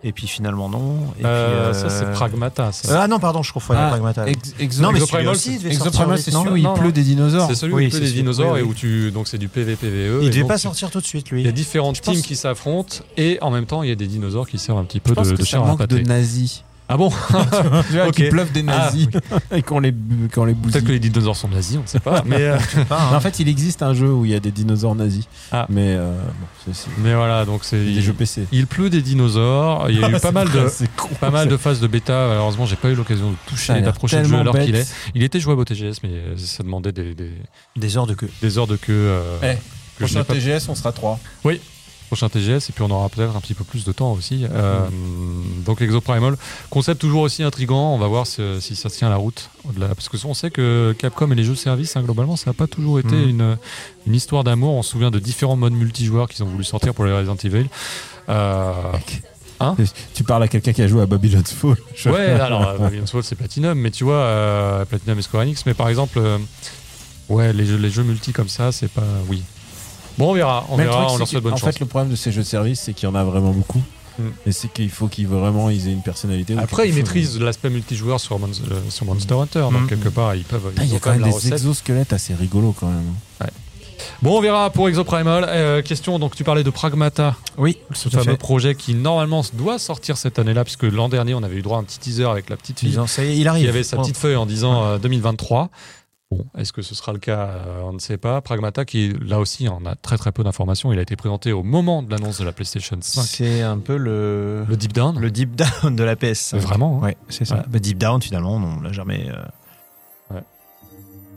D: Et puis finalement non. Et
B: euh,
D: puis,
B: ça c'est
D: euh,
B: Pragmata. ça.
D: euh, ah non, pardon, je confondais
C: Ah,
D: Pragmata.
C: Exo
D: non mais
B: Exoprimal,
D: celui-là aussi, il devait sortir
C: Exoprimal,
D: vite,
C: c'est
D: non
C: sûr où il
D: Non,
C: pleut
D: non.
C: des dinosaures.
B: C'est celui où
D: Oui,
B: il peut
D: c'est
B: des
D: celui-
B: dinosaures
D: oui,
B: et
D: oui.
B: où tu donc c'est du PV PVE.
D: Il
B: E, et
D: devait
B: donc
D: pas
B: tu-
D: sortir tout de suite
B: Il y a
D: lui.
B: différentes
C: Je pense-
B: teams qui s'affrontent et en même temps il y a des dinosaures qui servent un petit
C: Je
B: peu
C: pense
B: de,
C: que
B: de
C: ça
B: chair à
C: manque de
B: pâté.
C: nazis.
B: Ah
D: [LAUGHS]
B: bon
C: Tu vois,
B: Ok. Ah.
C: qui pleuvent
B: [LAUGHS]
C: des nazis et qu'on les, bu- qu'on les bousille.
B: Peut-être que les dinosaures sont nazis, on ne sait
D: [LAUGHS]
B: pas. mais, euh,
D: Pas, hein.
C: Non, en fait, il existe un jeu où il y a des dinosaures nazis.
B: Ah.
C: Mais euh, bon, c'est- c'est
B: mais voilà donc c'est
C: des jeux PC.
B: Il pleut des dinosaures. Il y a
C: [LAUGHS]
B: eu pas
C: C'est
B: mal
C: vrai,
B: de
C: c'est con,
B: pas mal
C: ça.
B: de phases de bêta. Malheureusement j'ai pas eu l'occasion de
C: Ça a
B: toucher et
C: l'air
B: d'approcher le jeu
C: tellement
B: alors qu'il
C: bête.
B: est. Il était jouable au TGS mais euh, ça demandait des, des,
D: Des heures de queue.
B: des heures de queue. euh,
C: Eh,
B: que je n'ai
C: Prochain
B: pas
C: TGS, on sera 3.
B: prochain TGS et puis on aura peut-être un petit peu plus de temps aussi. Euh, donc Exoprimal, concept toujours aussi intrigant, on va voir si, si ça tient la route au-delà. Parce que on sait que Capcom et les jeux de service, hein, globalement, ça n'a pas toujours été
C: Mm.
D: Mhm.
B: une, une histoire d'amour. On se souvient de différents modes multijoueurs qu'ils ont voulu sortir pour les Resident Evil. Euh,
C: Tu parles à quelqu'un qui a joué à
B: [LAUGHS]
C: Babylon's Fall. Je-
B: ouais, alors euh, Babylon's Fall c'est Platinum, mais tu vois, euh, Platinum et Square Enix, mais par exemple, euh, ouais, les jeux, les jeux multi comme ça, c'est pas. Oui. Bon, on verra, on
C: Mais le
B: verra,
C: truc,
B: on leur
C: c'est
B: souhaite
C: que-
B: bonne
C: en
B: chance. Hmm.
C: fait, le problème de ces jeux de service, c'est qu'il y en a vraiment beaucoup.
D: Mm.
C: Et c'est qu'il faut qu'ils vraiment ils aient une personnalité. ou
B: Après,
C: quelque
B: ils
C: chose.
B: maîtrisent l'aspect multijoueur sur, Mon- euh, sur Monster Hunter, donc
D: Mm.
B: quelque part, ils peuvent. ils
C: Putain, Ah, Il y
B: ont
C: a quand
B: quand
C: même
B: même la
C: des
B: recette.
C: exosquelettes assez rigolos quand même.
B: Bon, on verra pour Exoprimal. Euh, question, donc tu parlais de Pragmata,
D: Oui,
B: ce
D: tout à
B: fameux
D: fait.
B: projet qui normalement doit sortir cette année-là, puisque l'an dernier, on avait eu droit à un petit teaser avec la petite fille
D: Disant, ça y est, il arrive.
B: qui
C: Ah,
B: avait sa petite feuille en disant euh, 2023. Bon, est-ce que ce sera le cas Euh, On ne sait pas. Pragmata, qui là aussi en a très très peu d'informations, il a été présenté au moment de l'annonce de la PlayStation 5.
D: C'est hein, un peu le
B: Le Deep Down
D: le deep down de la PS5.
B: Vraiment hein.
D: Ouais, c'est ça.
B: Ouais.
D: Bah, deep down finalement, on l'a jamais. euh,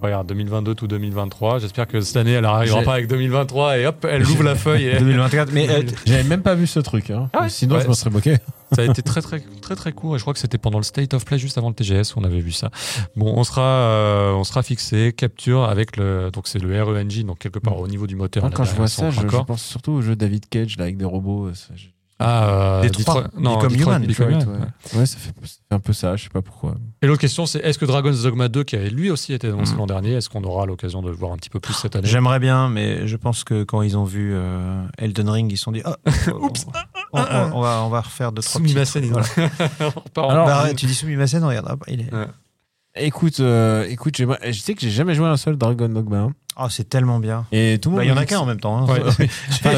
B: Regarde, 2022 ou 2023. J'espère que cette année, elle arrivera pas avec 2023 et hop, elle ouvre la feuille.
C: [LAUGHS]
B: Et...
D: 2024. Mais euh,
C: [LAUGHS] J'avais même pas vu ce truc. hein.
B: Ah ouais
C: Sinon,
B: Ouais.
C: je me serais bloqué.
B: Ça a été très très très très court et je crois que c'était pendant le State of Play juste avant le TGS où on avait vu ça. Bon, on sera euh, on sera fixé capture avec le donc c'est le RENG donc quelque part au niveau du moteur.
C: Quand
B: là,
C: je vois
B: son
C: ça, je, je
B: raccord.
C: pense surtout au jeu David Cage là, avec des robots. euh, ça, je-
B: Ah, euh,
D: Detroit.
B: Detroit- non,
D: Become
B: Detroit,
D: Human,
B: Become
C: Detroit,
B: Human, ouais.
C: ouais. Ouais, ça fait ça fait un peu ça. Je sais pas pourquoi.
B: Et l'autre question c'est est-ce que Dragon's Dogma 2 qui avait lui aussi été annoncé
D: Mm.
B: l'an dernier, est-ce qu'on aura l'occasion de le voir un petit peu plus cette année
D: J'aimerais bien, mais je pense que quand ils ont vu euh, Elden Ring, ils se sont dit, Ah, oups, on, oh, on- on va, on va refaire deux, trois petits
B: Sumimasen,
D: trucs. Voilà.
B: [LAUGHS] on repart en-
C: Alors,
D: Bah, tu dis Sumimasen, regarde, hop, il est.
B: Ouais.
C: Écoute, euh, écoute, j'aimerais- je sais que j'ai jamais joué à un seul Dragon Dogma. hein.
D: Ah, c'est tellement bien.
C: Et tout
D: Bah,
C: le monde.
D: Il y en
C: me
D: a
C: dit
D: qu'un en même temps. hein.
B: Ouais.
D: [LAUGHS]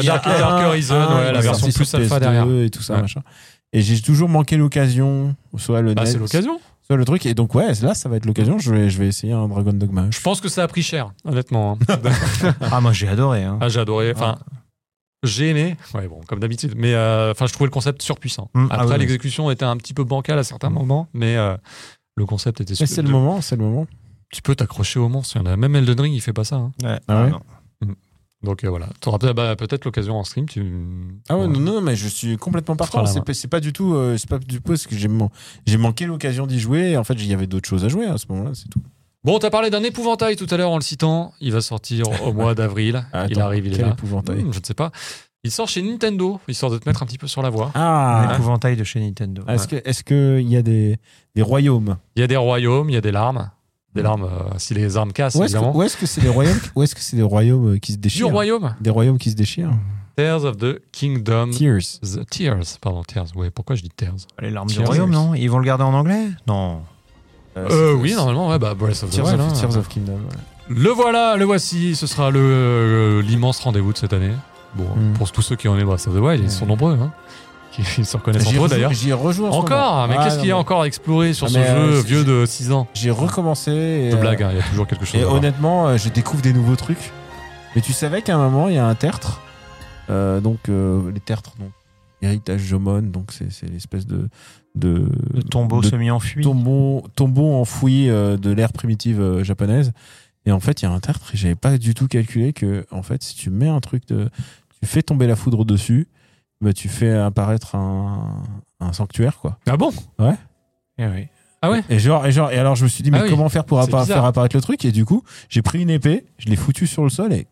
C: [LAUGHS] Il y a
B: Dark- Dark Horizon, ouais,
C: il
B: la
C: est
B: version
C: sorti
B: plus
C: sur
B: alpha
C: PS2
B: derrière.
C: Et tout ça,
B: Ouais.
C: machin. Et j'ai toujours manqué l'occasion, soit le
B: Bah,
C: net,
B: c'est l'occasion.
C: soit le truc. Et donc, ouais, là, ça va être l'occasion. Je vais, je vais essayer un Dragon Dogma.
B: Je pense que ça a pris cher, honnêtement.
C: [LAUGHS]
B: hein.
D: Ah, moi j'ai adoré. hein.
B: Ah, j'ai adoré. Enfin, j'ai aimé. Ouais, bon, comme d'habitude. Mais euh, enfin, je trouvais le concept surpuissant.
D: Mm, ah
B: Après,
D: oui, oui.
B: l'exécution était un petit peu bancale à certains moments, mais euh, le concept était
C: Mais
B: super.
C: c'est le moment, c'est le moment.
B: Tu peux t'accrocher au monstre. Il y en a- Même Elden Ring, il fait pas ça. hein.
D: Ouais.
C: Ah ouais
D: non.
B: Donc euh, voilà. Tu auras peut-être l'occasion en stream. Tu...
C: Ah ouais,
B: Ouais.
C: non, non, mais je suis complètement partant.
B: Voilà,
C: C'est
B: ouais.
C: pas- C'est pas du tout, euh, c'est pas du tout parce que j'ai man- j'ai manqué l'occasion d'y jouer. Et en fait, il y avait d'autres choses à jouer à ce moment-là, c'est tout.
B: Bon, t'as parlé d'un épouvantail tout à l'heure en le citant. Il va sortir
C: [LAUGHS]
B: au mois d'avril. il
C: Attends,
B: arrive, il est
C: quel
B: là.
C: épouvantail.
B: Hmm, je ne sais pas. Il sort chez Nintendo, histoire de te mettre un petit peu sur la voie.
C: Ah.
D: L'épouvantail de chez Nintendo.
C: Ah, Est-ce que, est-ce que il y a des, des royaumes
B: Il y a des royaumes, il y a des larmes. Des larmes, euh, si les armes cassent,
C: Hmm. Où est-ce que
B: évidemment.
C: où est-ce que c'est des royaumes Où est-ce que c'est des royaumes euh, qui se
B: Du
C: déchirent
B: royaume.
C: Des royaumes qui se déchirent.
B: Tears of the Kingdom.
C: Tears.
B: The Tears, pardon, Tears. Ouais, pourquoi je dis Tears
D: Les larmes du
B: Tears.
D: royaume, non Ils vont le garder en anglais Non.
C: Euh,
B: Euh,
C: c'est-
B: oui, normalement, ouais, bah, Breath of the
C: Tears
B: Wild. hein.
C: of, Tears of Kingdom. ouais.
B: Le voilà, le voici. Ce sera le, euh, l'immense rendez-vous de cette année. Bon,
C: Mm.
B: pour tous ceux qui ont aimé Breath of the Wild, ils sont nombreux. Hein. Ils se reconnaissent
C: J'y
B: entre eux
C: rejoue-
B: d'ailleurs.
C: J'y rejoue en ce moment.
B: Encore Mais
C: Ah,
B: qu'est-ce
C: non,
B: qu'il y a
C: mais
B: encore à explorer sur
C: Ah,
B: ce
C: mais,
B: jeu
C: euh,
B: vieux de 6 ans
C: J'ai recommencé. Et,
B: Je
C: euh,
B: blague, hein, il y a toujours quelque chose.
C: Et
B: à voir.
C: honnêtement, euh, je découvre des nouveaux trucs. Mais tu savais qu'à un moment, il y a un tertre. Euh, donc, euh, les tertres, donc, héritage Jomon, donc c'est c'est l'espèce de, de,
D: Le tombeau
C: de
D: semi-enfui.
C: tombeau, tombeau enfoui euh, de l'ère primitive euh, japonaise. Et en fait, il y a un tertre et j'avais pas du tout calculé que, en fait, si tu mets un truc de. Tu fais tomber la foudre dessus, bah, tu fais apparaître un, un sanctuaire, quoi.
B: Ah bon
D: Eh oui.
B: Ah ouais
C: Et genre, et genre, et alors je me suis dit, mais
B: Ah oui.
C: comment faire pour
B: C'est
C: appa-
B: bizarre.
C: faire apparaître le truc Et du coup, j'ai pris une épée, je l'ai foutue sur le sol et.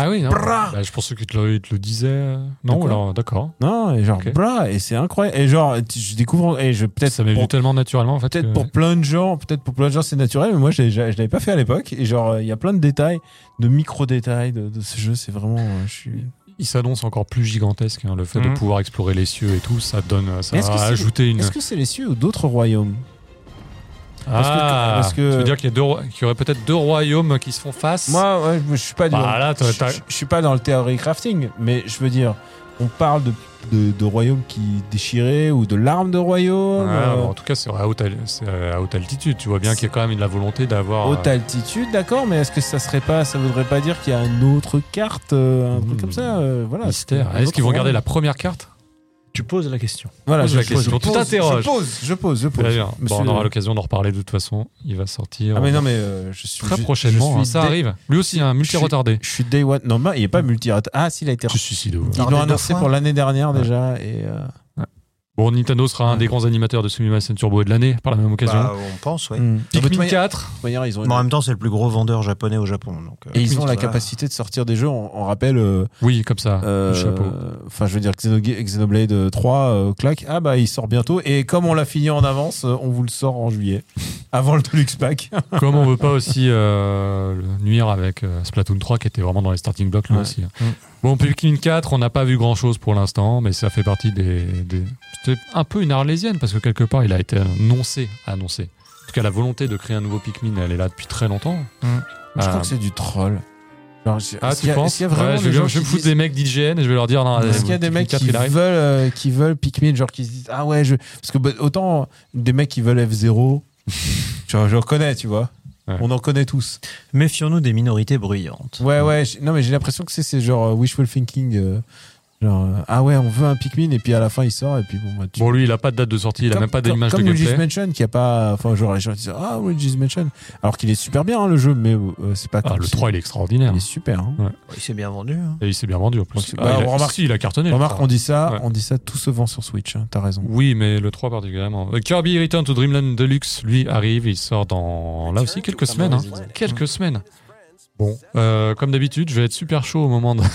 B: Ah oui, non.
C: Brrr.
B: Bah, je pensais qu'ils te le, ils te le disaient. euh, Non,
C: D'accord.
B: alors d'accord.
C: Non, et genre,
B: Ok.
C: blah, et c'est incroyable. Et genre, t- je découvre, et je peut-être.
B: Ça m'est
C: pour-
B: venu tellement naturellement en fait.
C: Peut-être
B: que-
C: pour plein de gens, peut-être pour plein de gens c'est naturel, mais moi je l'ai- je l'avais pas fait à l'époque. Et genre euh, il y a plein de détails, de micro détails de, de ce jeu, c'est vraiment. euh, je suis...
B: Il s'annonce encore plus gigantesque. hein, le fait
D: Mhm.
B: de pouvoir explorer les cieux et tout, ça donne, ça
C: Mais est-ce
B: va
C: que c'est-
B: ajouter une.
C: Est-ce que c'est les cieux ou d'autres royaumes que-
B: Ah,
C: parce que-
B: ça veut dire qu'il y, a deux ro- qu'il y aurait peut-être deux royaumes qui se font face.
C: Moi, ouais, je suis pas. du-
B: Bah, là, t'as-
C: je,
B: t'as-
C: je- je suis pas dans le theory crafting, mais je veux dire, on parle de, de, de royaumes qui déchiraient ou de larmes de
B: Ouais,
C: royaume. euh,
B: bon, Ah, bah, en tout cas, c'est à, haute al- c'est à haute altitude. Tu vois bien qu'il y a quand même de la volonté d'avoir.
C: Haute
B: euh,
C: altitude, d'accord, mais est-ce que ça serait pas, ça voudrait pas dire qu'il y a une autre carte, euh, un truc
B: Mmh.
C: comme ça, euh, voilà.
B: mystère.
C: Un
B: Est-ce
C: autre
B: qu'ils vont garder
C: royaume.
B: la première carte
D: Tu poses la question.
C: Voilà,
B: pose
C: je
B: la
C: pose,
B: question.
C: je
B: Tu
C: pose,
B: t'interroges.
C: Je pose, je pose, je pose.
B: Très bien. Bon,
C: Monsieur-
B: on aura l'occasion d'en reparler de toute façon. Il va sortir.
C: Ah mais non mais euh, je suis
B: Très
C: je-
B: prochainement,
C: je
B: hein,
C: suis
B: ça
C: dé-
B: arrive. Lui aussi, un
C: suis-
B: multi-retardé.
C: Je suis day one. Non, mais il est pas multi Ah, si, il a été.
B: suicide.
C: Ils l'ont
D: retardé deux
C: annoncé
D: fois.
C: pour l'année dernière déjà et. euh,
B: Bon, Nintendo sera un des grands animateurs de Sumimasen Turbo de l'année par la même occasion.
D: Bah, on pense, oui.
C: hmm.
D: de toute
B: Pikmin
D: manière-
B: 4.
C: De toute manière, ils ont.
D: Mais en même temps, c'est le plus gros vendeur japonais au Japon. Donc, euh,
C: Et ils ont la
D: voilà.
C: capacité de sortir des jeux. On, on rappelle. euh,
B: Oui, comme ça.
C: euh,
B: le chapeau.
C: Enfin, je veux dire, Xenoga- Xenoblade euh, 3, euh, claque. Ah bah, il sort bientôt. Et comme on l'a fini en avance, euh, on vous le sort en
B: [LAUGHS]
C: juillet, avant le Deluxe Pack.
B: Comme on veut pas aussi euh, le nuire avec euh, Splatoon 3 qui était vraiment dans les starting blocks là
C: Ouais.
B: aussi. hein.
C: Mm.
B: Bon, Pikmin 4, on n'a pas vu grand chose pour l'instant, mais ça fait partie des. des- C'était un peu une arlésienne parce que quelque part il a été annoncé. annoncé. En tout cas, la volonté de créer un nouveau Pikmin, elle est là depuis très longtemps.
C: Mm. Je
B: Ah.
C: crois que c'est du troll. Genre, je-
B: Ah,
C: est-ce
B: tu
C: qu'il y a-
B: penses
C: Est-ce qu'il y a vraiment
B: Ouais, je,
C: des
B: vais-
C: gens
B: je vais me
C: qui
B: foutre des mecs d'IGN et je vais leur dire. non,
C: Est-ce qu'il y a des
B: Pikmin
C: mecs
B: 4,
C: qui
B: il arrive.
C: veulent, euh, qui veulent Pikmin, genre qui se disent Ah ouais, je. Parce que bah, autant des mecs qui veulent
B: [LAUGHS]
C: F0, genre, je reconnais, tu vois.
B: Ouais.
C: On en connaît tous.
D: Méfions-nous des minorités bruyantes.
C: Ouais, ouais. j'ai- Non, mais j'ai l'impression que c'est- c'est genre euh, wishful thinking. euh, genre, euh, ah ouais, on veut un Pikmin, et puis à la fin, il sort, et puis bon, bah, tu.
B: Bon, lui, il a pas de date de sortie, il a
C: Comme-
B: même pas
C: comme-
B: d'image de
C: Comme Luigi's
B: gameplay.
C: Mansion, qui a pas. Enfin, genre, les gens disent Ah, Luigi's Mansion. Alors qu'il est super bien, hein, le jeu, mais euh, c'est pas
B: Ah,
C: comme
B: le
C: si-
B: 3, il est extraordinaire.
C: Il est super. hein.
D: Il s'est bien vendu. hein.
B: Et il s'est bien vendu en plus. Ah,
C: Donc, bah,
B: il a,
C: on remarque-
B: si, il a cartonné. le
C: Remarque,
B: trois.
C: on dit ça,
B: Ouais.
C: on dit ça, tout se vend sur Switch, hein, t'as raison.
B: Oui, mais le 3 particulièrement. Euh, Kirby Return to Dreamland Deluxe, lui, arrive. Il sort dans, là aussi, quelques semaines. hein. Quelques semaines. Bon, euh, comme d'habitude, je vais être super chaud au moment de... [LAUGHS]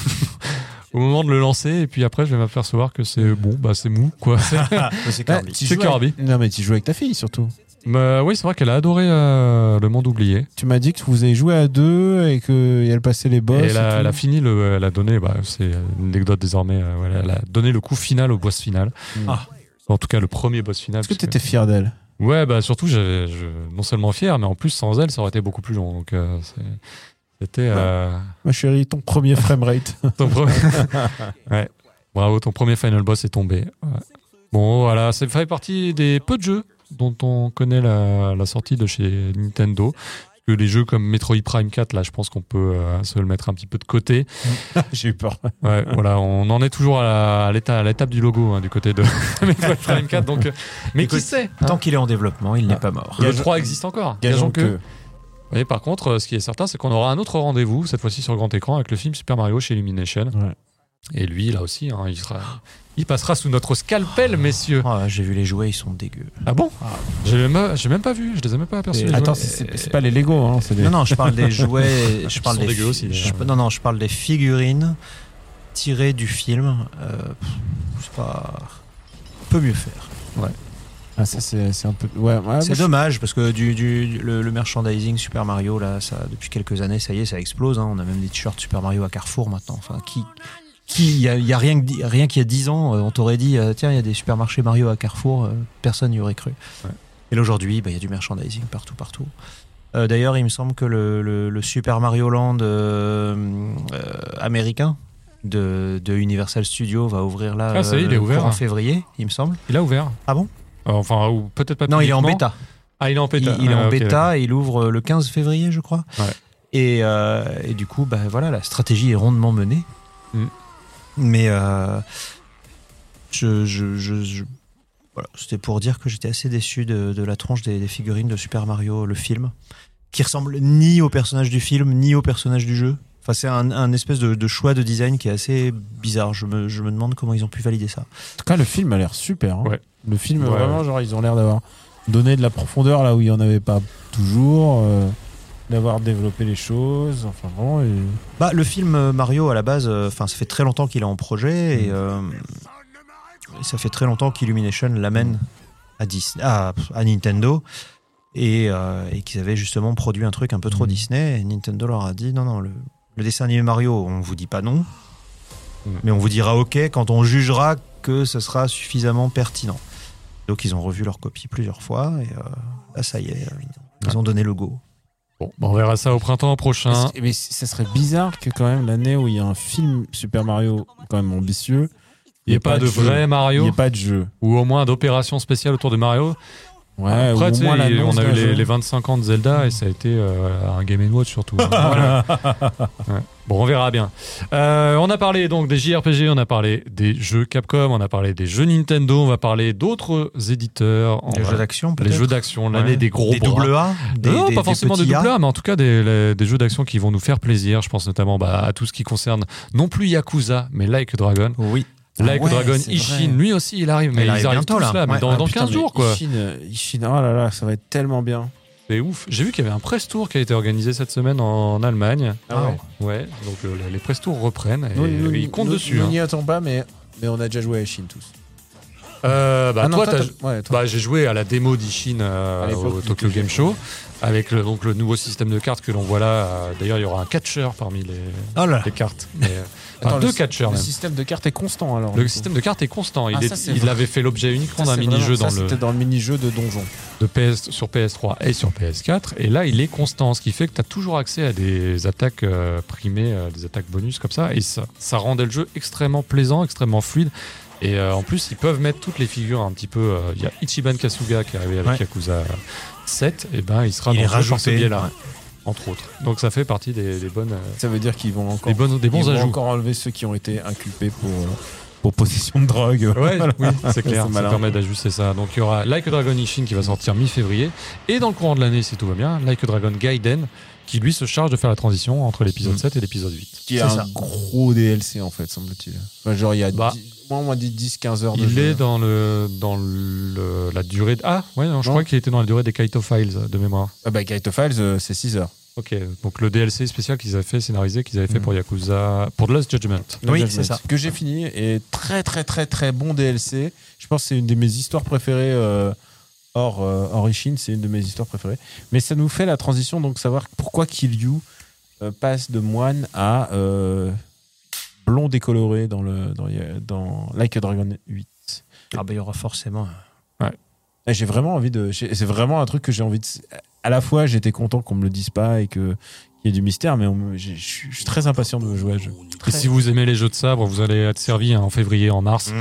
B: Au moment de le lancer, et puis après, je vais m'apercevoir que c'est bon, bah c'est mou, quoi. [LAUGHS]
D: Mais c'est
C: Ah,
D: Kirby.
C: t'y
B: C'est
C: joues
B: Kirby.
C: avec- Non, mais tu joues avec ta fille surtout.
B: Mais oui, c'est vrai qu'elle a adoré euh, Le Monde Oublié.
C: Tu m'as dit que vous avez joué à deux et que elle passait les boss.
B: et elle a,
C: tout.
B: elle a fini, le, elle a donné, bah, c'est une anecdote désormais, euh, voilà, elle a donné le coup final au boss final.
C: Mm.
B: Ah. En tout cas, le premier boss final.
C: Est-ce que
B: parce
C: t'étais fier d'elle
B: Ouais, bah surtout, j'avais- je, non seulement fier, mais en plus, sans elle, ça aurait été beaucoup plus long. Donc, euh, c'est- c'était euh,
C: Ma chérie, ton premier framerate. [LAUGHS]
B: ton premier. ouais. Bravo, ton premier final boss est tombé. Ouais. Bon, voilà, ça fait partie des peu de jeux dont on connaît la, la sortie de chez Nintendo. Parce Que les jeux comme Metroid Prime 4, là, je pense qu'on peut euh, se le mettre un petit peu de côté.
C: J'ai eu peur.
D: [LAUGHS]
B: Ouais, voilà, on en est toujours à la- à l'état- à l'étape du logo hein, du côté
D: [LAUGHS]
B: de Metroid Prime 4. Donc, euh, mais qui
D: Écoute,
B: sait hein.
D: Tant qu'il est en développement, il n'est
C: Ah.
D: pas mort.
B: Le
C: gageons-
B: 3 existe encore.
C: Gageons que.
B: Et par contre, euh, ce qui est certain, c'est qu'on aura un autre rendez-vous, cette fois-ci sur grand écran, avec le film Super Mario chez Illumination.
C: Ouais.
B: Et lui, là aussi, hein, il, sera, il passera sous notre scalpel, messieurs.
D: Ah, J'ai vu les jouets, ils sont dégueux.
B: Ah bon
D: Ah.
B: J'ai même, j'ai même pas vu, je les ai même pas aperçus.
D: Et-
B: les
C: Attends,
B: jouets.
C: c'est- c'est c'est pas les Lego, hein. c'est des-
D: euh, Non, non, je parle des jouets. Je parle
B: sont
D: des
B: dégueux
D: fi-
B: aussi,
D: je-
B: déjà.
D: non, non, je parle des figurines tirées du film. Euh, pff, c'est pas. On peut mieux faire.
C: Ah, ça, c'est c'est un peu. Ouais, ouais,
B: Ah,
C: moi,
D: c'est
C: je-
D: dommage parce que du, du- le, le merchandising Super Mario, là, ça, depuis quelques années, ça y est, ça explose. hein. On a même des t-shirts Super Mario à Carrefour maintenant. Enfin, qui. Qui, il y a, il y a rien que di- rien qu'il y a 10 ans, euh, on t'aurait dit euh, tiens, il y a des supermarchés Mario à Carrefour, euh, personne n'y aurait cru. Et là, aujourd'hui, bah, il y a du merchandising partout, partout. Euh, D'ailleurs, il me semble que le, le- le Super Mario Land euh, euh, américain de, de Universal Studios va ouvrir là
B: Ah, ça y est, il est ouvert.
D: en février, il me semble.
B: Il a ouvert.
D: Ah bon
B: Euh, Enfin, ou peut-être pas
D: Non, il est en
B: publiquement.
D: bêta.
B: Ah, il est en
D: Il,
B: bêta.
D: il est
B: Ah,
D: en
B: ok, d'accord.
D: bêta et il ouvre euh, le 15 février, je crois.
B: Ouais.
D: Et, euh, et du coup, bah, voilà, la stratégie est rondement menée.
B: Mm.
D: Mais euh, je, je- je- je- voilà, c'était pour dire que j'étais assez déçu de, de la tronche des, des figurines de Super Mario, le film, qui ressemble ni au personnage du film, ni au personnage du jeu. Enfin, c'est un, un espèce de, de choix de design qui est assez bizarre. Je me, je me demande comment ils ont pu valider ça.
C: En tout cas, le film a l'air super. hein.
B: Ouais.
C: Le film,
B: Ouais,
C: vraiment, genre, ils ont l'air d'avoir donné de la profondeur là où il n'y en avait pas toujours, euh, d'avoir développé les choses. Enfin, vraiment. et-
D: Bah, le film euh, Mario, à la base, enfin, ça fait très longtemps qu'il est en projet et euh, et ça fait très longtemps qu'Illumination l'amène à, Dis- à, à Nintendo et, euh, et qu'ils avaient justement produit un truc un peu trop Disney. Et Nintendo leur a dit non, non, le, le dessin animé Mario, on vous dit pas non, mais on vous dira ok quand on jugera que ce sera suffisamment pertinent. Donc, ils ont revu leur copie plusieurs fois et euh, là, ça y est, euh, ils ont donné le go.
B: Bon, bah, on verra ça au printemps prochain.
C: Est-ce que- Mais ça serait bizarre que, quand même, l'année où il y a un film Super Mario, quand même ambitieux,
B: Il n'y a pas de
C: jeu.
B: vrai
C: Il n'y
B: Mario
C: ait pas de jeu.
B: ou au moins d'opération spéciale autour de Mario.
C: Ouais,
B: Après,
C: ou
B: tu
C: au
B: sais,
C: moins
B: il-
C: l'annonce
B: on a eu
C: d'un jeu.
B: les, les 25 ans de Zelda et ça a été euh, un Game Watch surtout.
C: [LAUGHS]
B: Voilà. Ouais. Bon, on verra bien. Euh, on a parlé donc des JRPG, on a parlé des jeux Capcom, on a parlé des jeux Nintendo, on va parler d'autres éditeurs. On
D: Les
B: va-
D: jeux d'action,
B: les
D: peut-être
B: jeux d'action, l'année
D: Ouais.
B: des gros
D: Des
B: bras.
D: double A des,
B: non,
D: des-
B: pas
D: des
B: forcément des
D: petits A.
B: double A, mais en tout cas des, les- des jeux d'action qui vont nous faire plaisir. Je pense notamment bah, à tout ce qui concerne non plus Yakuza, mais Like a Dragon.
D: Oui.
B: Like a
C: Ah ouais,
B: Dragon,
C: c'est
B: Ishin,
C: vrai.
B: lui aussi, il arrive, mais
D: Il
B: ils
D: arrive
B: arrivent
D: bientôt,
B: tous là,
D: là.
B: mais
D: Ouais.
B: dans,
C: Ah,
B: dans
C: putain,
B: 15
C: mais
B: jours, quoi.
C: Ishin, euh, Ishin, oh là là, ça va être tellement bien.
B: C'est ouf. J'ai vu qu'il y avait un press tour qui a été organisé cette semaine en Allemagne.
C: Ah ouais.
B: Ouais, donc euh, les- les press tours reprennent et
C: Nous, nous,
B: ils comptent
C: nous-
B: dessus.
C: Nous
B: hein.
C: n'y attendons pas, mais, mais on a déjà joué à Ishin tous.
B: Euh, bah,
C: Ah non,
B: toi, t'as-
C: t'as- ouais, toi.
B: Bah, j'ai joué à la démo d'Ishin
C: À
B: euh,
C: l'époque
B: au
C: du
B: Tokyo
C: TGF.
B: Game Show avec le, donc le nouveau système de cartes que l'on voit là. Euh, D'ailleurs, il y aura un catcheur parmi les,
D: Oh là là.
B: les cartes.
C: [LAUGHS]
B: Mais, euh, enfin,
C: Ah Attends,
B: bah, deux
C: le-
B: catcheurs
C: Le
B: même.
C: système de cartes est constant alors.
B: Le
C: du coup.
B: système de cartes est constant. Il,
C: Ah,
B: est-
C: ça, c'est
B: il
C: vrai.
B: avait fait l'objet uniquement d'un
C: c'est
B: mini-jeu
C: vraiment-
B: dans
C: ça,
B: le,
C: C'était dans le mini-jeu de donjon.
B: de PS sur PS3 et sur PS4. Et là, il est constant, ce qui fait que tu as toujours accès à des attaques euh, primées, euh, des attaques bonus comme ça. Et ça, ça rendait le jeu extrêmement plaisant, extrêmement fluide. Et euh, en plus, ils peuvent mettre toutes les figures un petit peu. euh, Il y a Ichiban Kasuga qui est arrivé avec
D: Ouais.
B: Yakuza 7. Et ben, il sera
D: Il
B: dans
D: est
B: le jeu par ce
D: rajouté,
B: biais-là,
D: ouais.
B: entre autres. Donc, ça fait partie des, des bonnes, euh,
C: Ça veut dire qu'ils vont encore.
B: des bonnes, des
C: ils
B: bons
C: vont
B: ajouts.
C: encore enlever ceux qui ont été inculpés pour, euh, pour possession de drogue.
B: Ouais, oui, c'est clair, ça
C: C'est malin.
B: permet d'ajuster ça. Donc il y aura Like a Dragon Ishin qui va sortir mi-février et dans le courant de l'année, si tout va bien, Like a Dragon Gaiden qui lui se charge de faire la transition entre l'épisode
C: Mhm.
B: 7 et l'épisode 8.
C: Qui est
D: C'est
C: un
D: ça.
C: gros DLC en fait, semble-t-il. Enfin, genre, il y a
B: Bah.
C: dix- moi, on m'a dit 10-15 heures de
B: Il
C: jeu.
B: est dans le dans le, la durée de... ah ouais non, je
C: Non.
B: crois qu'il était dans la durée des Kaito Files de mémoire.
C: Ah bah, Gate of Files, euh, c'est 6 heures.
B: Ok donc le DLC spécial qu'ils avaient fait scénarisé qu'ils avaient fait
C: Mhm.
B: pour Yakuza pour The Last Judgment.
C: No
D: Oui,
C: Judgment,
D: c'est ça.
C: Que j'ai fini et très très très très bon DLC. Je pense que c'est une de mes histoires préférées euh, hors, euh, hors Ishin, c'est une de mes histoires préférées. Mais ça nous fait la transition, donc savoir pourquoi Kiryu euh, passe de moine à euh, blond décoloré dans, le, dans, les- dans Like a Dragon 8.
D: Ah bah il y aura forcément. un-
C: Et J'ai vraiment envie de. j'ai- C'est vraiment un truc que j'ai envie de. À la fois, j'étais content qu'on me le dise pas et que. Il y ait du mystère, mais on me- j'ai- je suis je suis très impatient de jouer à ce jeu.
B: Et si vous aimez les jeux de sabre, vous allez être servi hein, en février en mars.
D: Mhm.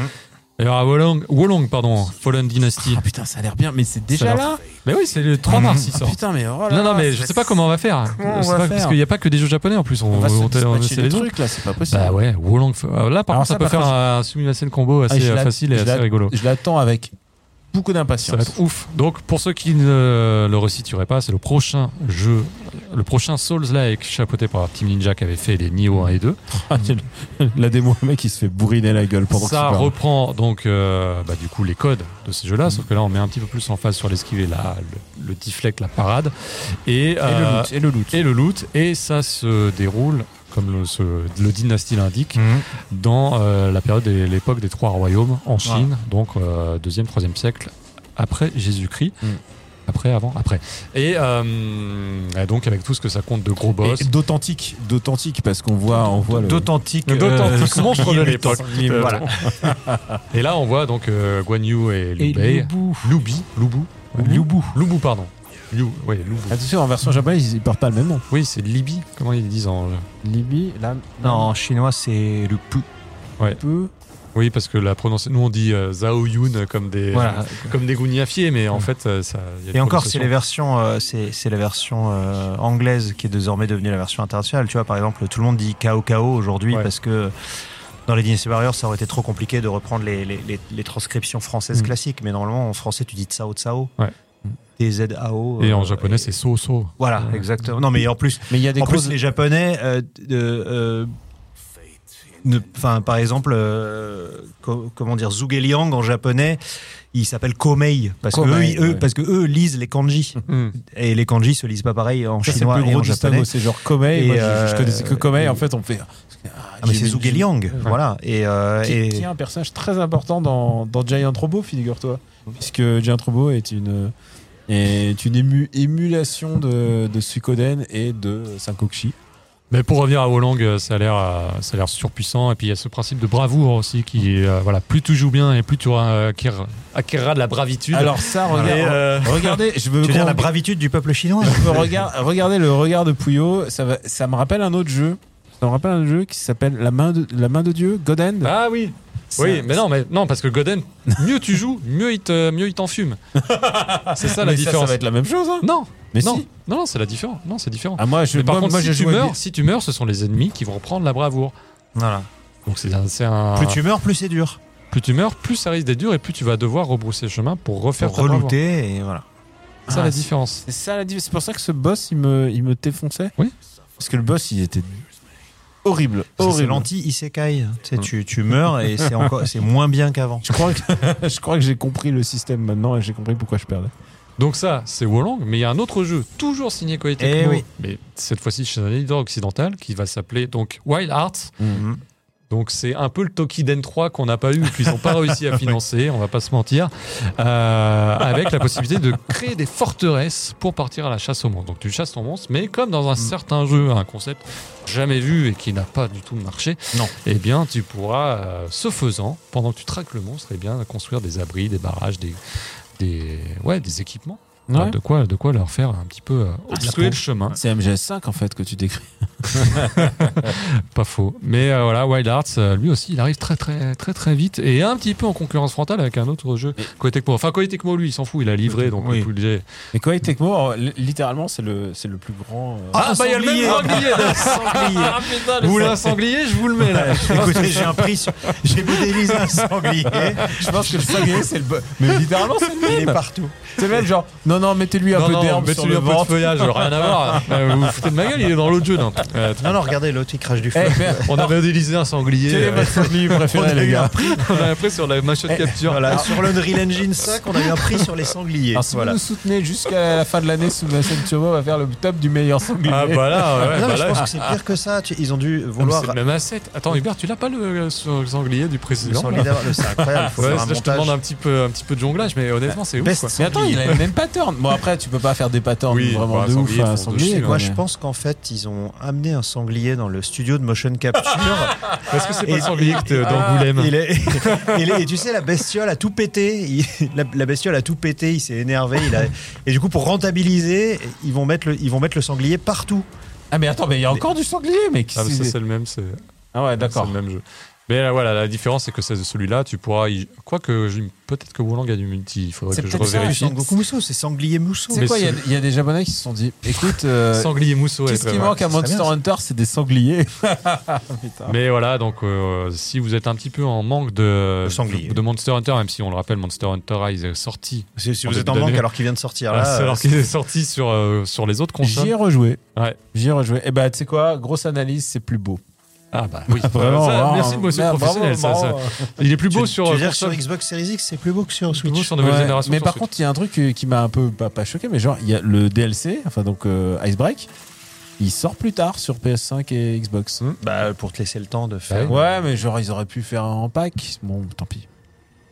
B: Et il y aura Wolong, Wolong pardon, Fallen Dynasty.
C: Ah putain, ça a l'air bien, mais c'est
B: Ça a
C: déjà
B: l'air
C: là
B: Mais oui, c'est le 3 mars [LAUGHS] il
C: Ah
B: sort.
C: putain, mais oh là
B: Non, non,
C: là,
B: mais
C: ça
B: je
C: va
B: sais pas
C: se-
B: comment on va faire.
C: Comment on
B: Je sais
C: va
B: pas, Parce
C: faire
B: qu'il n'y a pas que des jeux japonais en plus. On,
C: On va se
B: on- on-
C: dispatcher
B: c'est
C: des
B: les autres.
C: trucs là, c'est pas possible.
B: Bah ouais, Wolong. F- euh, Là, par contre, ça,
C: Alors ça,
B: peut
C: par
B: faire
C: contre,
B: un simulation combo
C: Ah,
B: assez
C: je
B: euh,
C: l'att-
B: facile et
C: je
B: assez
C: l'att-
B: rigolo.
C: Je l'attends avec beaucoup
B: Ça va
C: d'impatience.
B: être ouf. Donc, pour ceux qui ne le resitueraient pas, c'est le prochain jeu, le prochain Souls-like chapeauté par Team Ninja qui avait fait les Nioh 1 et 2.
C: [LAUGHS] la démo, le mec, il se fait bourriner la gueule pendant
B: ça
C: que tu parles.
B: reprend donc euh, bah, du coup les codes de ces jeux-là, sauf que là on met un petit peu plus en phase sur l'esquive et la, le, le deflect, la parade. Et,
C: Et
B: euh,
C: le loot, et le loot.
B: et le loot. Et ça se déroule, comme le, ce- le dynastie l'indique,
C: Mm.
B: dans euh, la période de l'époque des trois royaumes en Chine, donc euh, deuxième, troisième siècle après Jésus-Christ.
C: Mm.
B: Après, avant, après. Et, euh, et donc avec tout ce que ça compte de gros boss.
C: Et d'authentique, d'authentique, parce qu'on voit, on voit le.
D: D'authentique.
B: D'authentiques monstres de l'époque.
D: Voilà.
B: [LAUGHS] Et là, on voit donc euh, Guan Yu et Liu
D: Et
B: Bei. Lubi, Lubu,
C: Lubu.
B: Lubu, pardon. Liu, ouais, Lubu.
C: Attention, Ah, en version japonaise, ils portent pas le même nom.
B: Oui, c'est Libye. Comment ils disent en.
C: Libye, là.
D: Non, en chinois, c'est le pou.
C: Peu.
B: Oui, parce que la prononciation. Nous, on dit euh, Zhao Yun comme des.
D: Voilà.
B: Comme des gougnafiers, mais en fait, euh, ça. il y a une
D: Et encore, c'est
B: prononciation.
D: les versions, euh, c'est c'est la version euh, anglaise qui est désormais devenue la version internationale. Tu vois, par exemple, tout le monde dit KO KO aujourd'hui
B: Ouais.
D: parce que dans les Dynasty Warriors, ça aurait été trop compliqué de reprendre les, les- les- les transcriptions françaises
B: Mm.
D: classiques. Mais normalement, en français, tu dis Tsao Tsao.
B: Ouais.
D: TZAO.
B: Et
D: euh,
B: en japonais, c'est So So.
D: Voilà, exactement. Non, mais en plus,
C: Mais il y a des
D: en
C: clauses.
D: plus les Japonais, euh, de, euh, ne- 'fin, par exemple, euh, co- comment dire, Zugeliang en japonais, il s'appelle Komei parce que eux,
C: Komei,
D: ils- eux-
C: ouais.
D: parce que eux lisent
C: [LAUGHS]
D: les kanji et les kanji se lisent pas pareil en
C: Ça, c'est
D: chinois
C: le plus
D: et
C: gros
D: en japonais.
C: distinguo. C'est genre Komei.
D: Et,
C: Moi, je- je
D: euh,
C: connaissais que Komei.
D: et-
C: En fait, on fait.
D: Ah, mais c'est Zugeliang, voilà. Et, euh,
C: qui,
D: et-
C: qui est un personnage très important dans, dans Giant Robo, figure-toi. Puisque Giant Robo est une, est une ému- émulation de, de Suikoden et de Sankokushi.
B: Mais pour revenir à Wolong, euh, ça a l'air, euh, ça a l'air surpuissant. Et puis il y a ce principe de bravoure aussi qui, euh, voilà, plus tu joues bien et plus tu auras, euh, acquérir- acquériras de la bravitude.
C: Alors ça, regarde,
B: Et, euh,
C: regardez, je veux
D: tu veux dire
C: qu'on-
D: la bravitude du peuple chinois
C: je veux regard- regardez le regard de Puyo. Ça, va- ça me rappelle un autre jeu. Ça me rappelle un jeu qui s'appelle la main de la main de Dieu, God Hand.
B: ah oui. Oui,
C: Ça-
B: mais non, mais non, parce que
C: [LAUGHS]
B: Goden, mieux tu joues, mieux il te, mieux il t'enfume. C'est ça la
C: Mais Ça,
B: différence.
C: va être la même chose. hein.
B: Non,
C: Mais
B: non,
C: si.
B: non, non, c'est la différence. Non, c'est différent.
C: Ah, moi, je,
B: mais par
C: moi,
B: contre,
C: moi,
B: si,
C: j'ai
B: tu
C: joué à-
B: meurs, si tu meurs, ce sont les ennemis qui vont reprendre la bravoure.
D: Voilà.
B: Donc c'est un, c'est un-
D: Plus tu meurs, plus c'est dur.
B: plus tu meurs, plus ça risque d'être dur et plus tu vas devoir rebrousser chemin pour refaire
D: Pour
B: ta bravoure.
D: relooter et voilà.
B: C'est ça
C: Ah,
B: la
C: c'est-
B: différence.
C: C'est ça la diff- C'est pour ça que ce boss, il me, il me défonçait.
B: Oui.
C: Parce que le boss, il était horrible,
D: Ça, C'est
C: horrible. Mm.
D: l'anti isekai. Tu, sais, tu, tu meurs et c'est encore, c'est moins bien qu'avant.
C: Je crois que [LAUGHS] je crois que j'ai compris le système maintenant et j'ai compris pourquoi je perdais.
B: Donc ça, c'est Wolong, mais il y a un autre jeu, toujours signé Koei
D: Eh
B: Tecmo,
D: oui.
B: mais cette fois-ci chez un éditeur occidental, qui va s'appeler donc Wild Hearts.
D: Mhm.
B: Donc c'est un peu le Tokiden 3 qu'on n'a pas eu, qu'ils n'ont
D: [LAUGHS]
B: pas réussi à financer, on va pas se mentir, euh, avec la possibilité de créer des forteresses pour partir à la chasse au monstre. Donc tu chasses ton monstre, mais comme dans
D: Mhm.
B: un certain jeu, un concept jamais vu et qui n'a pas du tout marché,
D: Non.
B: eh bien tu pourras, euh, ce faisant, pendant que tu traques le monstre, eh bien construire des abris, des barrages, des, des, ouais, des équipements.
C: Ouais.
B: De, quoi, de quoi leur faire un petit peu euh, obstruer le
C: peau.
B: chemin.
C: C'est MGS5 en fait que tu décris.
B: Pas faux. Mais euh, voilà, Wild Arts, euh, lui aussi, il arrive très très très très vite et un petit peu en concurrence frontale avec un autre jeu. Koei Tecmo. Enfin, Koei Tecmo, lui, il s'en fout, il a livré, donc
D: Oui.
B: il est plus léger.
C: Et Koei Tecmo, alors, li- littéralement, c'est le c'est le plus grand. euh,
B: Ah, bah il y a le même sanglier [LAUGHS]
D: sanglier.
B: Ah, putain, Vous voulez un sanglier Euh, Je vous le mets là.
D: Écoutez, j'ai un prix sur. J'ai modélisé un sanglier.
C: Je pense que le sanglier, c'est le. bo- Mais littéralement, c'est le
D: Il est
C: même.
D: partout.
C: C'est le même genre. Non non, mettez-lui un
B: Non,
C: peu
B: non,
C: d'herbe sur
B: mettez-lui
C: le
B: un peu de
C: ventre.
B: feuillage, rien à [LAUGHS] voir. Euh, Vous vous foutez de ma gueule, il est dans l'autre jeu. [LAUGHS] Non. Euh,
D: Non, non, regardez, l'autre il crache
C: [LAUGHS]
D: du feu.
C: Eh, merde,
B: on a modélisé un sanglier.
C: quel est
B: euh, Eh,
C: votre sanglier préféré,
D: on a
C: les
D: eu un
C: gars
B: [LAUGHS]
D: prix.
B: on a après sur la machette capture.
D: Voilà, sur l'Unreal Engine 5, on a eu un prix sur les
B: Ah,
D: sangliers.
C: Alors, si
D: voilà.
C: vous nous soutenez jusqu'à la fin de l'année, sous ma scène turbo, on va faire le top du meilleur sanglier.
B: Ah bah là, ouais, bah
D: Non, mais je
B: là,
D: pense que c'est pire que ça. Tu- Ils ont dû
B: non, mais
D: vouloir.
B: c'est le même asset. Attends, Hubert, tu l'as pas le, euh, le sanglier du
D: le
B: précédent
D: sanglier d'avant. C'est incroyable.
B: [LAUGHS]
D: Faut
B: Ouais,
D: faire
B: c'est-
D: un
B: je te demande
D: montage.
B: un petit peu, un petit peu de jonglage, mais honnêtement, c'est ouf.
D: Best
B: Quoi.
C: Mais attends, il a les mêmes patterns. Bon, après, tu peux pas faire des patterns
B: Oui,
C: vraiment
B: bah,
C: de ouf
B: sanglier,
C: à un
B: font de
C: sanglier.
B: chine,
C: quoi,
D: Moi, je
C: mais-
D: pense qu'en fait, ils ont amené un sanglier dans le studio de motion capture.
B: [LAUGHS] Parce que c'est pas
D: Et-
B: le sanglier que t'es
D: Et, euh,
B: d'Angoulême.
D: il est- [LAUGHS] il est- et tu sais, la bestiole a tout pété. Il- la, la bestiole a tout pété. Il s'est énervé. il a- et du coup, pour rentabiliser, ils vont mettre le, ils vont mettre le sanglier partout.
C: Ah, mais attends, mais il y a encore du sanglier, mec.
B: Ah, mais ça,
C: C'est-
B: c'est le même, c'est
C: Ah ouais,
B: c'est
C: d'accord.
B: le même jeu. Mais euh, voilà, la différence, c'est que c'est de celui-là, tu pourras. y- Quoique, j'ai- peut-être que Wolang a du multi, il faudrait
C: C'est
B: que je
C: peut-être ça,
B: revérifie.
D: Sangoku Musso, Ah, c'est sanglier Musso.
C: C'est
B: Mais
C: quoi Il y a-
B: ce-
C: il y, a des Japonais qui se
B: [LAUGHS]
C: sont dit écoute, euh,
B: Sanglier mousseau
C: qu'est-ce
B: ouais.
C: qui manque à
D: serait
C: Monster
D: bien, ça.
C: Hunter C'est des sangliers. Putain.
B: Mais voilà, donc euh, si vous êtes un petit peu en manque de,
D: Le sanglier.
B: de Monster Hunter, même si on le rappelle, Monster Hunter Rise est sorti.
D: Si, si
B: En
D: vous êtes
B: début
D: en manque
B: d'année.
D: alors qu'il vient de sortir
B: Ah,
D: là.
B: c'est [LAUGHS]
D: euh,
B: alors qu'il est sorti sur, euh, sur les autres
C: J'y ai
B: consoles.
C: rejoué.
B: Ouais.
C: J'y ai rejoué. Et bah, tu sais quoi Grosse analyse, c'est plus beau.
B: Ah bah [LAUGHS] oui,
C: Vraiment.
B: Ça,
C: hein,
B: merci de monsieur
C: merde,
B: professionnel.
C: bravo,
B: ça, ça-
C: bravo.
B: Il est plus
D: tu-
B: beau
D: tu
B: sur
D: veux
B: euh,
D: dire que sur
B: console,
D: Xbox Series X, c'est plus beau que sur
B: plus beau
D: Switch.
B: sur nouvelle
C: Ouais,
B: génération.
C: Mais
B: sur
C: par
B: Switch.
C: contre, il y a un truc euh, qui m'a un peu pas, pas choqué, mais genre, il y a le DLC, enfin donc euh, Icebreak, il sort plus tard sur PS5 et Xbox.
B: Hmm. Ah
D: Bah, pour te laisser le temps de faire.
C: Ouais, mais genre, ils auraient pu faire un en pack. Bon, tant pis.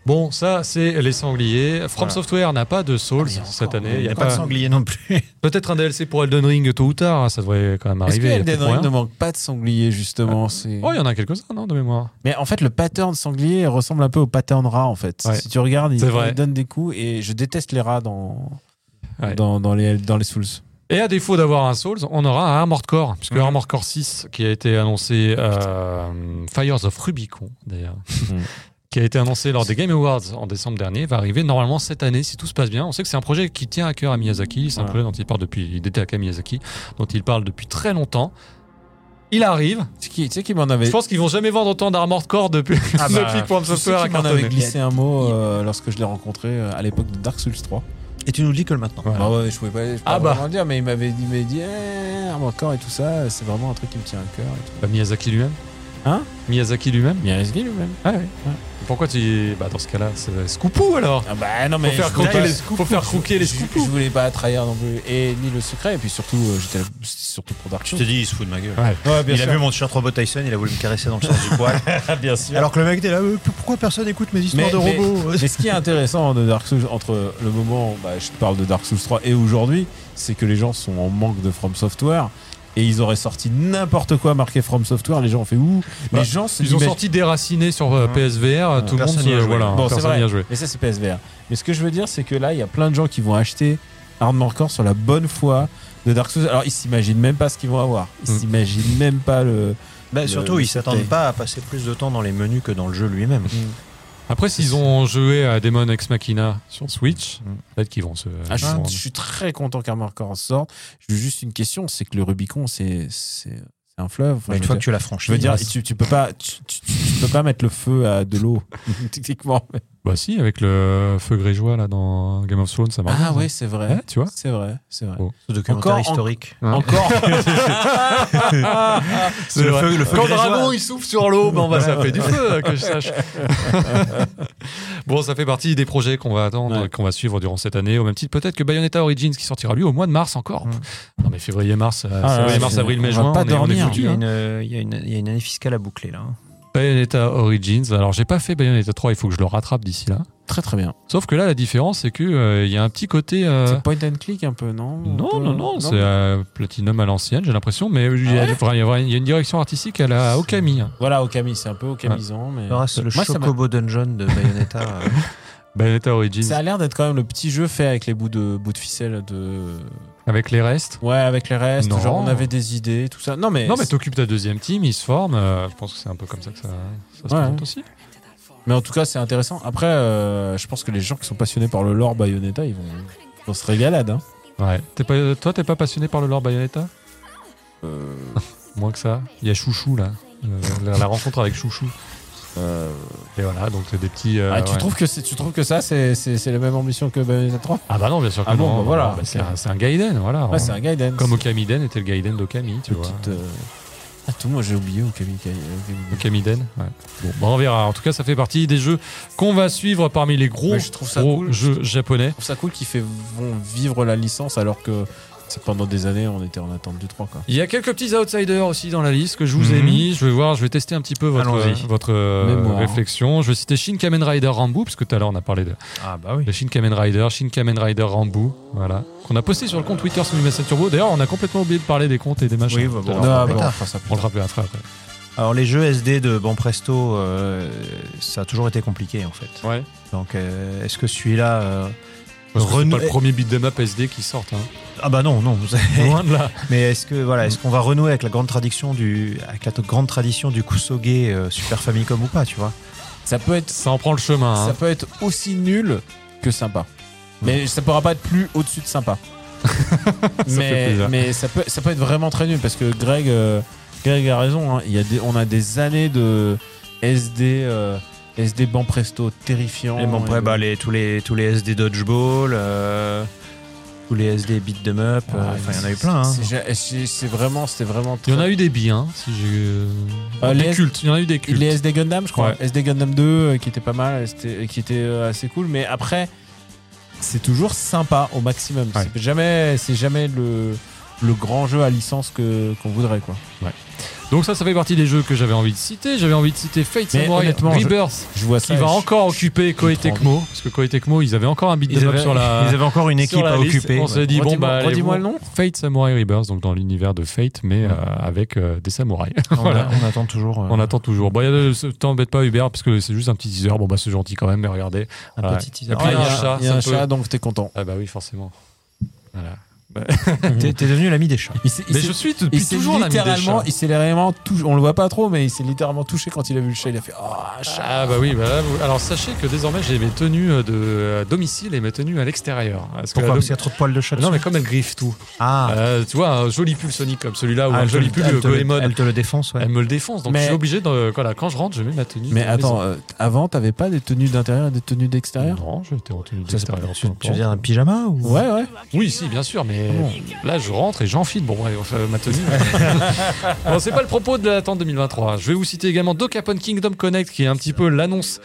B: Bon, ça, c'est les sangliers. From
D: Voilà.
B: Software n'a pas de Souls
C: Ah, il y a encore,
B: cette année.
D: Il
B: Il
D: n'y
B: y
D: a pas de sanglier non plus.
B: Peut-être un DLC pour Elden Ring tôt ou tard, hein, ça devrait quand même
C: Est-ce que
B: arriver. il y a
C: Elden
B: peut-être
C: Ring ne
B: moyen.
C: manque pas de sanglier, justement c'est-
B: Oh, il y en a quelques-uns, non, de mémoire.
C: Mais en fait, le pattern sanglier ressemble un peu au pattern rat, en fait.
B: Ouais.
C: Si tu regardes, ils
B: C'est vrai.
C: ils donnent des coups et je déteste les rats dans,
B: Ouais.
C: dans, dans les, dans les Souls.
B: Et à défaut d'avoir un Souls, on aura un Armored Core, puisque
C: Mhm.
B: Armored Core 6, qui a été annoncé, euh, Fires of Rubicon d'ailleurs,
C: Mhm.
B: [LAUGHS] qui a été annoncé lors des Game Awards en décembre dernier, va arriver normalement cette année si tout se passe bien. On sait que c'est un projet qui tient à cœur à Miyazaki, c'est un
C: Ouais.
B: projet dont il parle depuis, il était à Miyazaki, dont il parle depuis très longtemps. Il arrive.
C: Tu sais qui, tu sais qui m'en avait,
B: Je pense qu'ils vont jamais vendre autant d'Armored Core depuis,
C: Ah bah,
B: [LAUGHS] depuis que From
C: tu sais
B: Software a
C: qui m'en
B: cartonné.
C: avait glissé un mot euh, lorsque je l'ai rencontré euh, à l'époque de Dark Souls 3
D: [LAUGHS] Et tu nous le dis que le maintenant.
C: Bah ouais, je pouvais pas, je pouvais
B: Ah
C: pas
B: bah.
C: vraiment le dire, mais il m'avait dit, il m'avait dit eh, Armored Core et tout ça, c'est vraiment un truc qui me tient à cœur. et tout.
B: Bah, Miyazaki lui-même.
C: Hein
B: Miyazaki lui-même.
C: Miyazaki lui-même.
B: Ah ouais. Pourquoi tu. Bah, dans ce cas-là, c'est Scoopou alors
C: Ah bah non, mais.
B: faire
C: je voulais
B: croquer
C: pas-
B: les scoopous. Faut faire croquer les
C: Je-
B: scoopous.
C: Je voulais pas trahir non plus, et ni le secret, et puis surtout, euh, j'étais là- c'était surtout pour Dark
D: Je
C: Souls.
D: t'ai dit, il se fout de ma gueule.
C: Ouais, bien
D: il a
C: sûr.
D: vu mon t-shirt Robot Tyson, il a voulu me caresser dans le sens du poil.
C: bien sûr.
D: [LAUGHS] Alors que le mec était là, euh, pourquoi personne écoute mes histoires
C: Mais-
D: de
C: mais-
D: robots
C: Mais ce qui est intéressant de Dark Souls, entre le moment où bah, je te parle de Dark Souls 3 et aujourd'hui, c'est que les gens sont en manque de From Software et ils auraient sorti n'importe quoi marqué From Software. Les gens ont fait ouh.
B: Bah,
C: les gens se
B: Ils ont
C: l'imaginent-
B: sorti Déraciné sur euh,
D: Ouais.
B: PSVR, tout le monde
D: Personne
B: se-
D: n'y a joué.
B: voilà,
C: Bon, c'est
B: personne
C: vrai.
B: n'y a joué.
C: Mais ça, c'est PSVR. Mais ce que je veux dire, c'est que là, il y a plein de gens qui vont acheter Armored Core sur la bonne foi de Dark Souls. Alors, ils s'imaginent même pas ce qu'ils vont avoir. Ils
B: Mm.
C: s'imaginent même pas le.
D: Bah,
C: Le-
D: Surtout,
C: le
D: ils s'attendent
C: côté.
D: pas à passer plus de temps dans les menus que dans le jeu lui-même.
B: Après, s'ils ont joué à Demon Ex Machina sur Switch,
D: Mm.
B: peut-être qu'ils vont se.
C: Ah, je,
B: se
C: suis,
B: rendre.
C: je suis très content qu'Armored Core en sorte. J'ai juste une question, c'est que le Rubicon, c'est c'est c'est un fleuve. Enfin,
D: Bah, une
C: je
D: fois
C: veux
D: que
C: dire-
D: tu l'as franchi,
C: je veux dire,
D: il reste-
C: tu, tu peux pas, tu, tu- tu peux pas mettre le feu à de l'eau, [LAUGHS] techniquement.
B: Bah, si, avec le feu grégeois là dans Game of Thrones, ça marche.
C: Ah ouais, c'est vrai,
B: Ouais, tu vois
C: c'est vrai, c'est vrai.
B: Bon.
D: ce documentaire
C: encore-
D: [LAUGHS] historique.
C: Encore.
B: C'est vrai.
D: feu, le
B: Quand le dragon il souffle sur l'eau, ben, bah, ça fait du feu, que je sache. [LAUGHS] bon, ça fait partie des projets qu'on va attendre,
C: Ouais.
B: qu'on va suivre durant cette année, au même titre peut-être que Bayonetta Origins qui sortira lui au mois de mars encore.
D: Mm.
B: Non mais février-mars, euh,
C: Ah,
B: février,
C: ouais,
B: mars,
C: c'est-
B: avril,
C: on
B: mai,
C: va
B: juin,
C: pas
B: on est, on est
C: dormir.
B: foutus,
D: Il y, a
B: hein.
D: une, euh, il y a une- il y a une année fiscale à boucler là.
B: Bayonetta Origins. Alors, j'ai pas fait Bayonetta 3, il faut que je le rattrape d'ici là.
C: très très bien.
B: Sauf que là, la différence, c'est que euh, il y a un petit côté. euh,
C: C'est point and click un peu, non Un
B: Non,
C: peu-
B: non, non, c'est euh, Platinum à l'ancienne, j'ai l'impression, mais il y, a, il faudra y avoir- il y a une direction artistique à la Okami. hein.
C: Voilà, Okami, c'est un peu Okamisant, mais.
D: Alors, c'est le
C: Moi, ça m'a-
D: Chocobo Dungeon de Bayonetta. euh,
B: Bayonetta Origins.
C: Ça a l'air d'être quand même le petit jeu fait avec les bouts de bouts de ficelle de.
B: Avec les restes.
C: Ouais, avec les restes.
B: Non.
C: Genre, on avait des idées, tout ça. Non mais.
B: Non, mais t'occupes ta deuxième team, ils se forment. euh, je pense que c'est un peu comme ça que ça, ça se
C: Ouais.
B: présente aussi.
C: Mais en tout cas, c'est intéressant. Après, euh, je pense que les gens qui sont passionnés par le lore Bayonetta, ils vont, ils vont se régalade. Hein.
B: Ouais. T'es pas, toi, t'es pas passionné par le lore Bayonetta
C: Euh,
B: [LAUGHS] Moins que ça. Il y a Chouchou, là. Euh, la, la rencontre avec Chouchou. Et voilà, donc c'est des petits. euh,
C: ah, tu,
B: ouais.
C: trouves que c'est- tu trouves que ça, c'est- c'est c'est la même ambition que Bayonetta 3
B: Ah bah non, bien sûr que
C: Ah bon,
B: non.
C: bah voilà.
B: c'est un, c'est un Gaiden, voilà.
C: Ouais, c'est un Gaiden.
B: Comme
C: C'est
B: Okamiden était le Gaiden d'Okami, tu
C: une
B: vois.
C: petite, euh, Ah, tout, moi j'ai oublié Okami. Okami- Okami-
B: Okamiden, ouais. Bon, bah, on verra. En tout cas, ça fait partie des jeux qu'on va suivre parmi les gros,
C: Ouais, je trouve ça
B: gros
C: cool.
B: jeux japonais.
C: Je trouve ça cool qu'ils fait- vont vivre la licence alors que c'est pendant des années, on était en attente du 3. Quoi.
B: Il y a quelques petits outsiders aussi dans la liste que je vous ai
D: Mhm.
B: mis. Je vais voir, je vais tester un petit peu votre,
D: Allons-y.
B: votre euh,
C: Mémoire.
B: réflexion. Je vais citer Shin Kamen Rider Rambo, parce que tout à l'heure on a parlé de,
D: [LAUGHS] Ah bah oui.
B: de Shin Kamen Rider, Shin Kamen Rider Rambo, voilà, qu'on a posté sur le compte Twitter Sumimasen Turbo. D'ailleurs, on a complètement oublié de parler des comptes et des machins.
D: Oui, bah, bon,
B: Tout à
D: on
B: l'heure.
D: va
C: Ah,
D: plus
C: bon,
D: tard.
C: enfin, ça, plus
B: on le
C: tard.
B: rappelle après. après.
D: Alors les jeux SD de Banpresto, euh, ça a toujours été compliqué en fait.
B: Ouais.
D: Donc euh, est-ce que celui-là... euh,
B: Parce que c'est
D: Renou-
B: pas le premier beat'em up SD qui sort. hein.
D: Ah bah
B: [LAUGHS]
D: non, [LAUGHS] non.
C: Eh.
B: Loin de là.
D: Mais est-ce que voilà, est-ce qu'on va renouer avec la grande tradition du avec la t- grande tradition du Kusoge euh, Super Famicom ou pas, tu vois
C: ça peut être
B: Ça en prend le
D: Ah.
B: chemin.
C: ça
B: hein.
C: peut être aussi nul que sympa. Mais ça pourra pas être plus au-dessus de
D: [LAUGHS]
C: sympa.
B: fait
C: mais
B: plaisir.
C: mais ça, peut, ça peut être vraiment très nul parce que Greg, euh, Greg a raison. hein. Il y a des, on a des années de SD, euh, SD ban presto terrifiant.
D: Et bon, après, bah, les, tous les tous les SD dodgeball, euh, tous les SD beat 'em up, euh, enfin il y en a eu plein. Hein.
C: C'est c'est- c'est vraiment, c'était vraiment.
B: Il y en
C: très-
B: a eu des biens, si j'ai.
C: Euh,
B: des
C: les-
B: cultes. Il y en a eu des cultes.
C: Les SD Gundam, je crois.
B: Ouais.
C: SD Gundam 2, euh, qui était pas mal, c'était- euh, qui était euh, assez cool. Mais après, c'est toujours sympa au maximum.
B: Ouais.
C: C'est jamais, c'est jamais le, le grand jeu à licence que qu'on voudrait, quoi.
B: Donc ça, ça fait partie des jeux que j'avais envie de citer. J'avais envie de citer Fate
C: Mais
B: Samurai
C: honnêtement, je-
B: Rebirth,
C: Je vois ça.
B: qui va
C: je-
B: encore occuper Koei
C: trop envie.
B: Tecmo, parce que Koei Tecmo, ils avaient encore un beat
D: Ils
B: them up
D: avaient,
B: sur la.
D: ils avaient encore une équipe
B: sur la
D: à
B: liste.
D: occuper.
B: On s'est dit, bon,
C: Redis-moi-
B: bah, allez,
C: redis-moi
B: bon,
C: le nom.
B: Fate Samurai Rebirth, donc dans l'univers de Fate, mais euh, avec euh, des samouraïs.
D: On,
B: voilà.
D: a- on attend toujours euh,
B: [LAUGHS] On attend toujours. Bon, y a le- ce- t'embête pas, Hubert, parce que c'est juste un petit teaser. Bon, bah, c'est gentil quand même, mais regardez.
D: un
B: ouais.
D: petit teaser.
B: Ah, il y a un
C: Ah,
B: chat,
C: Il y a
B: ça
C: un
B: peut-
C: chat, donc t'es content.
B: Ah, bah oui, forcément. Voilà.
D: T'es t'es devenu l'ami des chats.
C: Il s'est- il
B: Mais
C: s'est-
B: je suis
C: il
B: depuis
C: s'est
B: toujours l'ami des
C: littéralement,
B: chats.
C: il s'est vraiment touché. On le voit pas trop, mais il s'est littéralement touché quand il a vu le chat. Il a fait ah un chat.
B: Ah bah oui, bah là, vous- alors sachez que désormais j'ai mes tenues euh, de à domicile et mes tenues à l'extérieur. Parce que
D: Pourquoi
B: la
D: Parce
B: dom-
D: qu'il y a trop de poils de chat.
B: Non
D: dessus.
B: mais comme elle griffe tout.
D: ah,
B: Euh, tu vois, un joli pull Sonic comme celui-là ou
D: ah,
B: un
D: elle te
B: joli
D: le- Ah,
B: pull
D: elle te le-
B: Goemon, elle,
D: Elle te le défonse, ouais.
B: me le défonce. Donc
C: Mais-
B: je suis obligé, de, voilà, quand je rentre, je mets ma tenue.
C: Mais
B: de maison.
C: attends, euh, avant, t'avais pas des tenues d'intérieur et des tenues d'extérieur
B: Non, j'étais en tenue
D: euh, Ça, c'est pas-
B: d'extérieur.
D: tu,
B: tout le
D: tu
B: temps.
D: veux Ah dire un pyjama ou
C: Ouais, ouais.
B: Oui, si, bien sûr, mais
C: bon
B: là je rentre et j'enfile. Bon, bref, euh, ma tenue.
D: [LAUGHS]
B: bon, c'est pas le propos de l'attente 2023. Je vais vous citer également Dokapon Kingdom Connect, qui est un petit peu l'annonce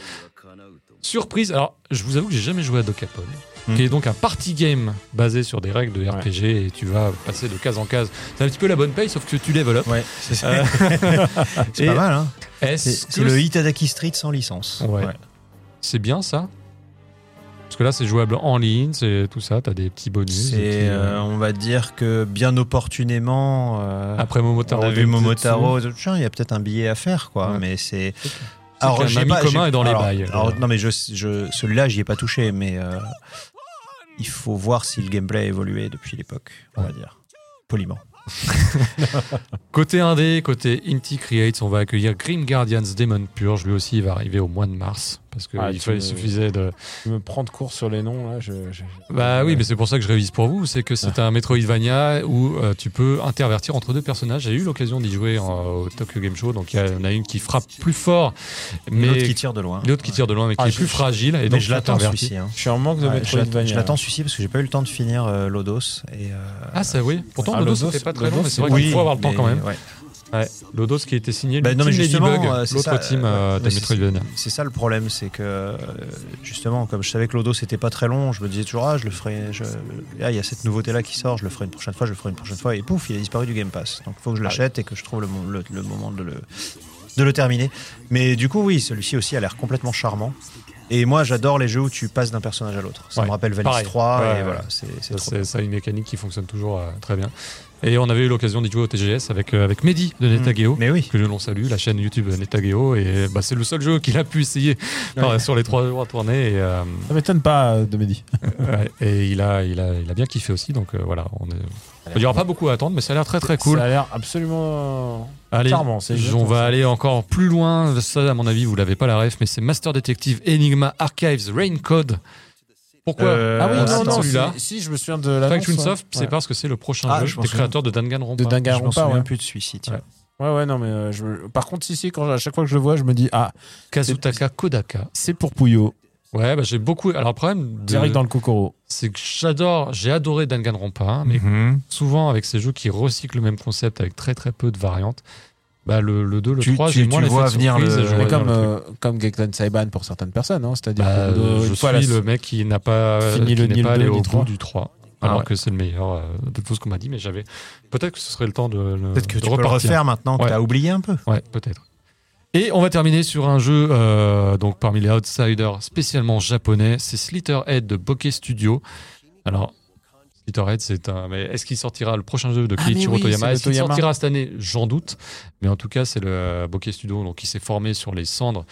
B: surprise. Alors, je vous avoue que j'ai jamais joué à Dokapon,
D: Hmm.
B: qui est donc un party game basé sur des règles de RPG et tu vas passer de case en case. C'est un petit peu la bonne paye, sauf que tu level up.
D: Ouais, c'est ça. [LAUGHS] c'est pas
B: Et-
D: mal, hein.
B: Est-ce
D: C'est c'est
B: que
D: le Itadaki Street sans licence.
B: Ouais. C'est bien ça Parce que là, c'est jouable en ligne, c'est tout ça. T'as des petits bonus. des petits,
D: C'est,
B: euh,
D: euh, on va dire que bien opportunément, euh,
B: Après Momotaro,
D: on a vu
B: Densetsu.
D: Momotaro, tiens, il y a peut-être un billet à faire, quoi.
B: Ouais.
D: Mais c'est.
B: qu'un
D: j'ai
B: ami commun
D: j'ai-
B: est dans les
D: alors-
B: bails, euh.
D: alors,
B: d'ailleurs.
D: non, mais je, je, celui-là, j'y ai pas touché, mais euh, il faut voir si le gameplay a évolué depuis l'époque, on va dire. Poliment.
B: Côté indé, côté Inti Creates, on va accueillir Grim Guardians Demon Purge. Lui aussi, il va arriver au mois de mars. Parce que
C: Ah,
B: il
C: tu
B: fallait-
C: me-
B: suffisait de.
C: Tu me prends de court sur les noms là. Je, je-
B: Bah oui, mais c'est pour ça que je révise pour vous. C'est que c'est
D: Ah.
B: un Metroidvania où euh, tu peux intervertir entre deux personnages. J'ai eu l'occasion d'y jouer en- au Tokyo Game Show. Donc il y en a une qui frappe plus fort, mais
D: L'autre qui tire de loin.
B: l'autre qui tire de loin, mais qui
C: Ah,
B: est
C: je-
B: plus fragile. Et
D: Mais
B: donc
D: je
B: tu
D: l'attends
B: intervertis.
D: celui-ci. hein.
C: je suis en manque de
D: Ouais, je l'att-
C: Metroidvania.
D: je l'attends celui-ci parce que j'ai pas eu le temps de finir euh, Lodos. Et, euh,
B: Ah, ça oui. Pourtant,
C: Ah,
B: le dos,
C: Lodos,
B: c'était pas très
C: Lodos,
B: long, mais c'est vrai
C: oui,
B: qu'il faut avoir le temps
D: mais-
B: quand même.
D: ouais.
B: Ouais. Le dos qui était signé,
D: Bah,
B: le
D: non, mais
B: team
D: justement,
B: Ladybug,
D: euh, c'est ça,
B: l'autre team euh,
D: euh,
B: de
D: ouais, c'est-
B: Metroidvania.
D: C'est ça le problème, c'est que euh, justement, comme je savais que Lodos c'était pas très long, je me disais toujours, ah, je le ferai. je- Ah, il y a cette nouveauté là qui sort, je le ferai une prochaine fois, je le ferai une prochaine fois, et pouf, il a disparu du Game Pass. Donc il faut que je l'achète et que je trouve le, mo- le- le moment de le, de le terminer. Mais du coup, oui, celui-ci aussi a l'air complètement charmant. Et moi, j'adore les jeux où tu passes d'un personnage à l'autre. Ça
B: Ouais,
D: me rappelle Venice
B: pareil.
D: 3,
B: Ouais,
D: et
B: ouais.
D: voilà, c'est c'est
B: Ça,
D: trop.
B: C'est ça une mécanique qui fonctionne toujours euh, très bien. Et on avait eu l'occasion d'y jouer au TGS avec, euh, avec Mehdi de Netageo.
D: Mais oui.
B: Que l'on salue, la chaîne YouTube Netageo, et bah, c'est le seul jeu qu'il a pu [LAUGHS] essayer par- sur les trois jours à tourner. Et, euh,
C: Ça m'étonne pas euh, de Mehdi.
B: ouais, et il, a, il, a, il a bien kiffé aussi, donc euh, voilà. On est- Il n'y aura pas beaucoup à attendre, mais ça a l'air très très cool.
C: Ça a l'air absolument. euh,
B: Allez,
C: Charmant, c'est
B: on
C: exactement
B: va
C: ça.
B: aller encore plus loin. Ça, à mon avis, vous l'avez pas la ref, mais c'est Master Detective Enigma Archives Rain Code. Pourquoi
D: Euh,
C: Ah
B: on
D: non,
B: cite
D: non,
B: celui-là
C: si, si, je me souviens de la.
B: Tractunsoft, c'est parce que c'est le prochain
D: Ah,
B: jeu
D: je m'en
B: des
D: souviens.
B: créateurs de Danganronpa.
C: de dingue
D: Je m'en
C: pas.
D: souviens
C: Ouais.
D: plus de celui-ci, tiens.
B: Ouais.
C: ouais, ouais, non, mais euh, je... par contre, si, si, quand à chaque fois que je le vois, je me dis ah,
B: Kazutaka Kodaka.
C: c'est pour Puyo,
B: Ouais, bah, j'ai beaucoup. Alors, le problème, de-
C: direct dans le Kokoro.
B: c'est que j'adore, j'ai adoré Danganronpa, hein,
D: Mhm.
B: mais
D: Mm-hmm.
B: souvent avec ces jeux qui recyclent le même concept avec très très peu de variantes. Bah, le, le 2, le
D: Tu-
B: 3,
D: tu-
B: j'ai moins
D: tu
B: l'effet
D: vois
B: de
D: venir
B: surprise,
D: le-
B: je vois
D: Mais
C: Mais
B: venir
C: comme
B: le truc.
C: euh, comme Gekten Saiban pour certaines personnes, hein, c'est-à-dire
B: Bah,
C: qu'au bout de-
B: je
C: une
B: suis
C: fois la-
B: le mec qui n'a pas
C: Fini
B: qui
C: le
B: n'est
C: ni le
B: pas
C: deux,
B: allé
C: ni
B: au
C: le
B: bout
C: trois.
B: du 3
C: Ah
B: alors
C: ouais.
B: que c'est le meilleur euh, de tout ce qu'on m'a dit mais j'avais peut-être que ce serait le temps de le,
D: Peut-être que
B: de
D: tu peux le
B: repartir.
D: refaire maintenant que
B: Ouais.
D: t'as oublié un peu.
B: ouais peut-être et on va terminer sur un jeu euh, donc parmi les outsiders spécialement japonais c'est Slitterhead de Bokeh Studio alors Slitterhead c'est un mais est-ce qu'il sortira le prochain jeu de
C: Ah, mais
B: Keiichiro
C: oui, c'est
B: Toyama
C: le
B: est-ce qu'il
C: Toyama.
B: sortira cette année j'en doute mais en tout cas c'est le euh, Bokeh Studio donc qui s'est formé sur les cendres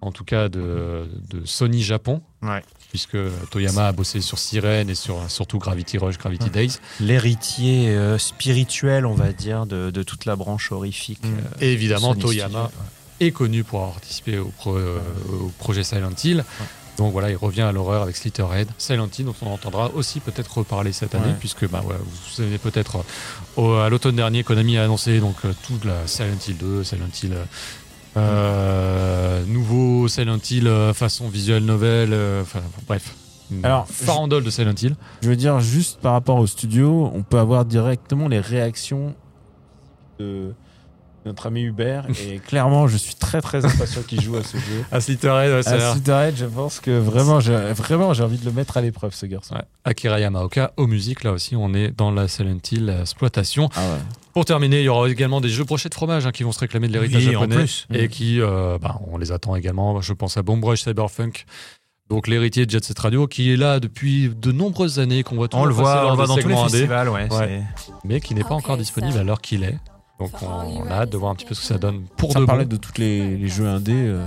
B: en tout cas de, de Sony Japon
D: Ouais.
B: puisque Toyama a bossé sur Sirène et sur surtout Gravity Rush, Gravity
D: Ouais.
B: Days.
D: l'héritier euh, spirituel, on va dire, de, de toute la branche horrifique. euh,
B: Et évidemment,
D: Sony
B: Toyama
D: Studio.
B: est connu pour avoir participé au, pro- euh, au projet Silent Hill. Donc voilà, il revient à l'horreur avec Slitterhead. Silent Hill, dont on entendra aussi peut-être reparler cette année,
C: Ouais.
B: puisque bah, ouais, vous vous souvenez peut-être, euh, au- à l'automne dernier, Konami a annoncé donc, euh, toute la Silent Hill 2, Silent Hill. euh, euh, nouveau Silent Hill euh, façon visual novel, euh, enfin bref. Une
C: Alors,
B: farandole de Silent Hill.
C: Je veux dire, juste par rapport au studio, on peut avoir directement les réactions de notre ami Hubert.
D: [LAUGHS]
C: et clairement, je suis très très impatient qu'il joue à ce jeu.
B: À Slitterhead, ouais,
C: À Sidored, Ah, je pense que vraiment, j'ai vraiment, j'ai envie de le mettre à l'épreuve, ce garçon.
B: Ouais. Akira Yamaoka aux musiques, là aussi on est dans la Silent Hill euh, exploitation.
C: Ah ouais.
B: Pour terminer, il y aura également des jeux brochets de fromage hein, qui vont se réclamer de l'héritage
D: Oui, en
B: japonais
D: plus. Mm.
B: et qui, euh, bah, on les attend également. Je pense à Bomb Rush Cyberpunk, donc l'héritier de Jet Set Radio, qui est là depuis de nombreuses années, qu'on voit
D: On
B: toujours
D: le
B: passer
D: voit, on
B: dans
D: le voit
B: des
D: dans tous les
B: segments indés,
D: festivals, ouais.
B: Ouais.
D: c'est-
B: mais qui n'est pas
G: Ok,
B: encore
G: ça.
B: disponible à l'heure qu'il est. Donc on, on a hâte de voir un petit peu ce que ça donne pour
C: Ça
B: de
C: parlait
B: bon.
C: de tous les, les jeux indés euh,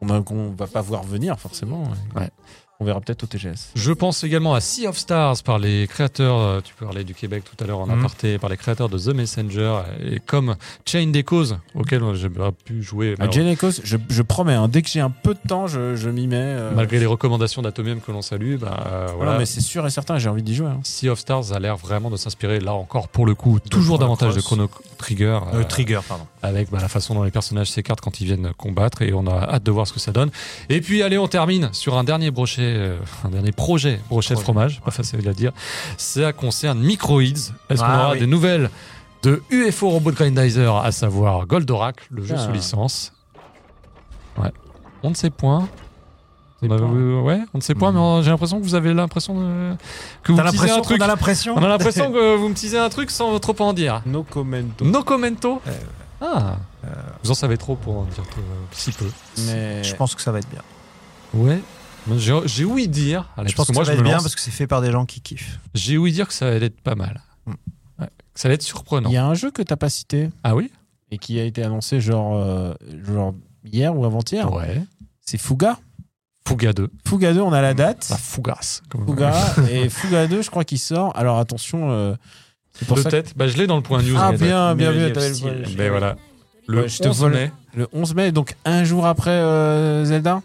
C: qu'on a- qu'on va pas voir venir forcément.
B: Ouais.
C: On verra peut-être au TGS.
B: Je pense également à Sea of Stars par les créateurs, euh, tu parlais du Québec tout à l'heure en
D: Mhm.
B: aparté, par les créateurs de The Messenger, et comme Chain des Causes, auquel euh, j'ai pas pu jouer.
D: Ah,
C: À Genecos, je, je promets, hein, dès que j'ai un peu de temps, je, je m'y mets. euh,
B: Malgré les recommandations d'Atomium que l'on salue, bah, euh,
C: voilà,
B: voilà.
C: mais c'est sûr et certain, j'ai envie d'y jouer. hein.
B: Sea of Stars a l'air vraiment de s'inspirer, là encore pour le coup, toujours davantage de Chrono Trigger, euh,
D: Euh, Trigger, pardon.
B: avec bah, la façon dont les personnages s'écartent quand ils viennent combattre, et on a hâte de voir ce que ça donne. Et puis allez, on termine sur un dernier brochet, euh, un dernier projet, brochet de
D: Projet.
B: fromage, pas facile à dire. Ça concerne Microids. Est-ce qu'on
D: Ah
B: aura
D: oui.
B: des nouvelles de UFO Robot Grindizer, à savoir Goldorak, le jeu
C: Ah.
B: sous licence Ouais, on ne sait point.
C: C'est
B: On avait-
C: pas-
B: ouais, on ne sait point, mais on- j'ai l'impression que vous avez l'impression de- que vous me
D: Hmm. T'as
B: teasez un
D: l'impression
B: truc.
D: qu'on a l'impression
B: On a
D: [LAUGHS]
B: l'impression que vous me teasez un truc sans trop en dire.
C: No commento.
B: No commento.
D: Euh,
B: ah, vous en savez trop pour en dire tout, euh, si peu.
C: Mais
D: Je pense que ça va être bien.
B: Ouais. Moi, J'ai j'ai ouï dire. allez,
D: Je pense
B: parce
D: que
B: que moi,
D: ça
B: je
D: va être
B: me
D: bien
B: lance,
D: parce que c'est fait par des gens qui kiffent.
B: J'ai ouï dire que ça allait être pas mal.
D: Hmm.
B: Ouais, que ça allait être surprenant.
C: il y a un jeu que t'as pas cité
B: Ah oui.
C: et qui a été annoncé genre, euh, genre hier ou avant-hier.
B: Ouais.
C: C'est Fuga.
B: Fouga 2.
C: Fuga 2, on a la date.
B: Ah, fougasse. Comme
C: Fuga et Fuga 2, je crois qu'il sort. Alors attention, euh, c'est pour
B: De
C: ça que-
B: tête. Bah, je l'ai dans le point news.
C: Ah
B: mais-
C: bien, bien,
D: Mélodie
C: bien.
D: of
C: t'avais le
D: Steel.
C: point.
B: Mais voilà. Le
C: Ouais, je te
B: 11
C: vole.
B: mai,
C: Le 11 mai, donc un jour après euh, Zelda,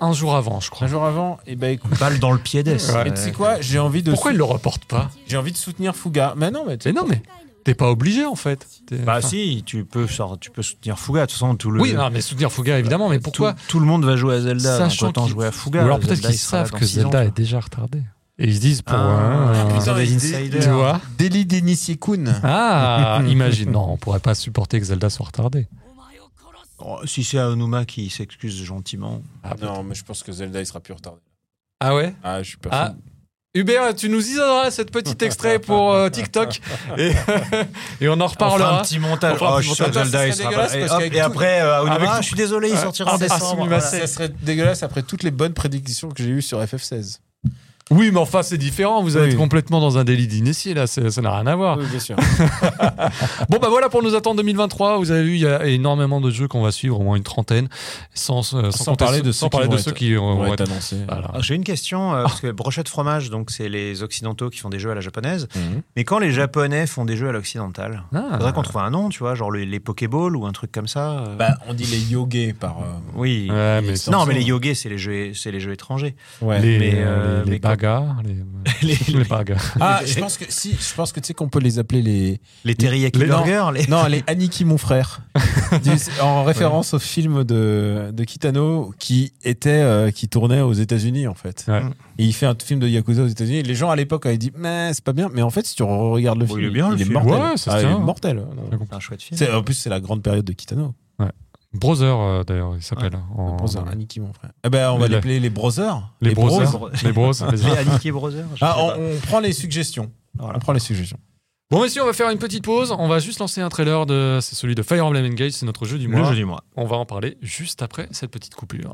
B: un jour avant, je crois.
C: un jour avant. Et bah écoute,
D: Balle dans le pied des.
B: Ouais.
C: et tu sais quoi, j'ai envie de,
B: Pourquoi ils le reportent pas
C: j'ai envie de soutenir Fuga. Mais non, mais tu
B: Mais non, mais t'es pas obligé en fait. T'es-
D: Bah
B: enfin,
D: si, tu peux, sor- tu peux soutenir Fouga. De toute façon, tout le,
B: Oui, non, mais soutenir Fouga évidemment, mais
D: tout-
B: pourquoi
D: tout, le monde va jouer à Zelda.
B: Sachant
D: donc autant
B: qu'ils-
D: jouer à
B: Ou
D: Fouga.
B: alors peut-être
D: Zelda,
B: qu'ils
D: il sera là
B: savent
D: dans
B: que
D: six ans,
B: Zelda
D: tu
B: est déjà retardé. Et ils se disent pour.
D: vois. Ah,
B: un-
D: putain,
C: des
D: les
B: tu
D: insiders.
B: vois
C: Délit d'initié Kun.
D: [LAUGHS]
B: Ah, imagine. Non, on pourrait pas supporter que Zelda soit retardée.
D: Oh, Si c'est Aonuma qui s'excuse gentiment.
B: Ah,
C: non, mais je pense que Zelda il sera plus retardé.
B: Ah ouais
C: Ah, je suis pas.
B: Ah, Hubert, tu nous isoleras cette petite extrait pour euh,
D: [LAUGHS]
B: TikTok et, [LAUGHS] et on en
D: On fera
B: reparlera.
D: un petit montage.
B: On fera un
D: Oh,
B: petit
D: je suis sûr que
B: montage.
D: Zelda, il
C: Ça
D: sera
C: serait
D: pas-
C: dégueulasse
D: Et,
C: parce
D: hop,
C: qu'avec
D: et
C: tout-
D: après, euh, Aonuma,
B: Avec-
D: ah, je suis désolé, il sortira en décembre.
B: Asumima,
D: voilà.
B: c'est-
C: Ça serait dégueulasse après toutes les bonnes prédictions que j'ai eues sur FF16.
B: Oui, mais enfin, c'est différent. Vous êtes
C: Oui.
B: complètement dans un délit d'initié là. c'est- Ça n'a rien à voir.
C: bien sûr.
B: Bon, bah voilà pour nous attendre 2023. Vous avez vu, il y a énormément de jeux qu'on va suivre, au moins une trentaine, sans, euh,
C: Sans
B: compter
C: parler
B: ceux-
C: de
B: sans
C: ceux qui
B: parler
C: vont
B: de
C: être-
B: ceux qui euh,
C: On
B: vont
C: va
B: être-
C: être annoncé.
B: Voilà.
D: Ah, J'ai une question, euh, parce que brochette fromage, donc c'est les occidentaux qui font des jeux à la japonaise.
C: Mhm.
D: Mais quand les japonais font des jeux à l'occidental,
B: Ah.
D: faudrait qu'on trouve un nom, tu vois, genre les, les Pokéballs ou un truc comme ça. euh.
C: Bah, on dit les yogis par. euh,
D: oui.
B: Ouais, mais
C: c'est-
D: non, mais les yogis, c'est les jeux, c'est les jeux étrangers.
B: les,
D: mais,
B: les-
D: euh,
B: les
D: mais quand-
B: bagarres, les, les bagarres.
C: Ah, je pense que si, je pense que tu sais qu'on peut les appeler les.
D: Les teriyaki
C: les- non.
D: burgers, les.
C: Non, les Aniki, mon
D: [LAUGHS]
C: frère. Du- en référence au film de, de Kitano qui était, euh, qui tournait aux États-Unis, en fait.
B: Ouais.
C: Et il fait un film de Yakuza aux États-Unis. Les gens à l'époque avaient dit, mais c'est pas bien. Mais en fait, si tu regardes le
D: Oh,
C: film,
D: il est bien, le film.
C: mortel.
B: Ouais, ça se
C: Ah, il est
B: tient.
C: mortel. Non.
B: Ouais.
D: C'est un Ah, chouette film.
C: C'est- En plus, c'est la grande période de Kitano.
B: Brother, euh, d'ailleurs, il s'appelle.
D: Oh,
C: Le
B: en-
C: brother, Aniki, mon frère. Eh ben, on va
B: Il est-
C: l'appeler les brothers.
B: Les,
D: Les
B: Brothers.
D: Bros.
B: Les Bros. les-
D: Les Aniki Brothers. je
C: Ah,
D: sais pas.
C: on, on prend les suggestions.
D: Voilà.
C: On prend les suggestions.
B: Bon, messieurs, on va faire une petite pause. On va juste lancer un trailer de. C'est celui de Fire Emblem Engage, c'est notre jeu du
D: Le
B: mois.
D: jeu du mois.
B: On va en parler juste après cette petite coupure.